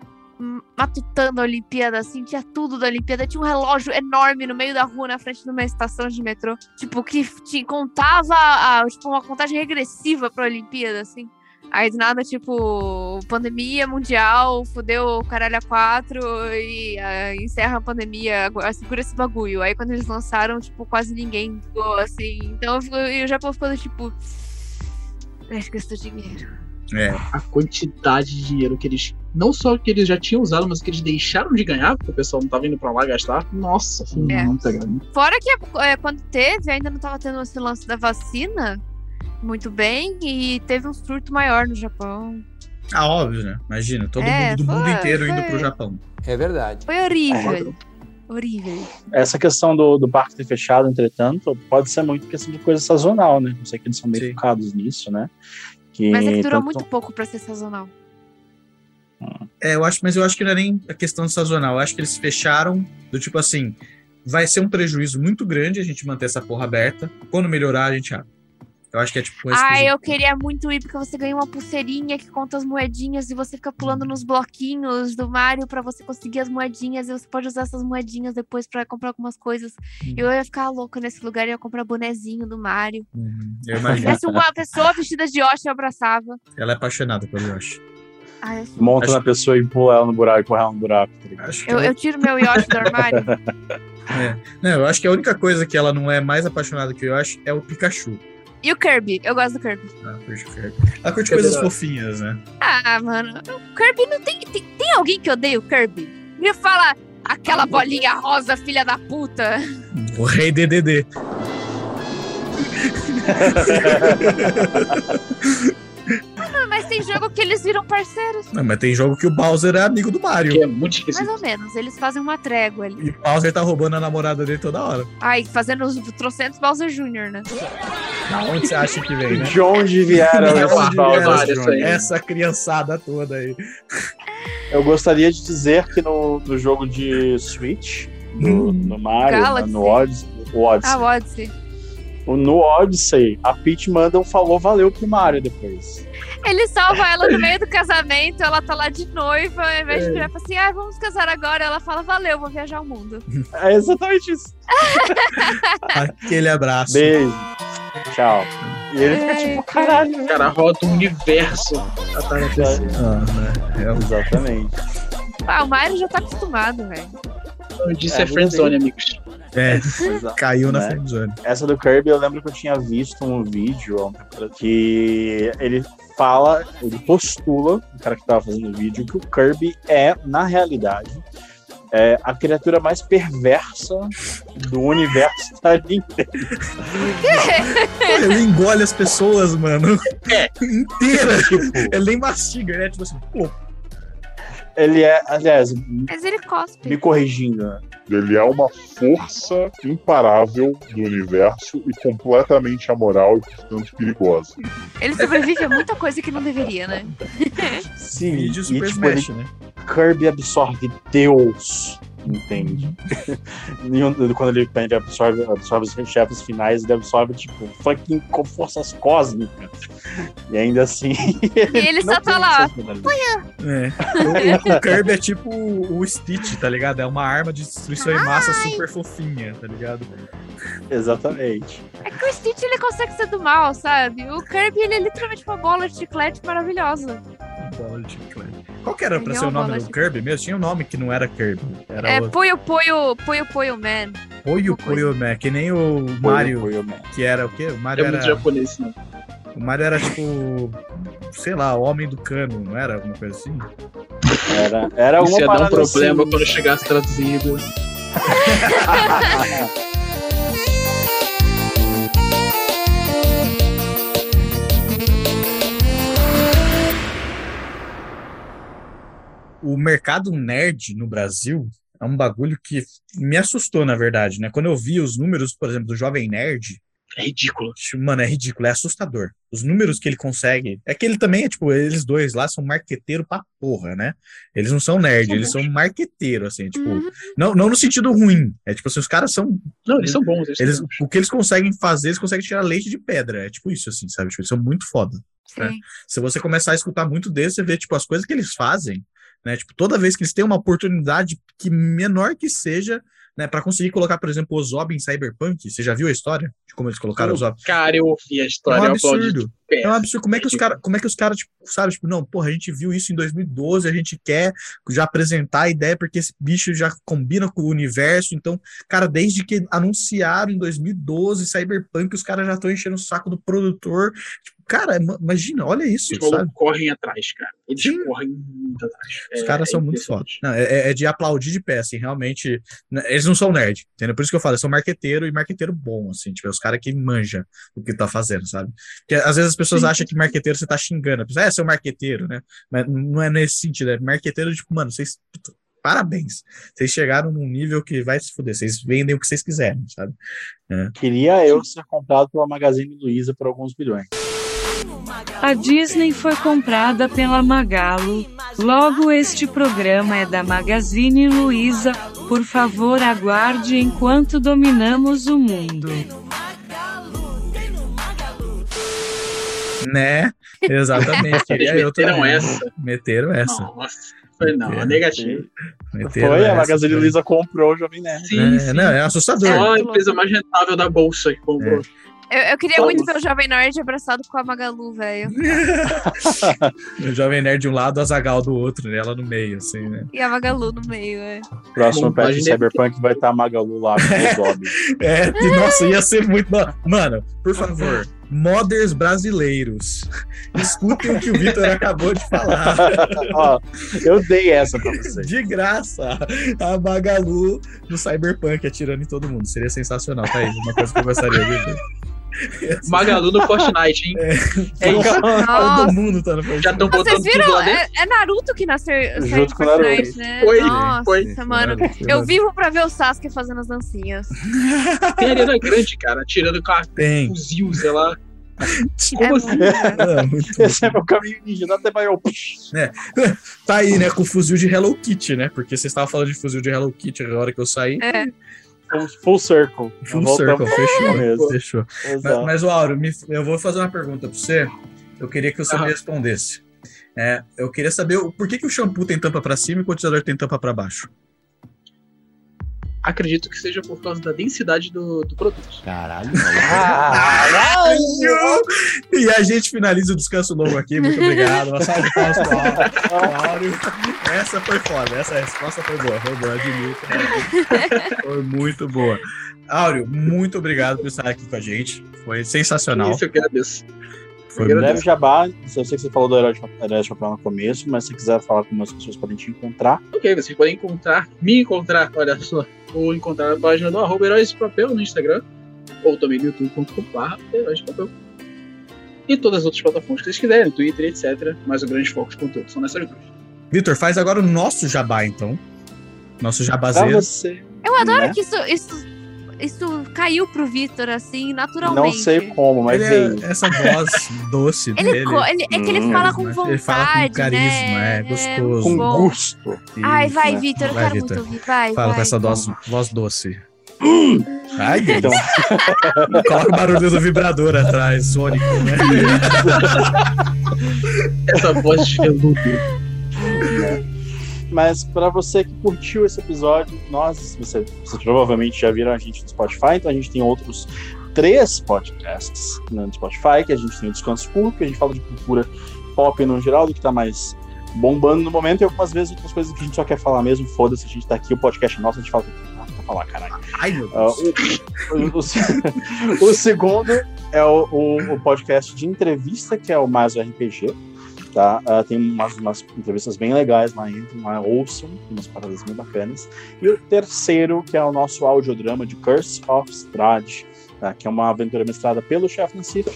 S2: m- matutando a Olimpíada, assim, tinha tudo da Olimpíada. Tinha um relógio enorme no meio da rua, na frente de uma estação de metrô, tipo, que te contava a- tipo, uma contagem regressiva pra Olimpíada, assim. Aí do nada, tipo, pandemia mundial, fudeu o caralho a quatro e ah, encerra a pandemia, agora ah, segura esse bagulho. Aí quando eles lançaram, tipo, quase ninguém ficou assim. Então eu fico- e o Japão ficando tipo. Acho que gastou dinheiro.
S1: É.
S3: A quantidade de dinheiro que eles. Não só que eles já tinham usado, mas que eles deixaram de ganhar, porque o pessoal não tava indo pra lá gastar. Nossa, foi
S2: É.
S3: muita grana.
S2: Fora que é, quando teve, ainda não tava tendo esse lance da vacina muito bem e teve um surto maior no Japão.
S1: Ah, óbvio, né? Imagina, todo
S2: É,
S1: mundo do mundo
S2: foi-
S1: inteiro indo
S2: foi-
S1: pro Japão.
S11: É verdade.
S2: Foi horrível. Horrível.
S5: Essa questão do, do parque ter fechado, entretanto, pode ser muito questão de coisa sazonal, né? Não sei que eles são bem focados nisso, né? Que
S2: Mas é que durou
S5: tanto-
S2: muito pouco pra ser sazonal.
S1: É, eu acho, mas eu acho que não é nem a questão sazonal. Eu acho que eles fecharam do tipo assim, vai ser um prejuízo muito grande a gente manter essa porra aberta. Quando melhorar, a gente abre. Eu acho que é tipo esse
S2: Ah,
S1: prejuízo.
S2: eu queria muito ir, porque você ganha uma pulseirinha que conta as moedinhas e você fica pulando nos bloquinhos do Mario pra você conseguir as moedinhas e você pode usar essas moedinhas depois pra comprar algumas coisas. Eu ia ficar louca nesse lugar e ia comprar bonezinho do Mario.
S1: Uhum. Eu
S2: Se
S1: imagino.
S2: tivesse uma pessoa vestida de Yoshi, eu abraçava.
S1: Ela é apaixonada pelo Yoshi.
S2: Ai, eu, sou-
S5: Monta na pessoa e pula ela no buraco, empurra ela no buraco. tá ligado?
S2: eu, eu tiro meu Yoshi do armário.
S1: É. Não, eu acho que a única coisa que ela não é mais apaixonada que o Yoshi é o Pikachu.
S2: E o Kirby? Eu gosto do Kirby.
S1: Ela Ah, curte, ela curte coisas fofinhas, né?
S2: Ah, mano, o Kirby não tem. Tem, tem alguém que odeia o Kirby? Me fala aquela bolinha rosa, filha da puta.
S1: O rei DDD.
S2: Mano, Ah, mas tem jogo que eles viram parceiros.
S1: Não, mas tem jogo que o Bowser é amigo do Mario.
S3: Que é muito
S2: Mais ou menos, eles fazem uma trégua ali.
S1: E o Bowser tá roubando a namorada dele toda hora.
S2: Ai, fazendo os trocentos Bowser Jr., né?
S1: Da onde você acha que vem, né?
S5: De onde vieram
S1: De
S5: essas
S1: onde vieram
S5: pausas,
S1: essas-
S5: Johnny?
S1: Essa criançada toda aí.
S5: Eu gostaria de dizer que no, no jogo de Switch, no, no Mario,
S2: Hum,
S5: né,
S2: Galaxy.
S5: no Odyssey, o Odyssey,
S2: Ah, o Odyssey.
S5: O- no Odyssey, a Peach manda um falou valeu pro Mario depois.
S2: Ele salva ela no meio do casamento, ela tá lá de noiva, ao invés
S5: É.
S2: de virar e falar assim, ah, vamos casar agora, ela fala, valeu, vou viajar o mundo.
S5: É exatamente isso.
S1: Aquele abraço.
S5: Beijo. Tchau. E ele fica
S2: É,
S5: tipo, caralho.
S3: O cara roda o universo atrás da pessoa.
S1: Ah,
S5: Exatamente.
S2: Ah, o Mario já tá acostumado, velho.
S3: Eu disse é,
S5: É,
S3: friendzone,
S5: não
S3: amigos.
S1: É,
S5: Pois é.
S1: caiu na
S5: Né?
S1: friendzone.
S5: Essa do Kirby, eu lembro que eu tinha visto um vídeo ó, que ele fala, ele postula, o cara que tava fazendo o vídeo, que o Kirby é, na realidade, é a criatura mais perversa do universo da Nintendo.
S1: Ele engole as pessoas, mano.
S3: É.
S1: Inteira.
S5: Tipo,
S1: Ele nem mastiga, ele é tipo assim, pô,
S5: ele é, aliás,
S2: Mas ele
S5: me
S2: cospe.
S5: corrigindo, né?
S12: Ele é uma força imparável do universo e completamente amoral e, portanto, perigosa.
S2: Ele sobrevive a muita coisa que não deveria, né?
S5: Sim, e,
S1: vídeo Super
S5: tipo, ele
S1: Smash, né?
S5: Kirby absorve Deus, entende?
S1: Uhum.
S5: E um- Quando ele, ele absorve, absorve os chefes finais, ele absorve, tipo, fucking com forças cósmicas. E ainda assim.
S2: E ele só
S5: não
S2: tá
S5: tem
S2: lá,
S5: essas modalidades.
S1: É. O, o- o Kirby é tipo o o Stitch, tá ligado? É uma arma de destruição em massa super fofinha, tá ligado?
S5: Exatamente.
S2: é que o Stitch, ele consegue ser do mal, sabe? O Kirby, ele é literalmente uma bola de chiclete maravilhosa.
S1: Bola de chiclete. Qual que era pra
S2: Ele é
S1: ser o
S2: uma
S1: nome
S2: bola
S1: do
S2: de-
S1: Kirby mesmo? Tinha um nome que não era Kirby. Era
S2: É,
S1: o
S2: Puyo Puyo, Puyo Puyo Man.
S1: Puyo
S2: uma coisa.
S1: Puyo, né? Que nem o
S5: Foi-
S1: Mario,
S5: foi o Man.
S1: que era o quê? O
S3: É
S1: Mario
S3: muito
S1: era,
S3: japonês, né?
S1: o Mario era tipo, sei lá, o Homem do Cano, não era? Alguma coisa assim?
S5: Era,
S1: é
S5: era
S3: Isso
S5: alguma
S3: ia dar um
S5: parada
S3: problema
S5: assim.
S3: quando chegasse traduzido.
S1: o mercado nerd no Brasil é um bagulho que me assustou, na verdade, né? Quando eu vi os números, por exemplo, do Jovem Nerd,
S3: É ridículo.
S1: Mano, é ridículo, é assustador. Os números que ele consegue. É que ele também é, tipo, eles dois lá são marqueteiro pra porra, né? Eles não são nerd, eles são marqueteiro, assim, tipo.
S2: Uhum.
S1: Não, não no sentido ruim. É tipo assim, os caras são.
S3: Não, eles são bons. Eles,
S1: Eles,
S3: são bons.
S1: o que eles conseguem fazer, eles conseguem tirar leite de pedra. É tipo isso, assim, sabe? Tipo, eles são muito foda. né?
S2: Sim.
S1: Se você começar a escutar muito deles, você vê, tipo, as coisas que eles fazem, né? Tipo, toda vez que eles têm uma oportunidade que menor que seja, né? Pra conseguir colocar, por exemplo, o Zob em Cyberpunk. Você já viu a história de como eles colocaram o Zob?
S3: Cara, eu ouvi a
S1: É um
S3: história. eu aplaudi.
S1: absurdo. É um absurdo. Como é que os caras, como é que os caras, tipo, sabe, tipo, não, porra, a gente viu isso em 2012, a gente quer já apresentar a ideia porque esse bicho já combina com o universo. Então, cara, desde que anunciaram em 2012 Cyberpunk, os caras já estão enchendo o saco do produtor. Tipo, cara, ima- imagina, olha isso,
S3: Os
S1: sabe?
S3: malucos correm atrás, cara. Eles correm muito atrás.
S1: Os
S3: É,
S1: caras são
S3: é
S1: muito
S3: impressionante.
S1: fortes. Não, é, é de aplaudir de pé, assim, realmente. né, Eles não são nerd, entendeu? Por isso que eu falo, eles são marqueteiro e marqueteiro bom, assim, tipo, é os caras que manja o que tá fazendo, sabe? Porque às vezes as pessoas acham que marqueteiro você tá xingando, a pessoa, é, seu marqueteiro, né? Mas não é nesse sentido, é marqueteiro, tipo, mano, vocês. puta, Parabéns. Vocês chegaram num nível que vai se fuder. Vocês vendem o que vocês quiserem, sabe?
S5: Queria eu ser comprado pela Magazine Luiza por alguns bilhões.
S10: A Disney foi comprada pela Magalu. Logo, este programa é da Magazine Luiza. Por favor, aguarde enquanto dominamos o mundo.
S1: Né? Exatamente.
S3: Eles
S1: Queria eu
S3: meteram
S1: também.
S3: essa.
S1: Meteram essa.
S3: Nossa, foi não,
S1: Meteram.
S3: é negativo.
S1: Meteram
S5: Foi, a
S1: essa,
S5: Magazine
S1: né?
S5: Luiza comprou o Jovem Nerd.
S3: Sim,
S1: É,
S3: sim.
S1: Não, é assustador.
S3: Só a empresa mais rentável da bolsa que comprou.
S2: Eu, eu queria
S3: Só
S2: muito
S3: isso.
S2: ver o Jovem Nerd abraçado com a Magalu, velho.
S1: O Jovem Nerd de um lado, a Zagal do outro, né? Ela no meio, assim, né?
S2: E a Magalu no meio, é.
S5: Próximo patch
S3: Imagina-
S5: de Cyberpunk vai estar a Magalu lá com o Bob.
S1: É, e, nossa, ia ser muito. da- Mano, por favor, modders brasileiros, escutem o que o Vitor acabou de falar.
S5: Ó, eu dei essa pra vocês.
S1: De graça, a Magalu no Cyberpunk atirando em todo mundo. Seria sensacional, tá aí. Uma coisa que eu gostaria de ver.
S3: Magalu no Fortnite, hein? É,
S1: Todo mundo tá no
S3: Já estão botando
S2: Vocês
S3: tudo
S2: viram?
S3: lá dentro.
S2: É, é Naruto que nasceu saiu
S5: Junto
S2: de
S5: com Naruto.
S2: Fortnite, né?
S3: Foi,
S2: Nossa,
S3: foi.
S2: mano. Eu vivo pra ver o Sasuke fazendo as dancinhas. É.
S3: Tem a Arena Grande, cara, tirando com a
S1: Tem.
S3: fuzil, sei lá.
S2: É
S3: Como assim?
S2: muito bom.
S1: Ah, muito
S5: Esse é meu caminho ninja, até mais eu.
S1: Tá aí, né? Com o fuzil de Hello Kitty, né? Porque vocês estavam falando de fuzil de Hello Kitty na hora que eu saí.
S2: É.
S5: Fomos Full circle.
S1: Full
S5: Voltamos
S1: circle,
S5: pro
S1: fechou.
S2: É.
S5: mesmo.
S1: Fechou. Mas,
S5: Exato.
S1: mas o Auro, me- eu vou fazer uma pergunta pra você. Eu queria que você
S3: Aham.
S1: me respondesse. É, eu queria saber o- por que, que o shampoo tem tampa pra cima e o condicionador tem tampa pra baixo.
S3: Acredito que seja por causa da densidade do, do produto.
S6: Caralho,
S5: Ah,
S1: E a gente finaliza o descanso longo aqui. Muito obrigado. Uma salva de palmas pro Auro. Áureo. Essa foi foda. Essa resposta foi boa. Foi boa, admito. né? Foi muito boa. Áureo, muito obrigado por estar aqui com a gente. Foi sensacional.
S3: Isso eu agradeço.
S1: Foi
S3: eu
S5: Deve
S1: muito...
S5: Jabá, eu sei que você falou do Herói de Herói de Papel no começo, mas se quiser falar como as pessoas podem te encontrar,
S3: Ok, vocês podem encontrar, me encontrar, olha só, ou encontrar a página do arroba Heróis de Papel no Instagram, ou também no youtube.com.br Heróis de Papel. E todas as outras plataformas que vocês quiserem, Twitter, etc. Mas o grande foco de conteúdo são nessas duas.
S1: Vitor, faz agora o nosso jabá, então. Nosso
S5: pra
S1: jabazeiro.
S5: você.
S2: Eu adoro
S5: Né?
S2: que isso, isso, isso caiu pro Vitor, assim, naturalmente.
S5: Não sei como, mas
S1: Ele é-
S5: veio.
S1: essa voz doce
S2: Ele,
S1: dele.
S2: co- ele- é que ele
S5: Hum,
S2: fala com
S1: mas
S2: vontade,
S1: ele fala com carisma,
S2: né?
S1: é, gostoso.
S5: Com
S2: bom.
S5: gosto.
S2: Ai, vai,
S5: né?
S2: Vitor, eu
S1: Vai,
S2: quero
S1: Vitor.
S2: muito ouvir, vai,
S1: Fala com
S2: vai.
S1: essa voz, voz doce. Ai,
S5: Então,
S1: coloca o barulho do vibrador atrás, Sônico, né?
S3: Essa voz de veludo.
S5: mas pra você que curtiu esse episódio, nós, você, vocês provavelmente já viram a gente no Spotify, então a gente tem outros três podcasts né, no Spotify, que a gente tem o Descanso Público, que a gente fala de cultura pop no geral, do que tá mais bombando no momento, e algumas vezes outras coisas que a gente só quer falar mesmo, foda-se, a gente tá aqui, o podcast é nosso, a gente fala o que dá pra falar, caralho.
S1: Ai, meu
S5: Ah,
S1: Deus.
S5: o, o- o se- o segundo é o, o- o podcast de entrevista, que é o Mais RPG. Tá? Ah, tem umas, umas entrevistas bem legais lá, entram lá, ouçam, tem umas paradas bem bacanas. E o terceiro, que é o nosso audiodrama de Curse of Strahd, tá? que é uma aventura mestrada pelo chefe Nassif,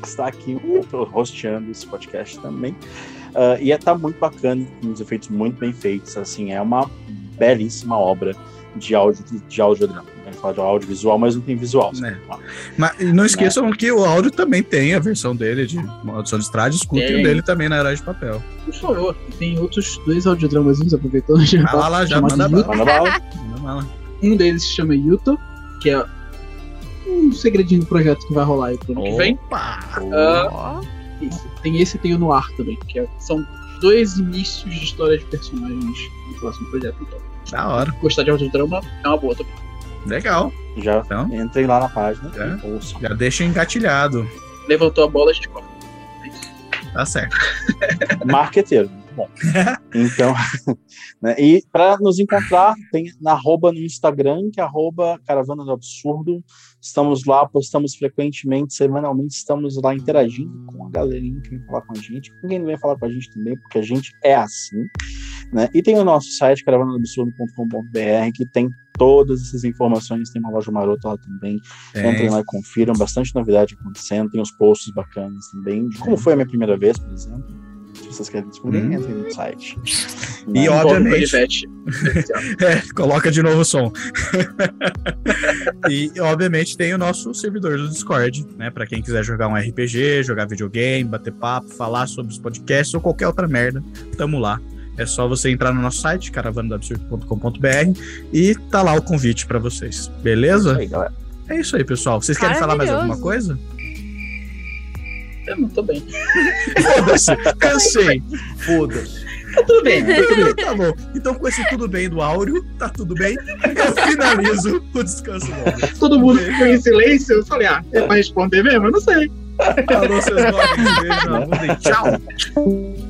S5: que está aqui rosteando esse podcast também. Ah, e é, tá muito bacana, com uns efeitos muito bem feitos, assim, é uma belíssima obra de áudio de audiodrama. Ele fala de audiovisual, mas não tem visual.
S1: Né? Mas não esqueçam né? que o áudio também tem a versão dele de Maldição de Estrada, escutem o dele também na Herói de Papel.
S3: Por favor, tem outros dois audiodramazinhos aproveitando. Já
S1: vai lá, lá, já manda bala.
S5: manda bala.
S1: Manda bala.
S3: Um deles se chama Yuto, que é um segredinho do projeto que vai rolar aí pro ano que vem.
S1: Opa!
S3: Uh, isso. Tem esse e tem o Noir também, que é- são dois inícios de história de personagens do próximo projeto. Então,
S1: Da hora.
S3: gostar de audiodrama é uma boa também.
S1: Legal.
S5: Já
S1: Então.
S5: entrem lá na página.
S1: É.
S5: e ouçam.
S1: Já deixa engatilhado.
S3: Levantou a bola, a gente corta.
S1: Tá certo.
S5: Marqueteiro. muito Bom, então, né, e para nos encontrar, tem na arroba no Instagram, que é arroba Caravana do Absurdo. Estamos lá, postamos frequentemente, semanalmente, estamos lá interagindo com a galerinha que vem falar com a gente, com quem não vem falar com a gente também, porque a gente é assim. né? E tem o nosso site, caravanadoabsurdo.com.br, que tem todas essas informações, tem uma loja marota lá também,
S1: Tem.
S5: Entrem lá e confiram, bastante novidade acontecendo, tem uns posts bacanas também, de como foi a minha primeira vez, por exemplo. Se vocês querem descobrir,
S1: Hum.
S5: entrem no site.
S1: E
S5: Né?
S1: obviamente,
S3: Olivete.
S1: É, coloca de novo o som. e, obviamente, tem o nosso servidor do Discord, né? Pra quem quiser jogar um RPG, jogar videogame, bater papo, falar sobre os podcasts ou qualquer outra merda, tamo lá. É só você entrar no nosso site, caravanadoabsurdo.com.br, e tá lá o convite pra vocês.
S5: Isso
S1: Beleza?
S5: aí, galera.
S1: É isso aí, pessoal. Vocês querem falar mais alguma coisa?
S3: Eu não tô É, bem.
S1: Foda-se, cansei. Foda-se.
S3: Tá tudo bem.
S1: Tudo bem, tá bom. Então, com esse tudo bem do áureo, tá tudo bem, eu finalizo o descanso longo.
S3: Todo mundo ficou em silêncio. Eu falei, ah, é pra responder mesmo? Eu não sei.
S1: Falou, seus jovens. Beijo na bunda e Tchau.